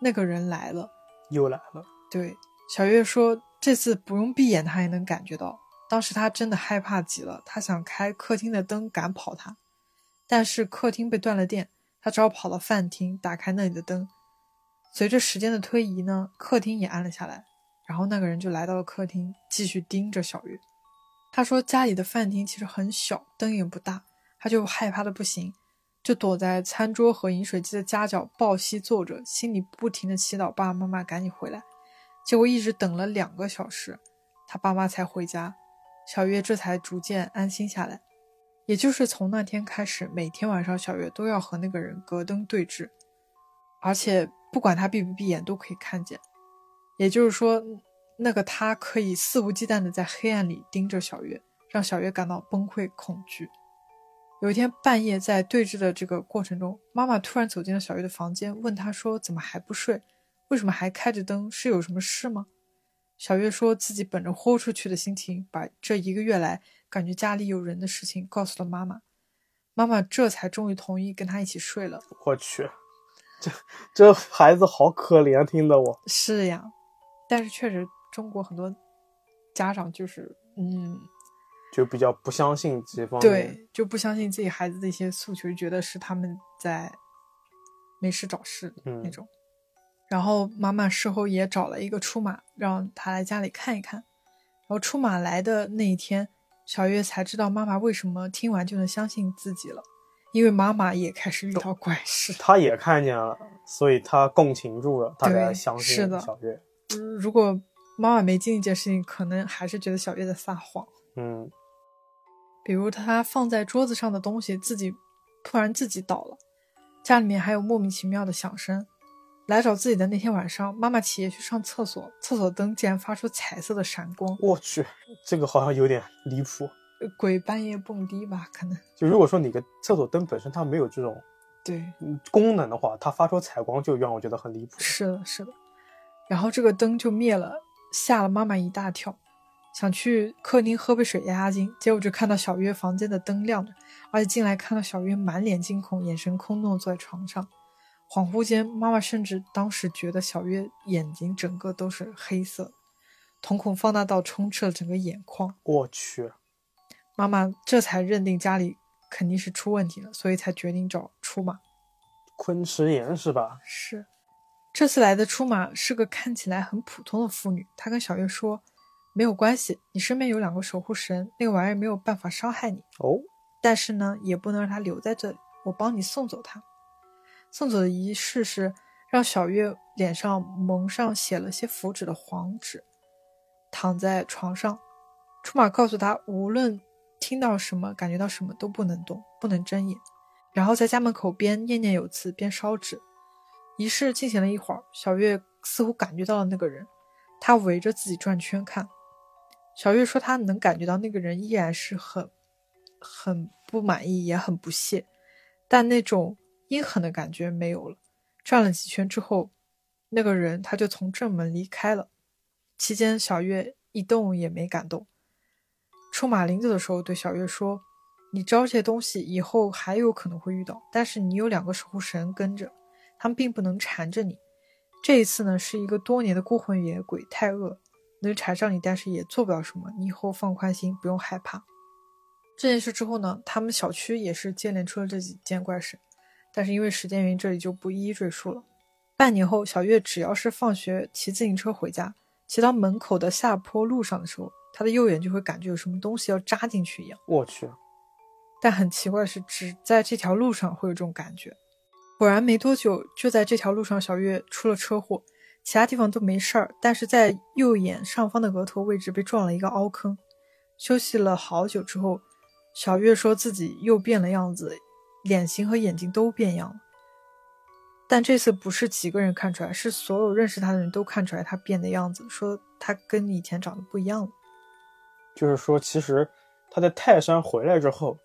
Speaker 7: 那个人来了，
Speaker 1: 又来了。
Speaker 7: 对，小月说这次不用闭眼，她也能感觉到。当时她真的害怕极了，她想开客厅的灯赶跑他，但是客厅被断了电，她只好跑到饭厅打开那里的灯。随着时间的推移呢，客厅也暗了下来，然后那个人就来到了客厅，继续盯着小月。他说家里的饭厅其实很小，灯也不大，他就害怕的不行。就躲在餐桌和饮水机的夹角抱膝坐着，心里不停的祈祷爸爸妈妈赶紧回来。结果一直等了两个小时，他爸妈才回家，小月这才逐渐安心下来。也就是从那天开始，每天晚上小月都要和那个人隔灯对峙，而且不管他闭不闭眼都可以看见。也就是说，那个他可以肆无忌惮的在黑暗里盯着小月，让小月感到崩溃恐惧。有一天半夜在对峙的这个过程中，妈妈突然走进了小月的房间，问她说：“怎么还不睡？为什么还开着灯？是有什么事吗？”小月说自己本着豁出去的心情，把这一个月来感觉家里有人的事情告诉了妈妈，妈妈这才终于同意跟她一起睡了。
Speaker 1: 我去，这这孩子好可怜，听得我
Speaker 7: 是呀，但是确实中国很多家长就是嗯。
Speaker 1: 就比较不相信这方面，
Speaker 7: 对，就不相信自己孩子的一些诉求，觉得是他们在没事找事那种。
Speaker 1: 嗯
Speaker 7: 然后妈妈事后也找了一个出马，让他来家里看一看。然后出马来的那一天，小月才知道妈妈为什么听完就能相信自己了，因为妈妈也开始遇到怪事。
Speaker 1: 他也看见了，所以他共情住了，他才
Speaker 7: 对
Speaker 1: 相
Speaker 7: 是
Speaker 1: 信
Speaker 7: 的
Speaker 1: 小月。
Speaker 7: 嗯如果妈妈没经历这件事情，可能还是觉得小月在撒谎。
Speaker 1: 嗯，
Speaker 7: 比如他放在桌子上的东西自己突然自己倒了，家里面还有莫名其妙的响声。来找自己的那天晚上，妈妈起夜去上厕所，厕所灯竟然发出彩色的闪光，
Speaker 1: 我去，这个好像有点离谱。
Speaker 7: 呃鬼半夜蹦迪吧，可能
Speaker 1: 就如果说你个厕所灯本身它没有这种
Speaker 7: 对，
Speaker 1: 嗯功能的话，它发出采光就让我觉得很离谱。
Speaker 7: 是的，是的。然后这个灯就灭了，吓了妈妈一大跳，想去客厅喝杯水压压惊，结果就看到小月房间的灯亮着，而且进来看到小月满脸惊恐，眼神空洞坐在床上。恍惚间，妈妈甚至当时觉得小月眼睛整个都是黑色，瞳孔放大到充斥了整个眼眶。
Speaker 1: 我去，
Speaker 7: 妈妈这才认定家里肯定是出问题了，所以才决定找出马。
Speaker 1: 昆池岩是吧？
Speaker 7: 是，这次来的出马是个看起来很普通的妇女，她跟小月说：“没有关系，你身边有两个守护神，那个玩意儿没有办法伤害你。
Speaker 1: 哦，
Speaker 7: 但是呢，也不能让它留在这里，我帮你送走它。”送走的仪式是让小月脸上蒙上写了些符纸的黄纸，躺在床上。出马告诉她，无论听到什么、感觉到什么都不能动，不能睁眼。然后在家门口边念念有词，边烧纸。仪式进行了一会儿，小月似乎感觉到了那个人，她围着自己转圈看。小月说她能感觉到那个人依然是很、很不满意，也很不屑，但那种阴狠的感觉没有了。转了几圈之后，那个人他就从正门离开了。期间，小月一动也没敢动。出马临走的时候，对小月说：“你招这些东西，以后还有可能会遇到，但是你有两个守护神跟着，他们并不能缠着你。这一次呢，是一个多年的孤魂野鬼太恶，能缠上你，但是也做不了什么。你以后放宽心，不用害怕。”这件事之后呢，他们小区也是接连出了这几件怪事，但是因为时间原因，这里就不一一赘述了。半年后，小月只要是放学骑自行车回家，骑到门口的下坡路上的时候，她的右眼就会感觉有什么东西要扎进去一样。
Speaker 1: 我去，
Speaker 7: 但很奇怪的是，只在这条路上会有这种感觉。果然没多久，就在这条路上，小月出了车祸，其他地方都没事儿，但是在右眼上方的额头位置被撞了一个凹坑。休息了好久之后，小月说自己又变了样子，脸型和眼睛都变样了。但这次不是几个人看出来，是所有认识她的人都看出来她变的样子，说她跟以前长得不一样了。
Speaker 1: 就是说，其实他在泰山回来之后，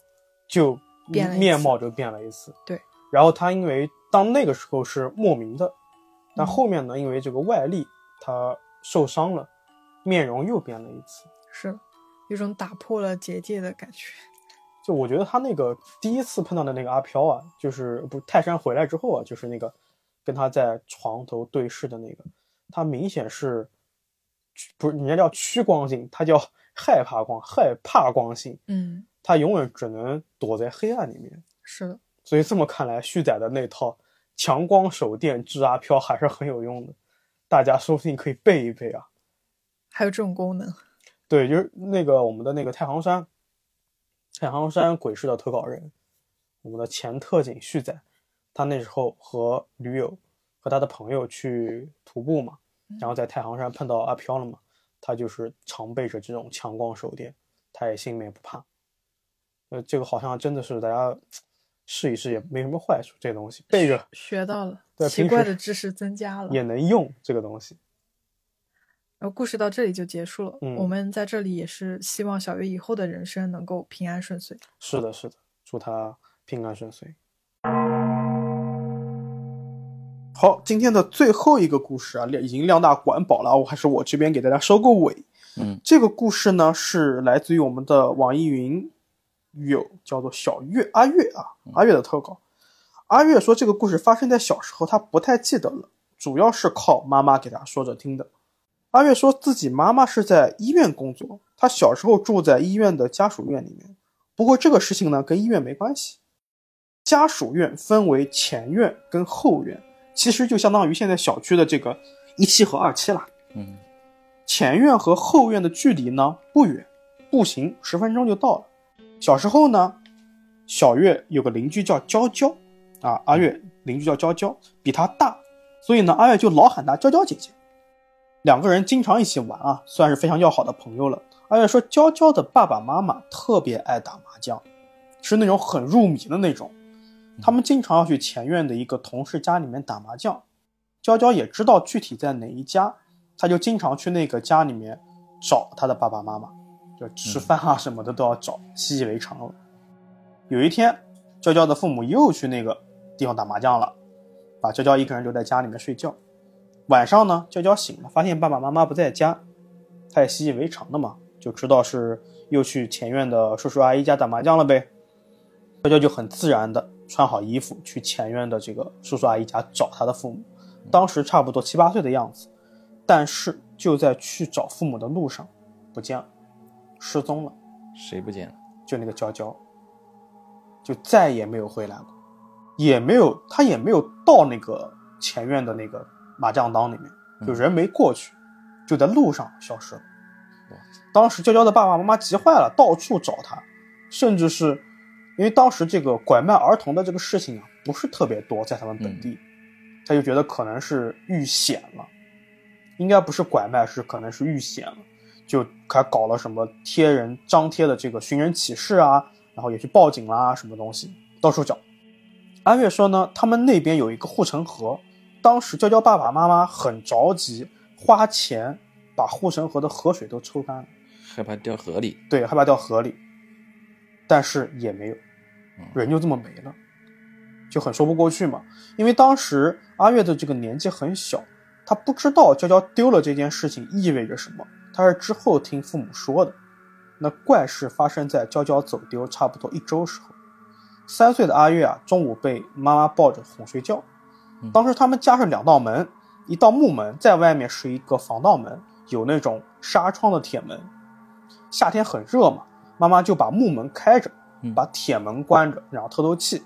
Speaker 1: 就
Speaker 7: 变了一次
Speaker 1: 面貌就变了一次。
Speaker 7: 对，
Speaker 1: 然后他因为当那个时候是莫名的，但后面呢，因为这个外力他受伤了，面容又变了一次。
Speaker 7: 是的，有种打破了结界的感觉。
Speaker 1: 就我觉得他那个第一次碰到的那个阿飘啊，就是不泰山回来之后啊，就是那个跟他在床头对视的那个，他明显是不是人家叫趋光性，他叫 害怕光害怕光性，
Speaker 7: 嗯，
Speaker 1: 他永远只能躲在黑暗里面。
Speaker 7: 是的，
Speaker 1: 所以这么看来，旭仔的那套强光手电治阿飘还是很有用的，大家说不定可以背一背啊。
Speaker 7: 还有这种功能。
Speaker 1: 对，就是那个我们的那个太行山，太行山鬼市的投稿人，我们的前特警旭仔，他那时候和驴友和他的朋友去徒步嘛，然后在太行山碰到阿飘了嘛，他就是常备着这种强光手电，他也心里面不怕。呃，这个好像真的是大家试一试也没什么坏处，这东西备着
Speaker 7: 学到了，
Speaker 1: 对
Speaker 7: 奇
Speaker 1: 平
Speaker 7: 怪
Speaker 1: 时
Speaker 7: 的知识增加了。
Speaker 1: 也能用这个东西。
Speaker 7: 然后故事到这里就结束了。
Speaker 1: 嗯
Speaker 7: 我们在这里也是希望小月以后的人生能够平安顺遂。
Speaker 1: 嗯是的，是的，祝他平安顺遂。好，今天的最后一个故事啊，已经量大管饱了，我还是我这边给大家收个尾。
Speaker 4: 嗯，
Speaker 1: 这个故事呢是来自于我们的网易云友，叫做小月阿月啊，阿月的投稿。阿月说这个故事发生在小时候，她不太记得了，主要是靠妈妈给她说着听的。阿月说自己妈妈是在医院工作，她小时候住在医院的家属院里面。不过这个事情呢跟医院没关系。家属院分为前院跟后院，其实就相当于现在小区的这个一期和二期啦。
Speaker 4: 嗯，
Speaker 1: 前院和后院的距离呢不远，步行十分钟就到了。小时候呢，小月有个邻居叫娇娇，啊，阿月邻居叫娇娇，比她大，所以呢，阿月就老喊她娇娇姐姐。两个人经常一起玩啊，算是非常要好的朋友了。阿月说，娇娇的爸爸妈妈特别爱打麻将，是那种很入迷的那种。他们经常要去前院的一个同事家里面打麻将，娇娇也知道具体在哪一家，她就经常去那个家里面找她的爸爸妈妈，就吃饭啊什么的都要找，习以为常了。有一天，娇娇的父母又去那个地方打麻将了，把娇娇一个人留在家里面睡觉。晚上呢，娇娇醒了，发现爸爸妈妈不在家，她也习以为常的嘛，就知道是又去前院的叔叔阿姨家打麻将了呗。娇娇就很自然的穿好衣服去前院的这个叔叔阿姨家找她的父母，当时差不多七八岁的样子，但是就在去找父母的路上，不见了，失踪了，
Speaker 4: 谁不见了？
Speaker 1: 就那个娇娇，就再也没有回来过，也没有她也没有到那个前院的那个麻将档里面，就人没过去，就在路上消失了。当时娇娇的爸爸妈妈急坏了，到处找她，甚至是。因为当时这个拐卖儿童的这个事情啊，不是特别多，在他们本地，他就觉得可能是遇险了，应该不是拐卖，是可能是遇险了，就还搞了什么贴人张贴的这个寻人启事啊，然后也去报警啦，什么东西到处找。安月说呢，他们那边有一个护城河，当时娇娇爸爸妈妈很着急，花钱把护城河的河水都抽干了，
Speaker 4: 害怕掉河里。
Speaker 1: 对，害怕掉河里，但是也没有。人就这么没了，就很说不过去嘛。因为当时阿月的这个年纪很小，她不知道娇娇丢了这件事情意味着什么，她是之后听父母说的。那怪事发生在娇娇走丢差不多一周时候，三岁的阿月啊，中午被妈妈抱着哄睡觉。当时他们家是两道门，一道木门，在外面是一个防盗门，有那种纱窗的铁门。夏天很热嘛，妈妈就把木门开着。把铁门关着，然后透透气。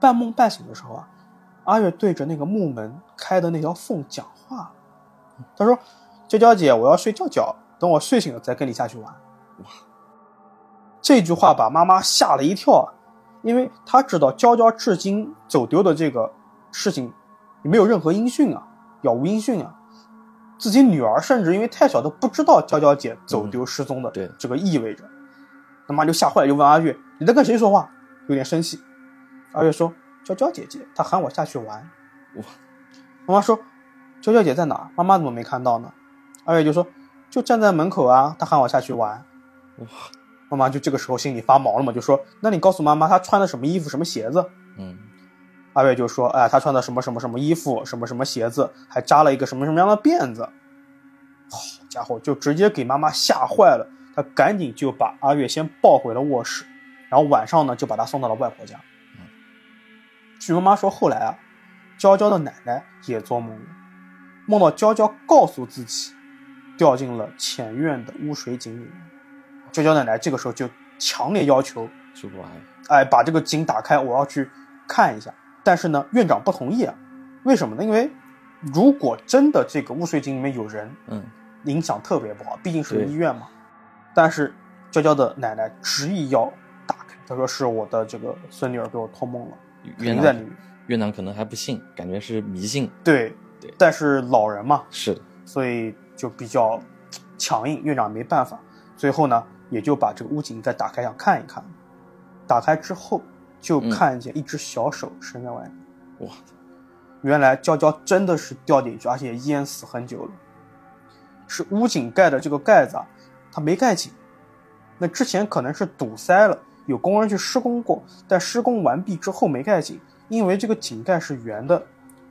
Speaker 1: 半梦半醒的时候啊，阿月对着那个木门开的那条缝讲话，她说：“娇娇姐，我要睡觉觉，等我睡醒了再跟你下去玩。”这句话把妈妈吓了一跳啊，因为她知道娇娇至今走丢的这个事情没有任何音讯啊，杳无音讯啊。自己女儿甚至因为太小都不知道娇娇姐走
Speaker 4: 嗯
Speaker 1: 丢失踪的这个意味着。他妈就吓坏了，就问阿月：“你在跟谁说话？”有点生气。阿月说：“娇娇姐姐，她喊我下去玩。”
Speaker 4: 哇！
Speaker 1: 妈妈说：“娇娇姐在哪？妈妈怎么没看到呢？”阿月就说：“就站在门口啊，她喊我下去玩。”
Speaker 4: 哇！
Speaker 1: 妈妈就这个时候心里发毛了嘛，就说：“那你告诉妈妈她穿的什么衣服、什么鞋子？”
Speaker 4: 嗯。
Speaker 1: 阿月就说：“哎，她穿的什么什么什么衣服、什么什么鞋子，还扎了一个什么什么样的辫子。”好家伙，就直接给妈妈吓坏了。他赶紧就把阿月先抱回了卧室，然后晚上呢就把她送到了外婆家。据妈妈说，后来啊，娇娇的奶奶也做梦了，梦到娇娇告诉自己掉进了前院的污水井里面。娇娇奶奶这个时候就强烈要求
Speaker 4: 去玩，
Speaker 1: 哎，把这个井打开，我要去看一下。但是呢，院长不同意啊，为什么呢？因为如果真的这个污水井里面有人，
Speaker 4: 嗯，
Speaker 1: 影响特别不好，毕竟是个医院嘛。但是娇娇的奶奶执意要打开，她说是我的这个孙女儿给我托梦了，肯
Speaker 4: 院
Speaker 1: 定在里
Speaker 4: 长
Speaker 1: 面。
Speaker 4: 院长可能还不信，感觉是迷信。
Speaker 1: 对
Speaker 4: 对，
Speaker 1: 但是老人嘛，
Speaker 4: 是的，
Speaker 1: 所以就比较嘖强硬，院长没办法。最后呢，也就把这个屋井再打开，想看一看。打开之后，就看见一只小手伸在外面。
Speaker 4: 哇！
Speaker 1: 原来娇娇真的是掉进去，而且淹死很久了。是屋井盖的这个盖子啊，它没盖紧，那之前可能是堵塞了，有工人去施工过，但施工完毕之后没盖紧，因为这个井盖是圆的，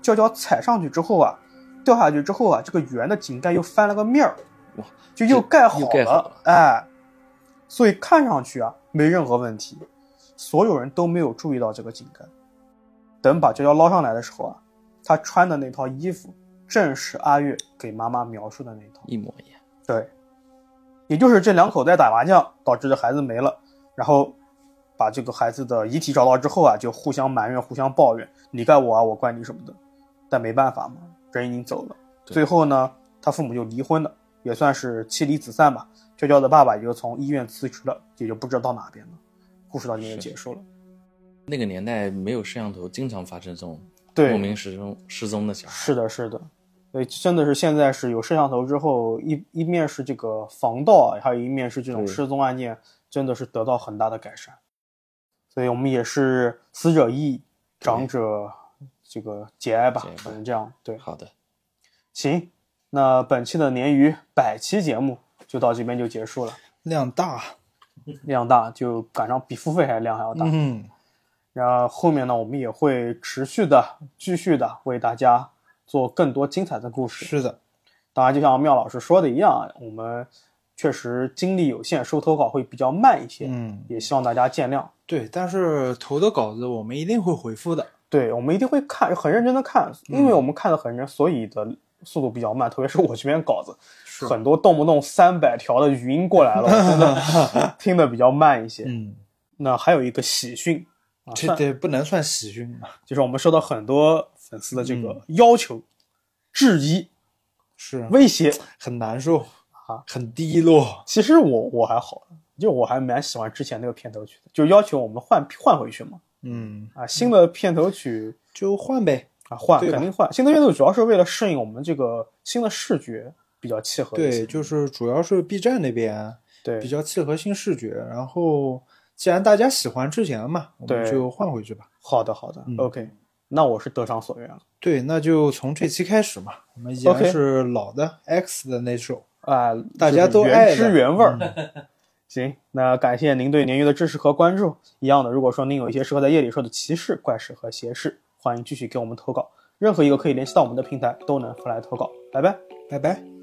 Speaker 1: 脚脚踩上去之后啊，掉下去之后啊，这个圆的井盖又翻了个面儿，就又盖好
Speaker 4: 盖好
Speaker 1: 了，哎，所以看上去啊没任何问题，所有人都没有注意到这个井盖。等把娇娇捞上来的时候啊，她穿的那套衣服正是阿月给妈妈描述的那套，
Speaker 4: 一模一样。
Speaker 1: 对，也就是这两口在打麻将，导致这孩子没了，然后把这个孩子的遗体找到之后啊，就互相埋怨、互相抱怨，你怪我啊，我怪你什么的。但没办法嘛，人已经走了。最后呢，他父母就离婚了，也算是妻离子散吧。娇娇的爸爸也就从医院辞职了，也就不知道到哪边了。故事到这里就结束了。
Speaker 4: 那个年代没有摄像头，经常发生这种
Speaker 1: 对
Speaker 4: 莫名失踪失踪的小孩。
Speaker 1: 是的，是的，对，真的是现在是有摄像头之后，一一面是这个防盗，还有一面是这种
Speaker 4: 对
Speaker 1: 失踪案件，真的是得到很大的改善。所以我们也是死者易，长者这个节哀吧，只能这样。对，
Speaker 4: 好的，
Speaker 1: 行，那本期的鲶鱼百期节目就到这边就结束了。
Speaker 2: 量大，
Speaker 1: 量大就赶上比付费还量还要大。
Speaker 2: 嗯，
Speaker 1: 然后后面呢，我们也会持续的、继续的为大家做更多精彩的故事。
Speaker 2: 是的，
Speaker 1: 当然，就像妙老师说的一样，啊我们确实精力有限，收投稿会比较慢一些，
Speaker 2: 嗯，
Speaker 1: 也希望大家见谅。
Speaker 2: 对，但是投的稿子我们一定会回复的。
Speaker 1: 对，我们一定会看，很认真的看，因
Speaker 2: 嗯
Speaker 1: 为我们看的很认真，所以的速度比较慢。特别是我这边稿子，很多动不动三百条的语音过来了，我真 的听的比较慢一些。
Speaker 2: 嗯，
Speaker 1: 那还有一个喜讯，啊、
Speaker 2: 这
Speaker 1: 算
Speaker 2: 得不能算喜讯吧？
Speaker 1: 就是我们收到很多粉丝的这
Speaker 2: 嗯
Speaker 1: 个要求、质疑、
Speaker 2: 是
Speaker 1: 威胁，
Speaker 2: 很难受
Speaker 1: 啊，
Speaker 2: 很低落。
Speaker 1: 其实我我还好，就我还蛮喜欢之前那个片头曲的，就要求我们换换回去嘛。
Speaker 2: 嗯，
Speaker 1: 啊，新的片头曲
Speaker 2: 就换呗，
Speaker 1: 啊，换
Speaker 2: 对吧
Speaker 1: 肯定换。新的片头曲主要是为了适应我们这个新的视觉比较契合一些。
Speaker 2: 对，就是主要是 B 站那边
Speaker 1: 对
Speaker 2: 比较契合新视觉。然后既然大家喜欢之前嘛，我们
Speaker 1: 对
Speaker 2: 就换回去吧。
Speaker 1: 好的好的、o
Speaker 2: 嗯
Speaker 1: k 那我是得偿所愿了。
Speaker 2: 对，那就从这期开始嘛，我们依
Speaker 1: OK
Speaker 2: 然是老的 X 的那首
Speaker 1: 啊，
Speaker 2: 大家都
Speaker 1: 就是
Speaker 2: 爱的嗯
Speaker 1: 原汁原味儿。 行，那感谢您对鲶鱼的支持和关注。一样的，如果说您有一些适合在夜里说的歧视、怪事和邪事，欢迎继续给我们投稿。任何一个可以联系到我们的平台都能发来投稿。拜拜，
Speaker 2: 拜拜。